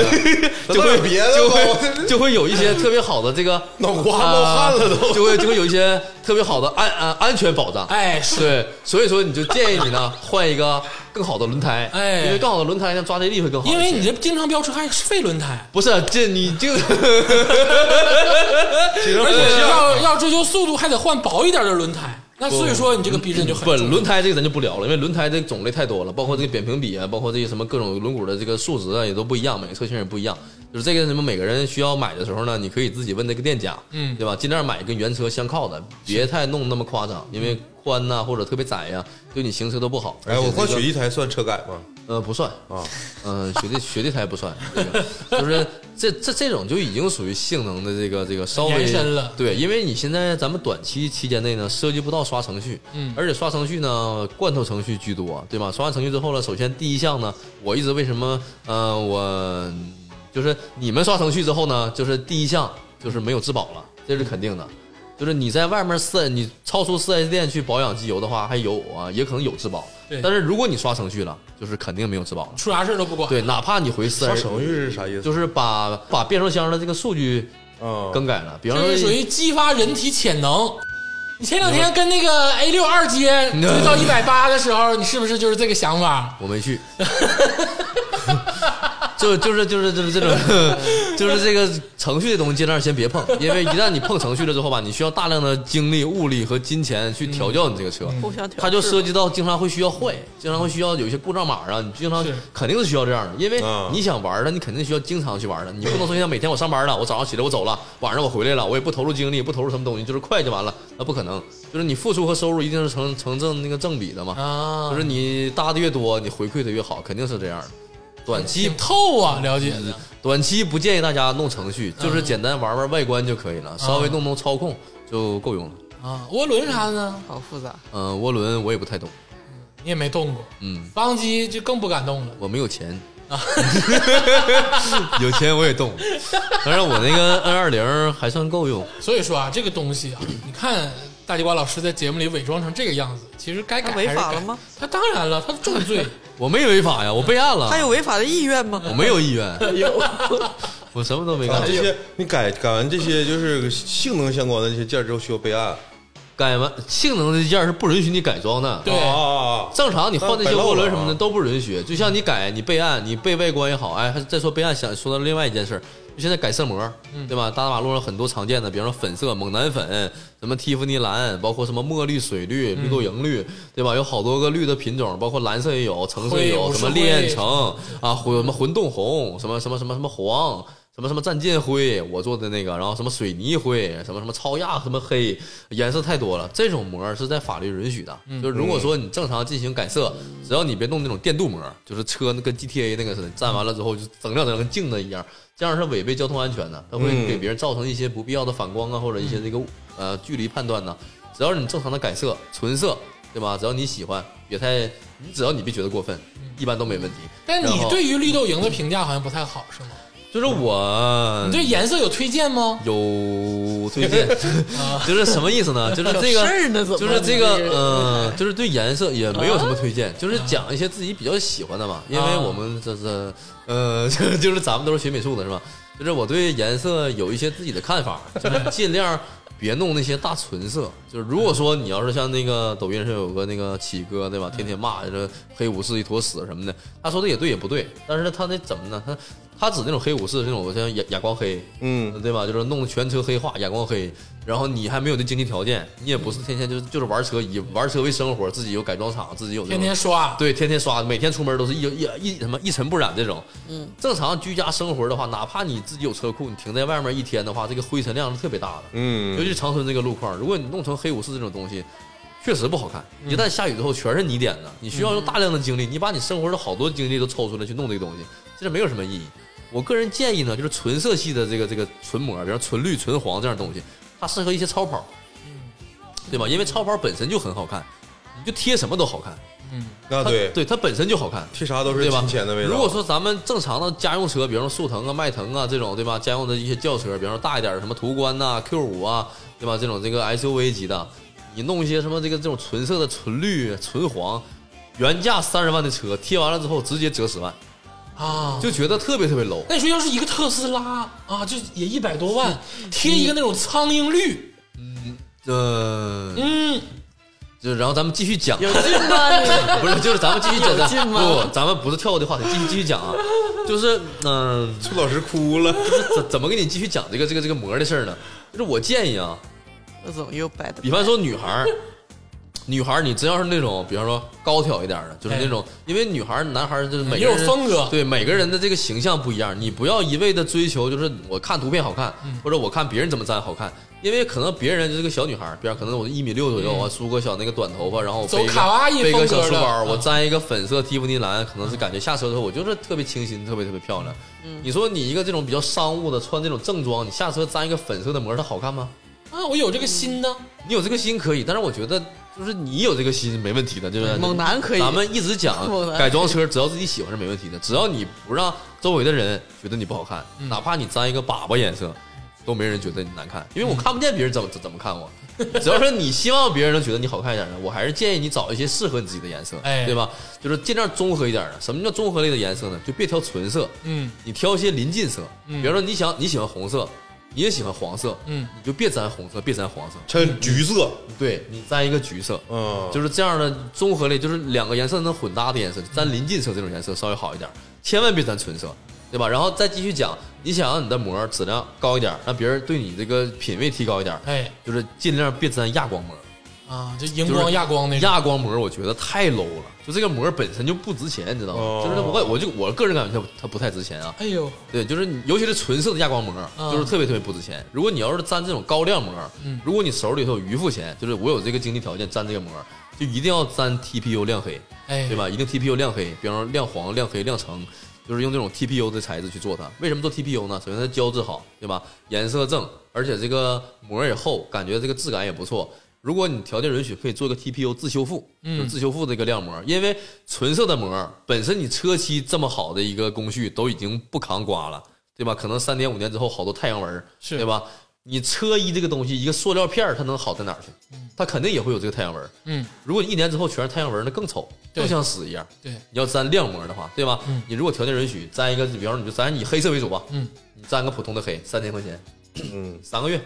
整
就会
点别的
就
吧
会就会有一些特别好的这个
脑瓜冒汗了都
啊就会就会有一些特别好的安安安全保障。
哎是，
对，所以说你就建议你呢换一个更好的轮胎，
哎
因为更好的轮胎呢抓地力会更好一些。
因为你这经常飙车还是费轮胎，
不是这你就
而且
啊
要要追求速度还得换薄一点的轮胎，那所以说你这个避震就很
不
重要
轮胎这个咱就不聊了，因为轮胎这个种类太多了，包括这个扁平比啊，包括这些什么各种轮毂的这个数值啊也都不一样，每个车型也不一样。就是这个什么，每个人需要买的时候呢，你可以自己问那个店家，
嗯
对吧？尽量买跟原车相靠的，别太弄那么夸张，因为宽呐、或者特别窄呀、对你行车都不好。
哎，我换雪
地，
地胎算车改吗？
呃，不算，
啊，
嗯、雪地雪地胎不算，这个、就是这这这种就已经属于性能的这个这个稍微
延伸了
对，因为你现在咱们短期期间内呢，涉及不到刷程序，
嗯
而且刷程序呢，罐头程序居多，对吧？刷完程序之后呢，首先第一项呢，我一直为什么，呃，我就是你们刷程序之后呢，就是第一项就是没有质保了，这是肯定的。就是你在外面四，你超出四 S 店去保养机油的话，还有啊，也可能有质保
对。
但是如果你刷程序了，就是肯定没有质保了。
出啥事儿都不管，
对，哪怕你回四
刷
S，
程序是啥意思？
就是把把变速箱的这个数据
啊，
更改了，比方
这
说
是属于激发人体潜能。你前两天跟那个 A 六二 阶追到一百八的时候，你是不是就是这个想法？
我没去。 就就是就是就是这种， 就是这个程序的东西尽量先别碰，因为一旦你碰程序了之后吧，你需要大量的精力、物力和金钱去调教你这个车，
互 相调试
它就涉及到经常会需要坏，经常会需要有一些故障码啊，你经常
是
肯定是需要这样的，因为
啊
你想玩它，你肯定需要经常去玩它，你不能说像每天我上班了，我早上起来我走了，晚上我回来了，我也不投入精力，也不投入什么东西，就是快就完了，那不可能，就是你付出和收入一定是成成正那个正比的嘛，
啊
就，是你搭的越多，你回馈的越好，肯定是这样的。短期
挺透啊，了解的。
短期不建议大家弄程序，
嗯
就是简单玩玩外观就可以了，稍微弄弄操控就够用了。
啊，涡轮啥的呢？
好复杂，
嗯，涡轮我也不太懂，
你也没动过，
嗯，
发动机就更不敢动了。
我没有钱。 有钱我也动，当然我那个 N 二零还算够用，
所以说啊，这个东西啊，你看大地瓜老师在节目里伪装成这个样子，其实该改
他违
还是
法
改
了吗？
他当然了，他重 罪。
我没违法呀，我备案了，
他有违法的意愿吗？
我没有 意愿，我什么都没
啊
干。
这些你改改完这些就是性能相关的这些件儿之后需要备案。
改完性能这件儿是不允许你改装的，
对
啊，
正常你换那些涡轮什么
那摆漏了
的
啊
都不允许，就像你改你备案，你备外观也好，哎，还是再说备案想说到另外一件事儿，就现在改色膜，
嗯
对吧？大马路上很多常见的，比方说粉色、猛男粉、什么蒂芙尼蓝，包括什么墨绿、水绿、
嗯
绿豆蝇绿，对吧？有好多个绿的品种，包括蓝色也有，橙色也
灰
有，
不是
什么
灰
烈焰橙啊，混什么混动红，什么什么什么什么黄。什么什么战舰灰，我做的那个，然后什么水泥灰，什么什么超亚，什么黑，颜色太多了。这种膜是在法律允许的，就是如果说你正常进行改色，只要你别弄那种电镀膜，就是车那跟 GTA 那个似的，粘完了之后就整亮整跟镜子一样，这样是违背交通安全的，它会
嗯
给别人造成一些不必要的反光啊，或者一
嗯
些这个呃距离判断呢。只要你正常的改色，纯色，对吧？只要你喜欢，别太，你只要你别觉得过分，一般都没问题。
嗯但你
然后
对于绿豆蝇的评价好像不太好，是吗？
就是我
你对颜色有推荐吗？
有推 荐，就是什么意思呢？就是这
有
个
事儿呢怎么啊
就是这个
你这人
呃，就是对颜色也没有什么推荐，就是讲一些自己比较喜欢的嘛。因
啊
为我们这这呃， 就就是咱们都是学美术的是吧？就是我对颜色有一些自己的看法，就是尽量。别弄那些大纯色，就是如果说你要是像那个抖音上有个那个启哥对吧，天天骂这黑武士一坨屎什么的，他说的也对也不对，但是他那怎么呢？他他指那种黑武士，那种像哑哑光黑，
嗯
对吧？就是弄得全车黑化，哑光黑。然后你还没有这经济条件，你也不是天天就是就是玩车，以玩车为生活，自己有改装厂，自己有这种
天天刷，
嗯对，天天刷，每天出门都是一一一什么一尘不染这种。嗯，正常居家生活的话，哪怕你自己有车库，你停在外面一天的话，这个灰尘量是特别大的。尤
嗯
其是长春这个路况，如果你弄成黑武士这种东西，确实不好看。
嗯
一旦下雨之后，全是泥点子，你需要用大量的精力，你把你生活的好多精力都抽出来去弄这个东西，其实没有什么意义。我个人建议呢，就是纯色系的这个这个纯膜，比方纯绿、纯黄这样的东西，它适合一些超跑，
嗯
对吧？因为超跑本身就很好看，你就贴什么都好看。
那啊
它
对，
对它本身就好看，
贴啥都是
对吧？
金钱的味道。
如果说咱们正常的家用车，比如说速腾啊、迈腾啊这种，对吧？家用的一些轿车，比方说大一点的什么途观呐、Q 五啊，对吧？这种这个 SUV 级的，你弄一些什么这个这种纯色的、纯绿、纯黄，原价三十万的车，贴完了之后直接折十万，
啊，
就觉得特别特别 low。
那你说要是一个特斯拉啊，就也一百多万，贴一个那种苍蝇绿，
呃，
嗯，
就然后咱们继续讲，啊
有劲吗你？
不是，就是咱们继续讲，
有
咱
劲
不
吗
不，咱们不是跳过这话题，继续继续讲啊，就是嗯。
崔老师哭了，
怎怎么给你继续讲这个这个这个膜的事儿呢？就是我建议啊，
那怎么又掰的？
比方说女孩儿， 女孩儿你真要是那种，比方说高挑一点儿的，就是那种，因为女孩儿、男孩儿就是每
也
个
哎有
人
风格
对每个人的这个形象不一样，你不要一味的追求，就是我看图片好看，
嗯
或者我看别人怎么粘好看，因为可能别人就是个小女孩儿，比方可能我一米六左右啊，梳个小那个短头发，然后我
嗯走
背一个
卡哇伊
背
风
个小
格
书
的
包，
嗯
我粘一个粉色蒂芙尼蓝，可能是感觉下车之后我就是特别清新，特别特别漂亮。
嗯
你说你一个这种比较商务的穿这种正装，你下车粘一个粉色的膜，它好看吗？
啊，我有这个心呢，
你有这个心可以，但是我觉得就是你有这个心没问题的，对不对？
猛男可以
咱们一直讲
猛男
改装车，只要自己喜欢是没问题的，只要你不让周围的人觉得你不好看，哪怕你粘一个粑粑颜色，都没人觉得你难看，因为我看不见别人怎么怎么看我。 只要是你希望别人能觉得你好看一点的，我还是建议你找一些适合你自己的颜色，
哎
对吧？就是尽量综合一点的。什么叫综合类的颜色呢？就别挑纯色，
嗯
你挑一些临近色，
嗯
比方说你想你喜欢红色，你也喜欢黄色，
嗯
你就别粘红色，别粘黄色。
像橘色，
对你沾一个橘色，
嗯，
就是这样的综合类，就是两个颜色能混搭的颜色，沾临近色这种颜色稍微好一点，千万别沾纯色，对吧？然后再继续讲，你想让你的膜质量高一点，让别人对你这个品味提高一点，
哎
就是尽量别沾亚光膜。
啊，就荧
就
光
是
亚光那种，
亚光膜我觉得太 low 了，就这个膜本身就不值钱，你知道吗？
哦
就是我我就我个人感觉它它不太值钱啊。
哎呦，
对，就是你尤其是纯色的亚光膜，
嗯
就是特别特别不值钱。如果你要是粘这种高亮膜，如果你手里头有余富钱，就是我有这个经济条件粘这个膜，就一定要粘 TPU 亮黑，
哎，
对吧？一定 TPU 亮黑，比方说亮黄、亮黑、亮橙，就是用这种 TPU 的材质去做它。为什么做 TPU 呢？首先它胶质好，对吧？颜色正，而且这个膜也厚，感觉这个质感也不错。如果你条件允许，可以做个 TPU 自修复，
嗯
就是自修复这个亮膜，因为纯色的膜本身你车漆这么好的一个工序都已经不扛刮了，对吧？可能三年五年之后好多太阳纹儿，
是
对吧？你车衣这个东西，一个塑料片儿它能好在哪儿去？它肯定也会有这个太阳纹儿。
嗯，
如果你一年之后全是太阳纹，那更丑，
对
更像屎一样。
对，
你要粘亮膜的话，对吧？你如果条件允许，粘一个，比方说你就咱以黑色为主吧，
嗯，
你粘个普通的黑，三千块钱，
嗯，
三个月。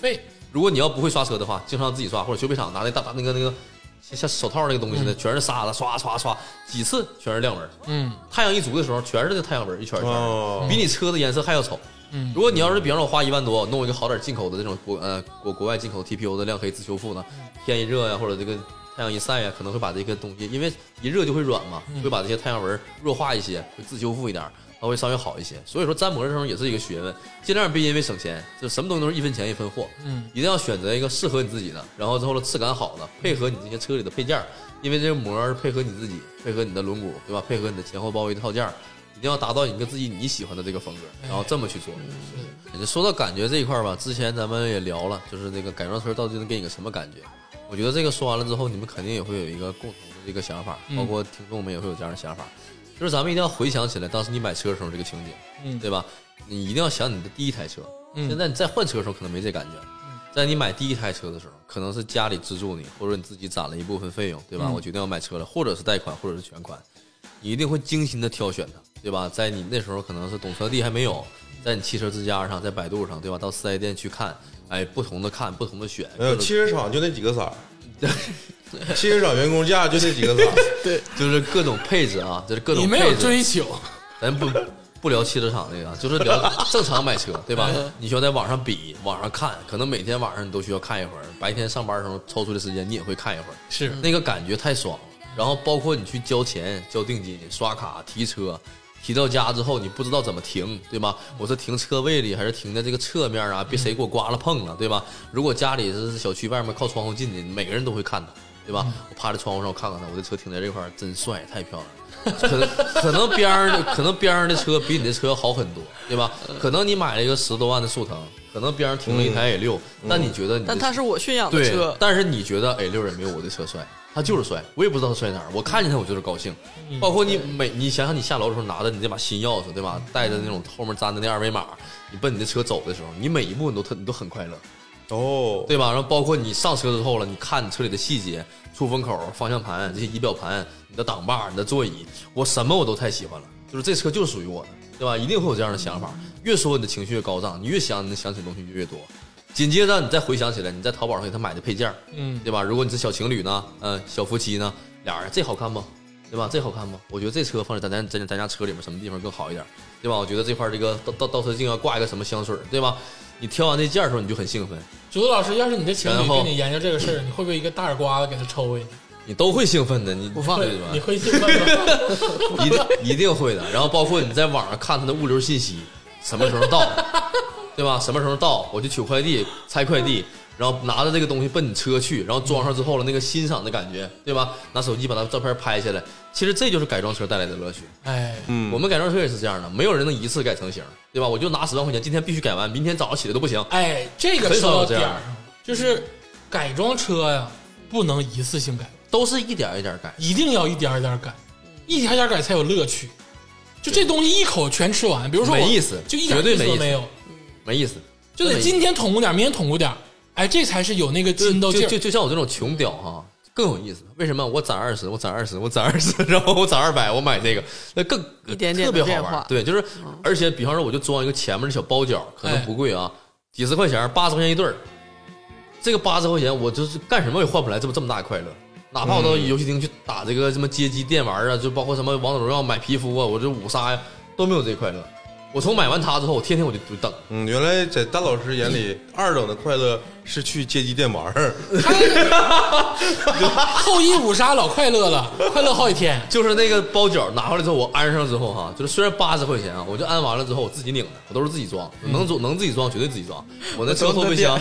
费
如果你要不会刷车的话，经常自己刷，或者修配厂拿那大大那个那个像像手套那个东西呢，全是沙子，刷刷刷，几次全是亮纹。
嗯，
太阳一足的时候，全是这太阳纹，一圈一圈的。
哦，
比你车的颜色还要丑。
嗯
如果你要是比方说我花一万多，我弄一个好点进口的这种国呃国国外进口 TPO 的亮黑自修复呢，
嗯
天一热呀、或者这个太阳一晒呀、可能会把这个东西，因为一热就会软嘛，
嗯
会把这些太阳纹弱化一些，会自修复一点，它会稍微好一些。所以说粘膜的时候也是一个学问，尽量别因为省钱，就什么东西都是一分钱一分货，
嗯，
一定要选择一个适合你自己的，然后之后了质感好的，配合你这些车里的配件儿，因为这个膜儿配合你自己，配合你的轮毂，对吧？配合你的前后包围套件儿。一定要达到一个自己你喜欢的这个风格，然后这么去做。哎也就说到感觉这一块儿吧，之前咱们也聊了，就是这个改装车到底能给你个什么感觉？我觉得这个说完了之后，你们肯定也会有一个共同的这个想法，包括听众们也会有这样的想法，就是咱们一定要回想起来当时你买车的时候这个情景，
嗯
对吧？你一定要想你的第一台车，
嗯
现在你再换车的时候可能没这感觉。在你买第一台车的时候，可能是家里资助你，或者你自己攒了一部分费用，
嗯
对吧？我决定要买车了，或者是贷款，或者是全款。你一定会精心的挑选它，对吧？在你那时候可能是懂车帝还没有，在你汽车之家上，在百度上，对吧？到四 S 店去看，哎，不同的看，不同的选，
没有
各种
汽车厂就那几个色儿， 汽车厂员工价就那几个色儿，
就是各种配置啊，就是各种
你
配置。
没有追求，
咱不不聊汽车厂那个，就是聊正常买车，对吧？你需要在网上比，网上看，可能每天晚上你都需要看一会儿，白天上班的时候抽出的时间你也会看一会儿，
是
那个感觉太爽了。然后包括你去交钱、交定金、刷卡、提车，提到家之后你不知道怎么停，对吧？我是停车位里还是停在这个侧面啊？别谁给我刮了碰了，对吧？如果家里是小区外面靠窗户近的，每个人都会看到，对吧？我趴在窗户上我看看他，我的车停在这块儿真帅，太漂亮了。可能可能边儿的可能边儿的车比你的车好很多，对吧？可能你买了一个十多万的速腾，可能边上停了一台 A 六、但你觉得你的
但它是我驯养的
对，
车，
但是你觉得 A 六也没有我的车帅，它就是帅，我也不知道它帅哪儿，我看见它我就是高兴。包括你每你想想你下楼的时候拿着你这把新钥匙对吧，带着那种后面粘的那二维码，你奔你的车走的时候，你每一步你都特你都很快乐，
哦，
对吧？然后包括你上车之后了，你看你车里的细节，出风口、方向盘这些仪表盘、你的挡把、你的座椅，我什么我都太喜欢了，就是这车就是属于我的，对吧？一定会有这样的想法。越说你的情绪越高涨，你越想你能想起的东西就越多。紧接着你再回想起来，你在淘宝上给他买的配件，
嗯，
对吧？如果你是小情侣呢，嗯、小夫妻呢，俩人这好看吗？对吧？这好看吗？我觉得这车放在咱咱咱咱家车里面什么地方更好一点，对吧？我觉得这块儿这个倒倒倒车镜要啊挂一个什么香水，对吧？你挑完这件儿的时候你就很兴奋，
竹子老师，要是你的情
然
侣
后
跟你研究这个事儿，你会不会一个大耳刮子给他抽回去？
你都会兴奋的，你不放
会
对吧？
你会兴奋 吗？
一定一定会的。然后包括你在网上看他的物流信息，什么时候到， 对吧？什么时候到，我去取快递、拆快递，然后拿着这个东西奔你车去，然后装上之后了，那个欣赏的感觉，对吧？拿手机把它照片拍下来，其实这就是改装车带来的乐趣。
哎，
嗯，
我们改装车也是这样的，没有人能一次改成型，对吧？我就拿十万块钱，今天必须改完，明天早上起来都不行。
哎，这个
很
说
少
到
有
点
这
儿
样
上，就是改装车呀，不能一次性改，
都是一点一点改，
一定要一点儿一点儿改，一点儿一点儿改才有乐趣。就这东西一口全吃完，比如说我
没意思
就一点
绝对
意思
没
都
意思
没有，
没意思。
就得今天捅咕点儿，明天捅咕点儿，哎，这才是有那个
就
筋斗劲
就
儿。
就像我这种穷屌哈，更有意思。为什么我攒二十，我攒二十，我攒二十， 然后我攒二百，我买这个，那更
一点点的
特别好
变化嗯
玩。对，就是而且比方说，我就装一个前面的小包角，可能不贵啊，几十块钱，八十块钱一对儿。这个八十块钱，我就是干什么也换不来这么这么大的快乐。哪怕我到游戏厅去打这个什么街机电玩啊，就包括什么王者荣耀买皮肤啊，我这五杀呀、都没有这快乐。我从买完它之后，我天天我就就等，
嗯，原来在大老师眼里，二等的快乐是去街机店玩儿，
后羿五杀老快乐了，快乐好几天。
就是那个包饺拿回来之后，我安上之后哈，就是虽然八十块钱啊，我就安完了之后我自己拧的，我都是自己装，能装能自己装绝对自己装。我那车后备箱，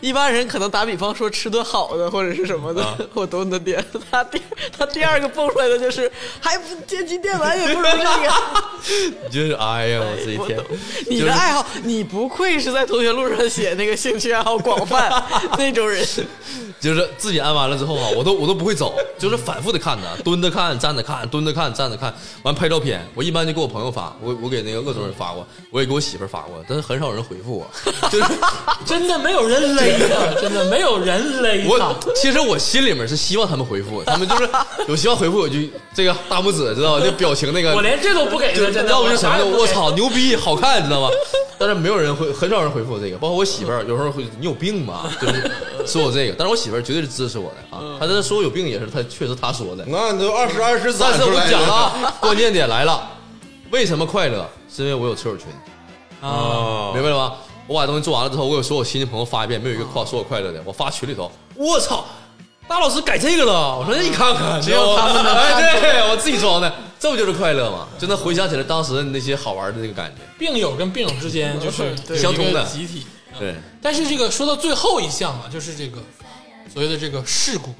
一般人可能打比方说吃顿好的或者是什么的，我懂你的点。他第他第二个蹦出来的就是还不街机电玩也不如这个，
就是哎呀，我这一
我
天
懂。你的爱好，你不愧是在同学录上写那个兴趣爱好广泛那种人。
就是自己安完了之后啊，我都我都不会走，就是反复的看着，蹲着看，站着看，蹲着看，站着看，完拍照片。我一般就给我朋友发，我我给那个鄂总也发过，我也给我媳妇儿发过，但是很少有人回复我。就是
真的没有人勒他，真的没有人勒他
我。其实我心里面是希望他们回复，他们就是有希望回复我就这个大拇指，知道吧？就表情那个，
我连这都不 给
就
他，真的。
要不就什么
啥
的，
也不
我
给！
操，牛逼，好看，你知道吗？但是没有人回，很少人回复我这个，包括我媳妇儿，有时候会你有病吧，就是说我这个，但是我媳妇儿绝对是支持我的啊，她这说我有病也是，她确实她说的。
那你都二十二十攒
但是
出
我
来
讲
的
了啊，关键点来了，为什么快乐？是因为我有车友群，
啊
明白了吗？我把东西做完了之后，我有所有亲戚朋友发一遍，没有一个夸说我快乐的，我发群里头，我操，大老师改这个了，我说你看看，只
有他们能看出来
哎，对我自己装的，这不就是快乐吗？就能回想起来当时那些好玩的那个感觉。
病友跟病友之间就是有一个
相通的
集体。
对，
但是这个说到最后一项啊，就是这个所谓的这个事故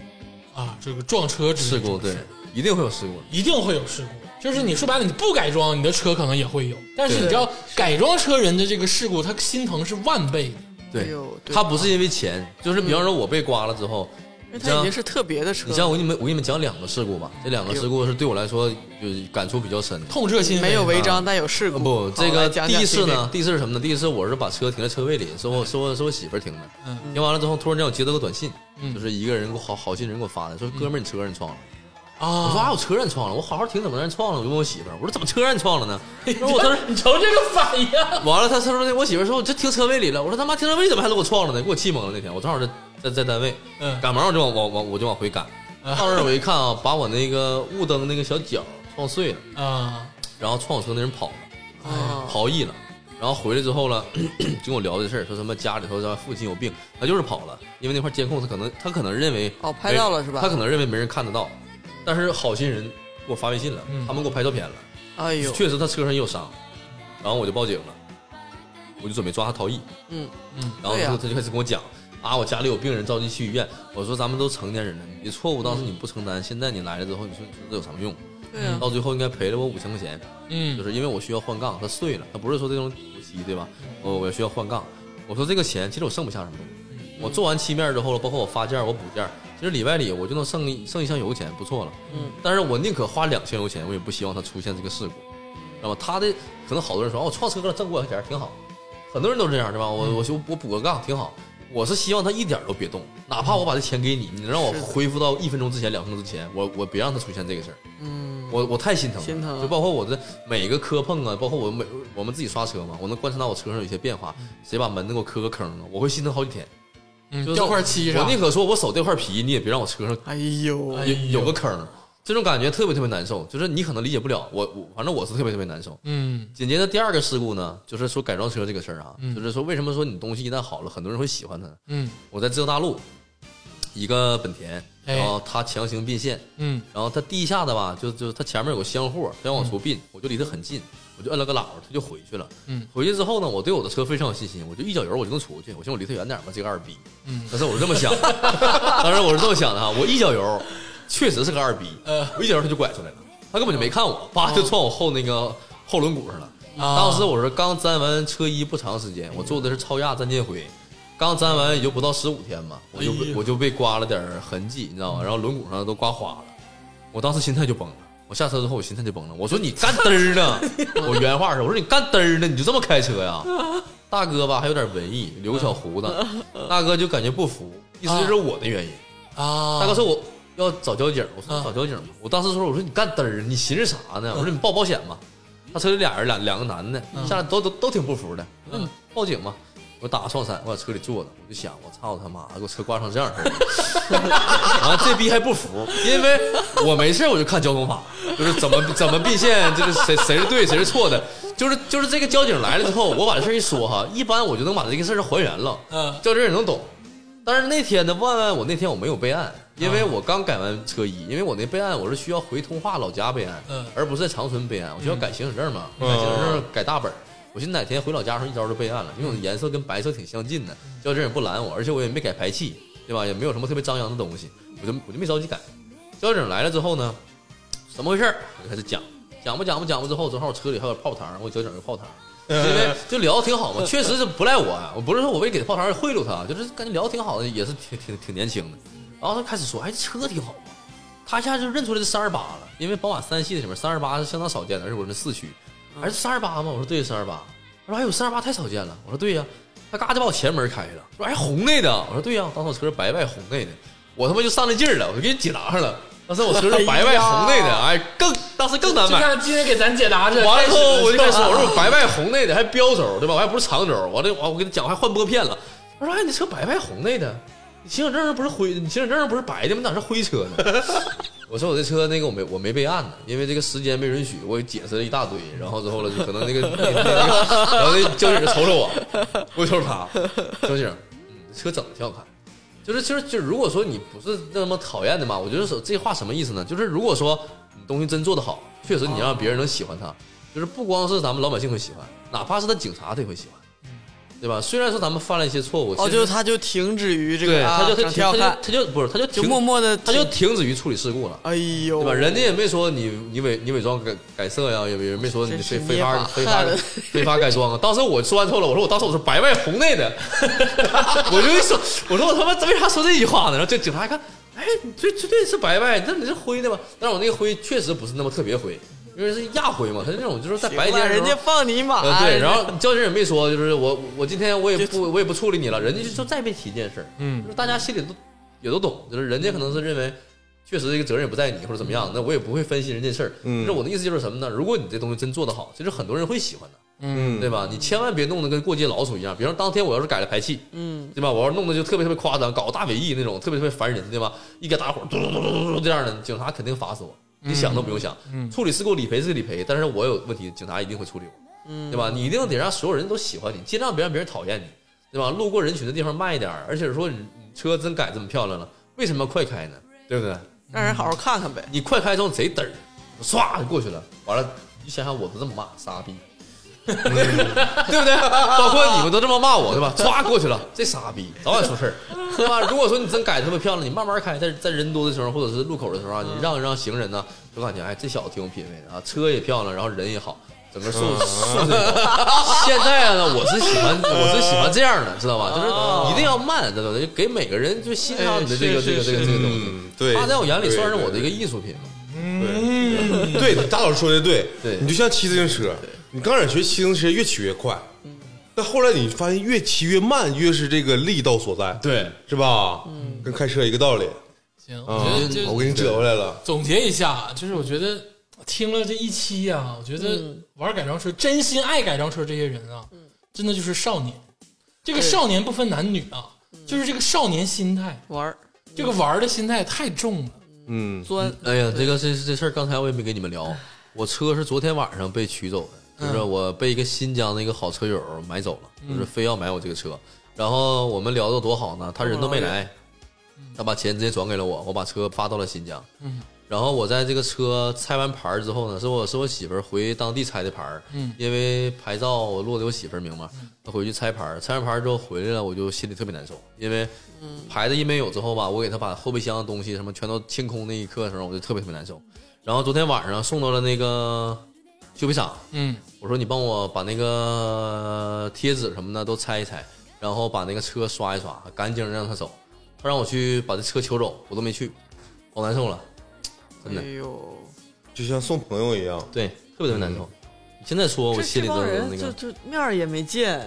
啊，这个撞车之类
事
的
故
这种
对
事，
一定会有事故。
一定会有事故。就是你说白了，你不改装，你的车可能也会有。但是
对
你知道，改装车人的这个事故，他心疼是万倍的。
哎
对
呦，对
他不是因为钱，就是比方说我被刮了之后，
因为他已经是哎特别的车
你，像我给你们我给你们讲两个事故吧，这两个事故是对我来说就是感触比较深的。
痛彻心扉。
没有违章但有事故。
啊不，
好
这个
来讲
第
讲
一次
这个
呢，第一次是什么呢？第一次我是把车停在车位里，是我是我是我媳妇儿停的。
嗯
停完了之后，突然间我接到个短信，就是一个人给我好好心人给我发的，说哥们儿你车让人撞了。我说
啊！
嗯啊，我车让人撞了，我好好停怎么让人撞了？我就问我媳妇儿，我说怎么车让人撞了呢？然后我当时
你瞅这个反应，
完了，他他说那我媳妇说我这停车位里了，我说他妈停车位怎么还给我撞了呢？给我气懵了那天，我正好在在在单位，
嗯
赶忙我就往往往我就往回赶，
啊
到那儿我一看啊，把我那个雾灯那个小角撞碎了，
啊
然后撞我车那人跑了，
啊哦
逃逸了。然后回来之后了， 就跟我聊这事儿，说他妈家里头他父亲有病，他就是跑了，因为那块监控他可能他可能认为
哦拍到了是吧
他可能认为没人看得到，但是好心人给我发微信了，
嗯
他们给我拍照片了，
哎呦，
确实他车上也有伤，然后我就报警了，我就准备抓他逃逸，
嗯，
然后
对呀
他就他就开始跟我讲啊，我家里有病人着急去医院。我说咱们都成年人了，你错误当时你不承担，现在你来了之后，你说你说这有什么用？
嗯对呀，
到最后应该赔了我五千块钱，就
嗯
是因为我需要换杠，它碎了，它不是说这种补漆对吧？我我需要换杠，我说这个钱其实我剩不下什么东西，我做完漆面之后了，包括我发件儿我补件儿，其实里外里我就能剩一剩一箱油钱，不错了。
嗯，
但是我宁可花两箱油钱，我也不希望它出现这个事故，知道吗？他的可能好多人说，哦，我撞车了挣五百块钱挺好，很多人都这样对吧？我我修我补个杠挺好。我是希望他一点儿都别动，哪怕我把这钱给你，你能让我
是的
恢复到一分钟之前、两分钟之前，我我别让他出现这个事儿。
嗯，
我我太心疼了，
心疼
就包括我的每个磕碰啊，包括我每我们自己刷车嘛，我能观察到我车上有一些变化，谁把门给我磕个坑了，我会心疼好几天。就
嗯，
是
掉块漆
我
上，
宁可说我手掉块皮，你也别让我车上
哎呦，
哎
有
呦
有个坑，这种感觉特别特别难受，就是你可能理解不了，我我反正我是特别特别难受。
嗯
紧接着第二个事故呢，就是说改装车这个事儿啊，就是说为什么说你东西一旦好了，很多人会喜欢它。
嗯
我在自由大陆，一个本田，
哎
然后它强行并线，
嗯
然后它地下的吧，就就它前面有个箱货，它要往出并，我就离得很近，我就摁了个喇叭，它就回去了。
嗯，
回去之后呢，我对我的车非常有信心，我就一脚油我就能出去，我寻思我离它远点吧，这个二逼。
嗯，
但是我是这么想， 当时我是这么想的哈，我一脚油确实是个二逼，
呃
我一脚油它就拐出来了，它根本就没看我，叭就撞我后那个后轮毂上了。
嗯啊嗯
当时我是刚粘完车衣不长时间，我坐的是超亚站街回，刚粘完也就不到十五天嘛，我就
哎
被
呦嗯
我就被刮了点儿痕迹，你知道吗？然后轮毂上都刮花了，我当时心态就崩了。我下车之后，我心态就崩了。我说你干嘚儿呢，我原话是，我说你干嘚儿呢，你就这么开车呀？大哥吧，还有点文艺，留个小胡子，大哥就感觉不服，意思就是我的原因。
啊，
大哥说我要找交警，我说
啊
找交警吧。我当时说我说你干嘚儿，你寻思啥呢？我说你报保险吧。他车里俩人两两个男的，下来都都都挺不服的。我说你报警吧。我打个双闪，我在车里坐着，我就想，我操他妈，给我车刮成这样似的。然后这逼还不服，因为我没事我就看交通法，就是怎么怎么并线，这个谁谁是对谁是错的，就是就是这个交警来了之后，我把这事儿一说哈，一般我就能把这个事儿还原了，
嗯
交警也能懂。但是那天呢，万万我那天我没有备
啊
案，因为我刚改完车衣，因为我那备案我是需要回通化老家备案，
嗯
而不是在长春备案，我需要改行驶证嘛，
嗯
改行驶证改大本儿。我寻思哪天回老家的时候一招就备案了，
嗯
因为我的颜色跟白色挺相近的，交警也不拦我，而且我也没改排气，对吧？也没有什么特别张扬的东西，我就我就没着急改。交警来了之后呢，怎么回事儿？我就开始讲，讲吧讲吧讲吧之后，正好我车里还有点泡糖，我交警有泡糖，因为就聊的挺好嘛，确实是不赖我啊，我不是说我为给泡糖而贿赂他，啊就是感觉聊的挺好的，也是挺挺挺年轻的。然后他开始说，哎，这车挺好啊，他一下就认出来这三二八了，因为宝马三系里面三二八是相当少见的，而且我是四驱，还是三二八吗？我说对，三二八。他说哎呦，三二八太少见了。我说对呀、他嘎就把我前门开了，说哎红内的，我说对呀、当时我车是白外红内的，我他妈就上那劲儿了，我就给你解答上了。当时我车是白外红内的，哎，更当时更难
就
买。
像今天给咱解答似的，
完了之后我就开始
啊
说，我说我白外红内的还标轴对吧？我还不是长轴，我这我我跟你讲我还换拨片了。他说哎，你车白外红内的，你行驶证不是灰，你行驶证不是白的吗？你咋是灰车呢？ 我说我这车那个我没我没备案呢，因为这个时间没允许，我解释了一大堆，然后之后了就可能那个，那个那个然后那交警瞅瞅我，我瞅瞅他，交警，嗯，车整的挺好看，就是其实就如果说你不是那么讨厌的嘛，我觉得说这话什么意思呢？就是如果说你东西真做得好，确实你让别人能喜欢
哦
它，就是不光是咱们老百姓会喜欢，哪怕是他警察他也会喜欢，对吧？虽然说咱们犯了一些错误，
嗯哦，
其实
就他就停止于这
对，
个，
他就他
啊
就
挺好
他
看
就，他就不是他就
就
停
默默的，
他就停止于处理事故了。
哎呦，
对吧？人家也没说你你伪你伪装改改色呀，也也没说你
真
非
是
非
捏
法
把
非法
汗了
非法改装啊。当时我说完之后了，我说我当时我是白外红内的， 我就一说，我说我他妈为啥说这句话呢？然后这警察一看，哎，你这这对是白外，那你是灰的吧？但是我那个灰确实不是那么特别灰，因为是亚灰嘛，它那种就是在白天的时候
人家放你马，
呃，对，
人家
然后交警也没说，就是我我今天我也
就
不我也不处理你了，人家就说再没提这件事儿，
嗯
就是大家心里都也都懂，就是人家可能是认为确实这个责任也不在你或者怎么样，那我也不会分析人家事儿。
嗯
那我的意思就是什么呢？如果你这东西真做得好，其实很多人会喜欢的，
嗯
对吧？你千万别弄得跟过街老鼠一样，比方说当天我要是改了排气，
嗯，
对吧？我要弄得就特别特别夸张，搞大尾翼那种，特别特别烦人，对吧？一给打火嘟嘟嘟嘟嘟这样的，警察肯定罚死我，你想都不用想。
嗯
处理事故理赔是理赔，但是我有问题，警察一定会处理我。嗯，对吧？你一定得让所有人都喜欢你，尽量别让别人讨厌你，对吧？路过人群的地方慢一点儿，而且说你你车真改这么漂亮了，为什么要快开呢？对不对？
让人好好看 看呗。
你快开之后贼嘚儿，唰就过去了。完了，你想想我都这么骂，傻逼，对不对？包括你们都这么骂我，对吧？唰过去了，这傻逼早晚出事儿，对吧？如果说你真改得特别漂亮，你慢慢开，在在人多的时候或者是路口的时候啊，你让一让行人呢，就感觉哎，这小子挺有品位的啊，车也漂亮，然后人也好。整个素素质也 高。现在呢，我是喜欢，我是喜欢这样的，知道吧？就是一定要慢，知道吧？就给每个人就欣赏你的这个这个这个这个东西。
嗯，对，
啊它在我眼里算是我的一个艺术品嘛。
对，大老师说的对，
对
你就像骑自行车，你刚开始学骑自行车越骑越快，但后来你发现越骑越慢，越是这个力道所在，，
对，
是吧？嗯，跟开车一个道理
行，
啊
我觉得就、。
我给你折回来了，
总结一下，就是我觉得听了这一期啊，我觉得
嗯
玩改装车、真心爱改装车这些人啊，真的就是少年。这个
对嗯
少年不分男女啊，就是这个少年心态，
玩儿
这个玩儿的心态太重了。
嗯，
钻，
哎呀，这个这这事儿刚才我也没跟你们聊，我车是昨天晚上被取走的，就是我被一个新疆的一个好车友买走了，就是非要买我这个车。然后我们聊的多好呢，他人都没来，他把钱直接转给了我，我把车发到了新疆。
嗯，
然后我在这个车拆完牌儿之后呢，是我是我媳妇儿回当地拆的牌儿，
嗯
因为牌照我落在我媳妇儿名嘛，她回去拆牌儿，拆完牌儿之后回来了，我就心里特别难受，因为牌子一没有之后吧，我给她把后备箱的东西什么全都清空那一刻的时候，我就特别特别难受。然后昨天晚上送到了那个修配厂，
嗯
我说你帮我把那个贴纸什么的都拆一拆，然后把那个车刷一刷，干净让他走。他让我去把这车求走，我都没去，老难受了，真的
哎，呦，
就像送朋友一样，
对，特别特别难受。你现在说，我
这
心
这
里都
帮
是
人
那
就
个，
就面儿也没见，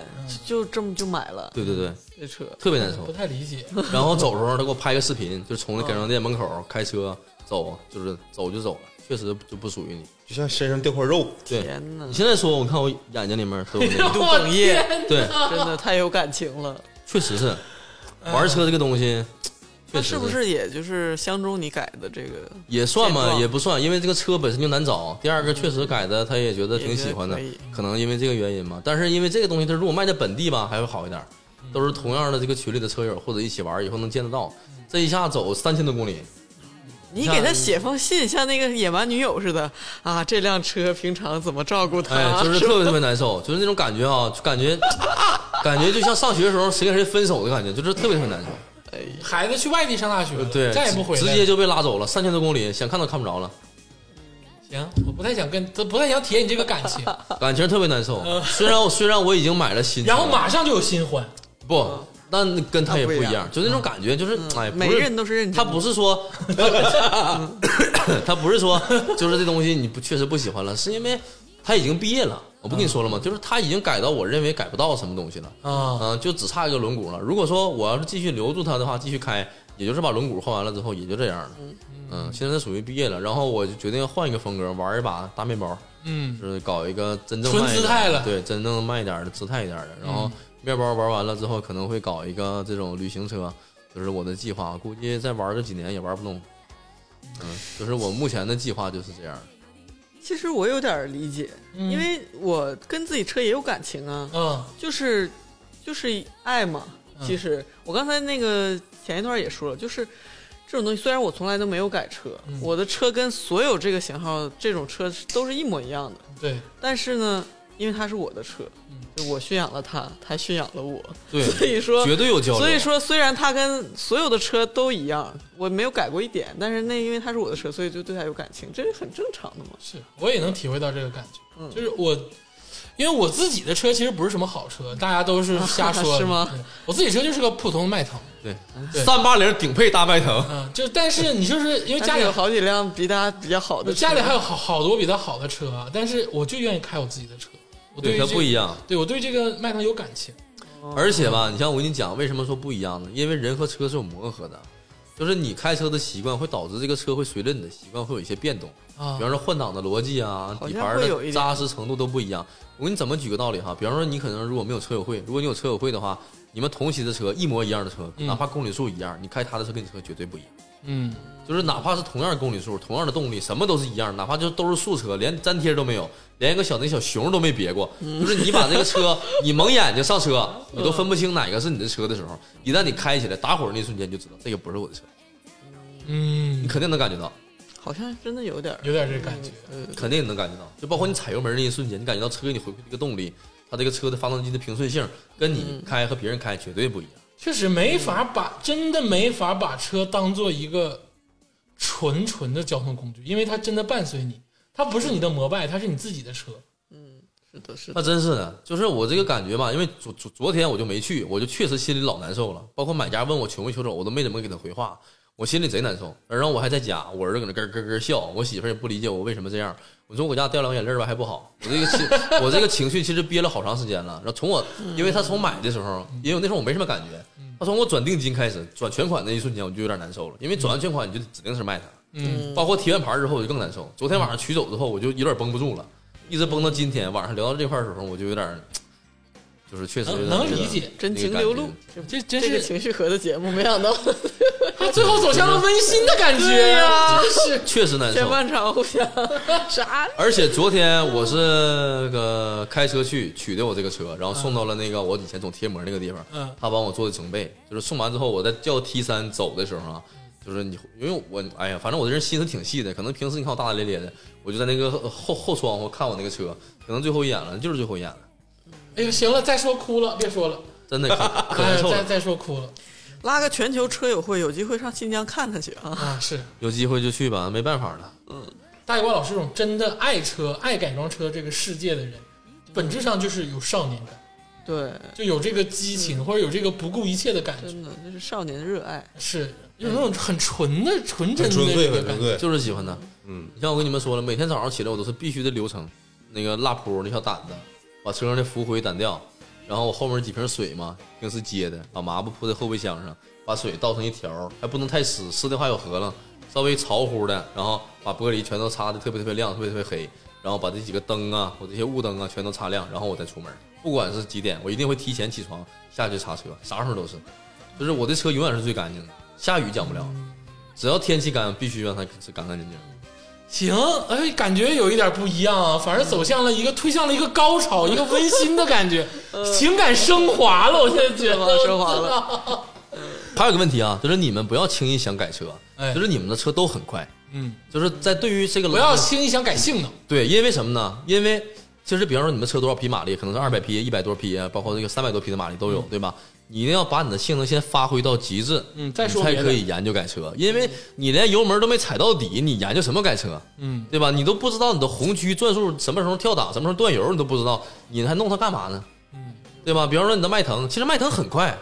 就就这么就买了
对对对，
这车。
特别难受
不。太理解。
然后走的时候，他给我拍个视频，就从那
嗯
改装店门口开车走，就是走就走了，确实就不属于你。
就像身上掉块肉，
对，
天哪
你，现在说，我看我眼睛里面都有那个，
我
哽咽
天哪
对，
真的太有感情了。
确实是，玩车这个东西，确
嗯那
实
是不是也就是相中你改的这个？
也算
现
吧，
状
也不算，因为这个车本身就难找。第二个确实改的，他也觉得挺喜欢的
也觉得可以，
可能因为这个原因嘛。但是因为这个东西，它如果卖在本地吧，还会好一点，都是同样的这个群里的车友或者一起玩，以后能见得到。这一下走三千多公里，
你给他写封信，像那个野蛮女友似的啊！这辆车平常怎么照顾他？
哎，就是 特别特别难受，就是那种感觉啊，就感觉感觉就像上学的时候谁跟谁分手的感觉，就是特别特别难受。
孩子去外地上大学了，
对，
嗯再也不回来了。
直接就被拉走了，三千多公里，想看都看不着了，
行，我不太想跟，都不太想体验你这个感 情。
感情特别难受。虽然我虽然我已经买了新车
然
了，
后马上就有新欢，
不，那跟他也
那
不
不
一
一
样，
样嗯
就那种感觉，就是、哎，不
每个人都是认真的
他不是说， 他不是说，就是这东西你不确实不喜欢了，是因为他已经毕业了。我不跟你说了
嗯
吗？就是他已经改到我认为改不到什么东西了，
啊
嗯，就只差一个轮毂了。如果说我要是继续留住他的话，继续开，也就是把轮毂换完了之后，也就这样了。嗯，现在属于毕业了，然后我就决定换一个风格，玩一把大面包。
嗯，
就是搞一个真正
纯
慢一点
姿态了
对，真正慢一点的姿态一点的。然后面包玩完了之后，可能会搞一个这种旅行车，就是我的计划，估计再玩个几年也玩不动。嗯，就是我目前的计划就是这样。
其实我有点理解，
嗯
因为我跟自己车也有感情啊，
哦
嗯
就是就是爱嘛。
嗯
其实我刚才那个前一段也说了，就是这种东西，虽然我从来都没有改车，
嗯
我的车跟所有这个型号这种车都是一模一样的，
对，
但是呢，因为它是我的车，
嗯
就我驯养了它，它驯养了我，
对，
所以说
绝对有交流。
所以说，虽然它跟所有的车都一样，我没有改过一点，但是那因为它是我的车，所以就对它有感情，这是很正常的嘛。
是我也能体会到这个感觉，
嗯
就是我，因为我自己的车其实不是什么好车，大家都 是瞎说的
是吗
对我自己车就是个普通的迈腾，
对，
对
三八零顶配大迈腾，
嗯，就但是你就是因为家
家里
里
有好几辆比它比较好的车，
家里还有好好多比它好的车啊，但是我就愿意开我自己的车，我
对
于
它
这
不一样。
对我对这个迈腾有感情，
而且吧，你像我跟你讲，为什么说不一样呢？因为人和车是有磨合的，就是你开车的习惯会导致这个车会随着你的习惯会有一些变动。
啊
比方说换挡的逻辑啊，
好像
底盘
会有一
的
点
扎实程度都不一样。我给你怎么举个道理哈？比方说你可能如果没有车友会，如果你有车友会的话，你们同期的车一模一样的车，
嗯
哪怕公里数一样，你开他的车跟你车绝对不一样。
嗯，
就是哪怕是同样的公里数、同样的动力，什么都是一样，哪怕就都是素车，连粘贴都没有，连一个小那小熊都没别过。
嗯
就是你把这个 车，你蒙眼睛上车，你都分不清哪个是你的车的时
嗯
候，一旦你开起来打火那瞬间，就知道这个不是我的车，
嗯
你，肯定能感觉到，
好像真的有点儿。
有点这感觉。
嗯
肯定能感觉到。就包括你踩油门那一瞬间，你感觉到车给你回馈这个动力，它这个车的发动机的平顺性，跟你开和别人开绝对不一样。
确实没法把，真的没法把车当做一个纯纯的交通工具，因为它真的伴随你，它不是你的摩拜，它是你自己的车。
是的，是的，
呃
那真是的，就是我这个感觉吧，因为昨昨昨天我就没去，我就确实心里老难受了。包括买家问我穷没穷走，我都没怎么给他回话，我心里贼难受。然后我还在家，我儿子搁那咯咯咯笑，我媳妇儿也不理解我为什么这样。我说我搁家掉两个眼泪儿吧还不好，我这个情我这个情绪其实憋了好长时间了。然后从我因为他从买的时候，因为那时候我没什么感觉，
嗯
他从我转定金开始转全款那一瞬间我就有点难受了，因为转完全款你就指定是卖他。
嗯，
包括提完牌儿之后我就更难受。昨天晚上取走之后，我就有点绷不住了，一直绷到今天晚上聊到这块儿的时候，我就有点儿，就是确实有
能
点
能
觉得
理解，
真情流露，
这真
这个
是
情绪盒的节目，没想到
它最后走向了温馨的感觉
对呀
真是
确实难
前
受。
半场互相啥
而且昨天我是个开车去取的我这个车，然后送到了那个我以前总贴膜那个地方，
嗯
他帮我做的整备，就是送完之后我在叫 T 三走的时候啊，就是你因为我哎呀，反正我这人心思挺细的，可能平时你看我大大咧咧的，我就在那个后后窗户看我那个车，可能最后一眼了，就是最后一眼了，
哎呦，行了，再说哭了，别说了，
真的可可
哎
难
呀
受
再
了。
再说哭了
拉个全球车友会，有机会上新疆看看去啊！
啊！是
有机会就去吧，没办法了。
大瓜老师这种真的爱车、爱改装车这个世界的人，本质上就是有少年感，
对，
就有这个激情，或者有这个不顾一切的感觉，
嗯真的那是少年热爱。
是有那种很纯的、纯真
很纯
的这
粹，
个
很
感
纯
觉。
粹。
就是喜欢它。
嗯，
你像我跟你们说了，每天早上起来我都是必须的流程，那个辣铺那小掸子，把车上的浮灰掸掉，然后我后面几瓶水嘛，平时接的，把抹布铺在后备箱上，把水倒成一条，还不能太湿，湿的话有核了，稍微潮乎的，然后把玻璃全都擦的特别特别亮，特别特别黑，然后把这几个灯啊，我这些雾灯啊全都擦亮，然后我再出门，不管是几点，我一定会提前起床下去擦车，啥时候都是，就是我的车永远是最干净的，下雨讲不了。只要天气干，必须让它是干干净净。
行，哎，感觉有一点不一样啊，反正走向了一个推向了一个高潮，一个温馨的感觉，情感升华了。我现在觉 得
升华嗯 了。
还有个问题啊，就是你们不要轻易想改车，啊
哎
就是你们的车都很快，
嗯，
就是在对于这个
不要轻易想改性能。
对，因为什么呢？因为其实比方说你们车多少匹马力，可能是二百匹、一百多匹，包括这个三百多匹的马力都有，对吧？你一定要把你的性能先发挥到极致，
嗯再说
你
别
才
的
可以研究改车，因为你连油门都没踩到底，你研究什么改车？
嗯，
对吧？你都不知道你的红区转速什么时候跳档，什么时候断油，你都不知道，你还弄它干嘛呢？嗯，对吧？比方说你的迈腾，其实迈腾很快，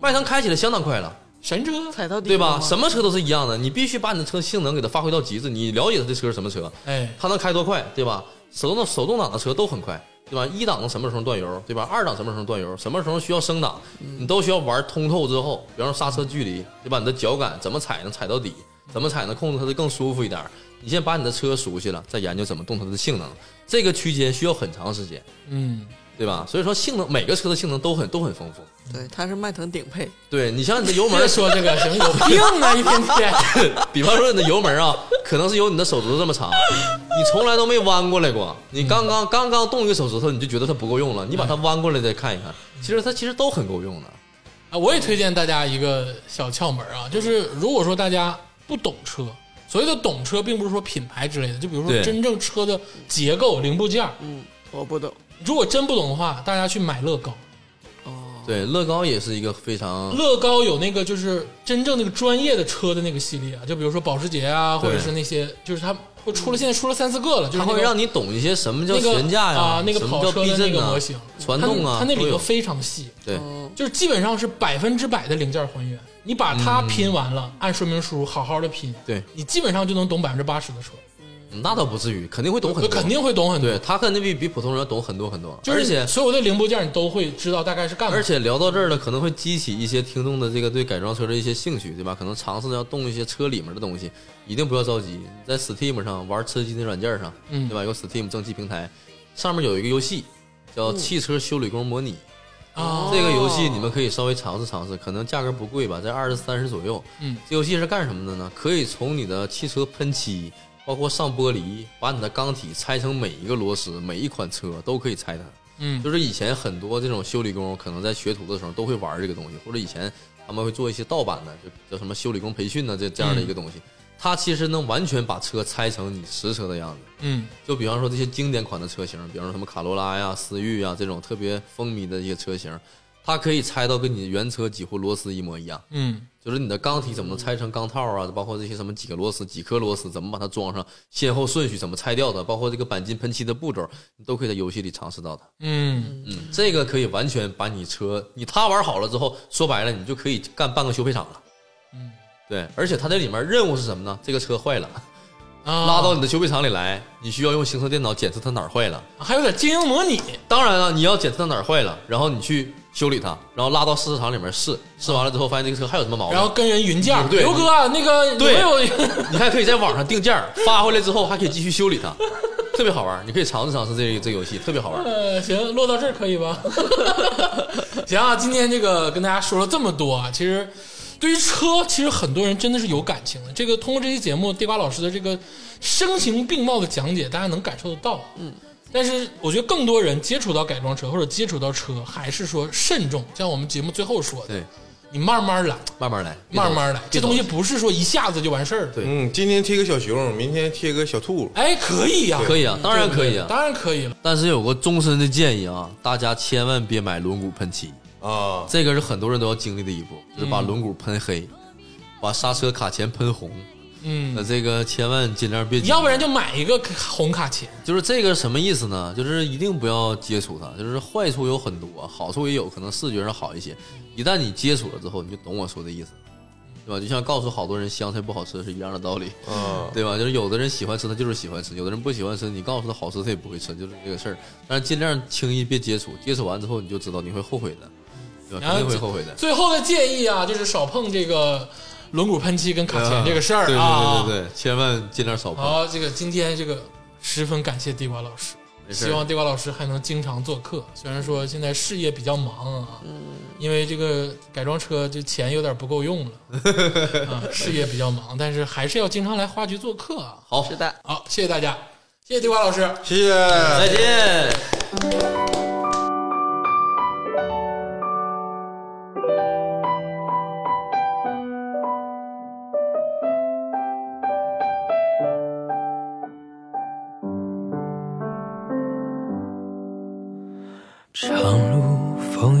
迈腾开起来相当快了。
神车，
踩到底
对
嗯
吧？
了吗
什么车都是一样的，你必须把你的车性能给它发挥到极致。你了解它这车是什么车，
哎，
它能开多快，对吧？手动手动挡的车都很快，对吧？一档什么时候断油，对吧？二档什么时候断油，什么时候需要升档，你都需要玩通透之后，比方说刹车距离，对吧？你的脚感怎么踩能踩到底，怎么踩能控制它的更舒服一点儿？你先把你的车熟悉了，再研究怎么动它的性能。这个区间需要很长时间，
嗯，
对吧？所以说性能每个车的性能都很都很丰富。
对，他是迈腾顶配，
对你像你的油门
别说 这个，行，有病 啊，一天天。
比方说你的油门啊，可能是有你的手指头这么长，你从来都没弯过来过。你刚
嗯
刚刚刚动一个手指头，你就觉得它不够用了，你把它弯过来再看一看，其实它其实都很够用的。
啊，我也推荐大家一个小窍门啊，就是如果说大家不懂车，所谓的懂车，并不是说品牌之类的，就比如说
对
真正车的结构、零部件儿，
嗯，我不懂，
如果真不懂的话，大家去买乐高。
对，乐高也是一个非常
哦乐高有那个就是真正那个专业的车的那个系列啊，就比如说保时捷啊，或
对
者是那些，就是它会出了，现在出了三四个了，就是
它
那
会
个
让你懂一些什么叫悬架呀、
啊那个
什
跑
么叫
车的
避震
那个
啊
模型
传
它那
动啊，
它那
都
里头
有
非常细，
对
嗯，
就是基本上是百分之百的零件还原。你把它拼完了，按说明书好好的拼，
嗯对
你基本上就能懂百分之八十的车。呃
那倒不至于，肯定会懂很多，
肯定会懂很多。
对他肯定比比普通人懂很多很多，
就是
而且
所有的零部件你都会知道大概是干嘛
而。且聊到这儿呢，可能会激起一些听众的这个对改装车的一些兴趣，对吧？可能尝试着要动一些车里面的东西，一定不要着急。在 Steam 上玩吃鸡的软件上，
嗯
对吧？有 Steam 蒸汽平台，上面有一个游戏
哦
叫《汽车修理工模拟》
啊
这个游戏你们可以稍微尝试尝试，可能价格不贵吧，在二十三十左右。
嗯，
这游戏是干什么的呢？可以从你的汽车喷漆，包括上玻璃，把你的钢体拆成每一个螺丝，每一款车都可以拆它。
嗯
就是以前很多这种修理工可能在学徒的时候都会玩这个东西，或者以前他们会做一些盗版的，就叫什么修理工培训呢，这这
嗯
样的一个东西。它其实能完全把车拆成你实车的样子。
嗯
就比方说这些经典款的车型，比方说什么卡罗拉呀、思域啊呀这种特别风靡的一些车型，它可以拆到跟你原车几乎螺丝一模一样。
嗯
就是你的钢体怎么能拆成钢套啊，包括这些什么几个螺丝、几颗螺丝，怎么把它装上，先后顺序怎么拆掉的，包括这个钣金喷漆的步骤，你都可以在游戏里尝试到它。
嗯，
嗯，这个可以完全把你车，你他玩好了之后，说白了，你就可以干半个修配厂了。
嗯，
对，而且它这里面任务是什么呢？这个车坏了，
啊
嗯拉到你的修配厂里来，你需要用行车电脑检测它哪儿坏了。
啊还有点经营模拟，
当然了，你要检测它哪儿坏了，然后你去修理它，然后拉到试车场里面试，试完了之后发现这个车还有什么毛病，
然后跟人云价，
嗯哦对
刘哥啊那个有
对
没有？
你还可以在网上定价，发回来之后还可以继续修理它，特别好玩。你可以尝试尝试这个这个游戏，特别好玩。
呃，行，落到这儿可以吧？ 行啊，今天这个跟大家说了这么多啊，其实对于车，其实很多人真的是有感情的。这个通过这期节目，地瓜老师的这个声情并茂的讲解，大家能感受得到。嗯，但是我觉得更多人接触到改装车或者接触到车，还是说慎重，像我们节目最后说的，
对，
你慢慢来，
慢慢来，
慢慢来，这
别着
东
急
西不是说一下子就完事儿的。
对
嗯，今天贴个小熊，明天贴个小兔，
哎，可以呀、
可以啊，当然可以啊，
当然可以了。
但是有个终身的建议啊，大家千万别买轮毂喷漆，
啊，
这个是很多人都要经历的一步，就是把轮毂喷黑，把刹车卡钳喷红。
嗯，
那这个千万尽量别，
要不然就买一个红卡钳。
就是这个什么意思呢？就是一定不要接触它，就是坏处有很多，好处也有，可能视觉上好一些。一旦你接触了之后，你就懂我说的意思，对吧？就像告诉好多人香菜不好吃是一样的道理，
啊，
对吧？就是有的人喜欢吃，他就是喜欢吃；有的人不喜欢吃，你告诉他好吃，他也不会吃，就是这个事儿。但是尽量轻易别接触，接触完之后你就知道你会后悔的，对吧？
然
肯
后
定会后悔的。
最后的建议啊，就是少碰这个轮毂喷漆跟卡钳这个事儿啊。
啊对对对对对，千万尽量少碰。
好，这个今天这个十分感谢地瓜老师，
没事
希望地瓜老师还能经常做客。虽然说现在事业比较忙啊，
嗯
因为这个改装车这钱有点不够用了 啊，事业比较忙，但是还是要经常来花局做客啊。
好，
是的，
好，谢谢大家，谢谢地瓜老师。
谢谢，
哎再见。
长路奉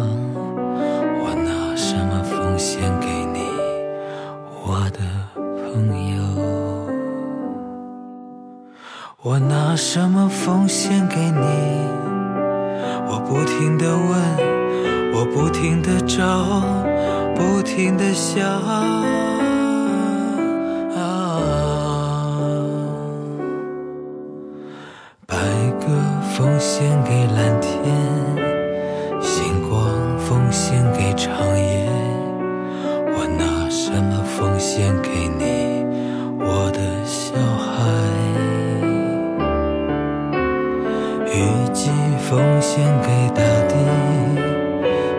我拿什么奉献给你，我的朋友？我拿什么奉献给你？我不停的问，我不停的找，不停的想。白鸽奉献给蓝天，星光奉献给长夜。我拿什么奉献给你，我的小孩？雨季奉献给大地，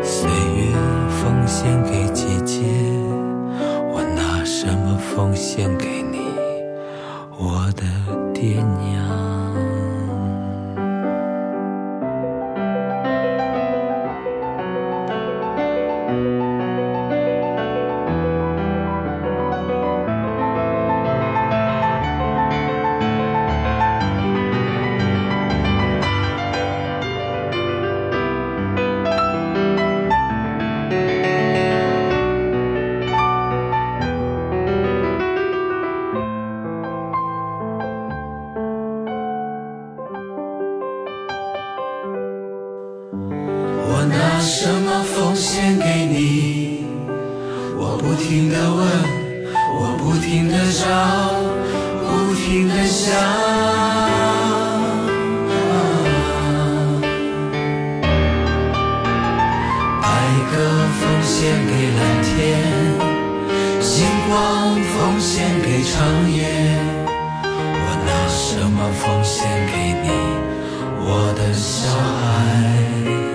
岁月奉献给季节，我拿什么奉献给你，我的爹娘？什么奉献给你？我不停地问，我不停地找，不停地想。白鸽奉献给蓝天，星光奉献给长夜。我拿什么奉献给你，我的小孩？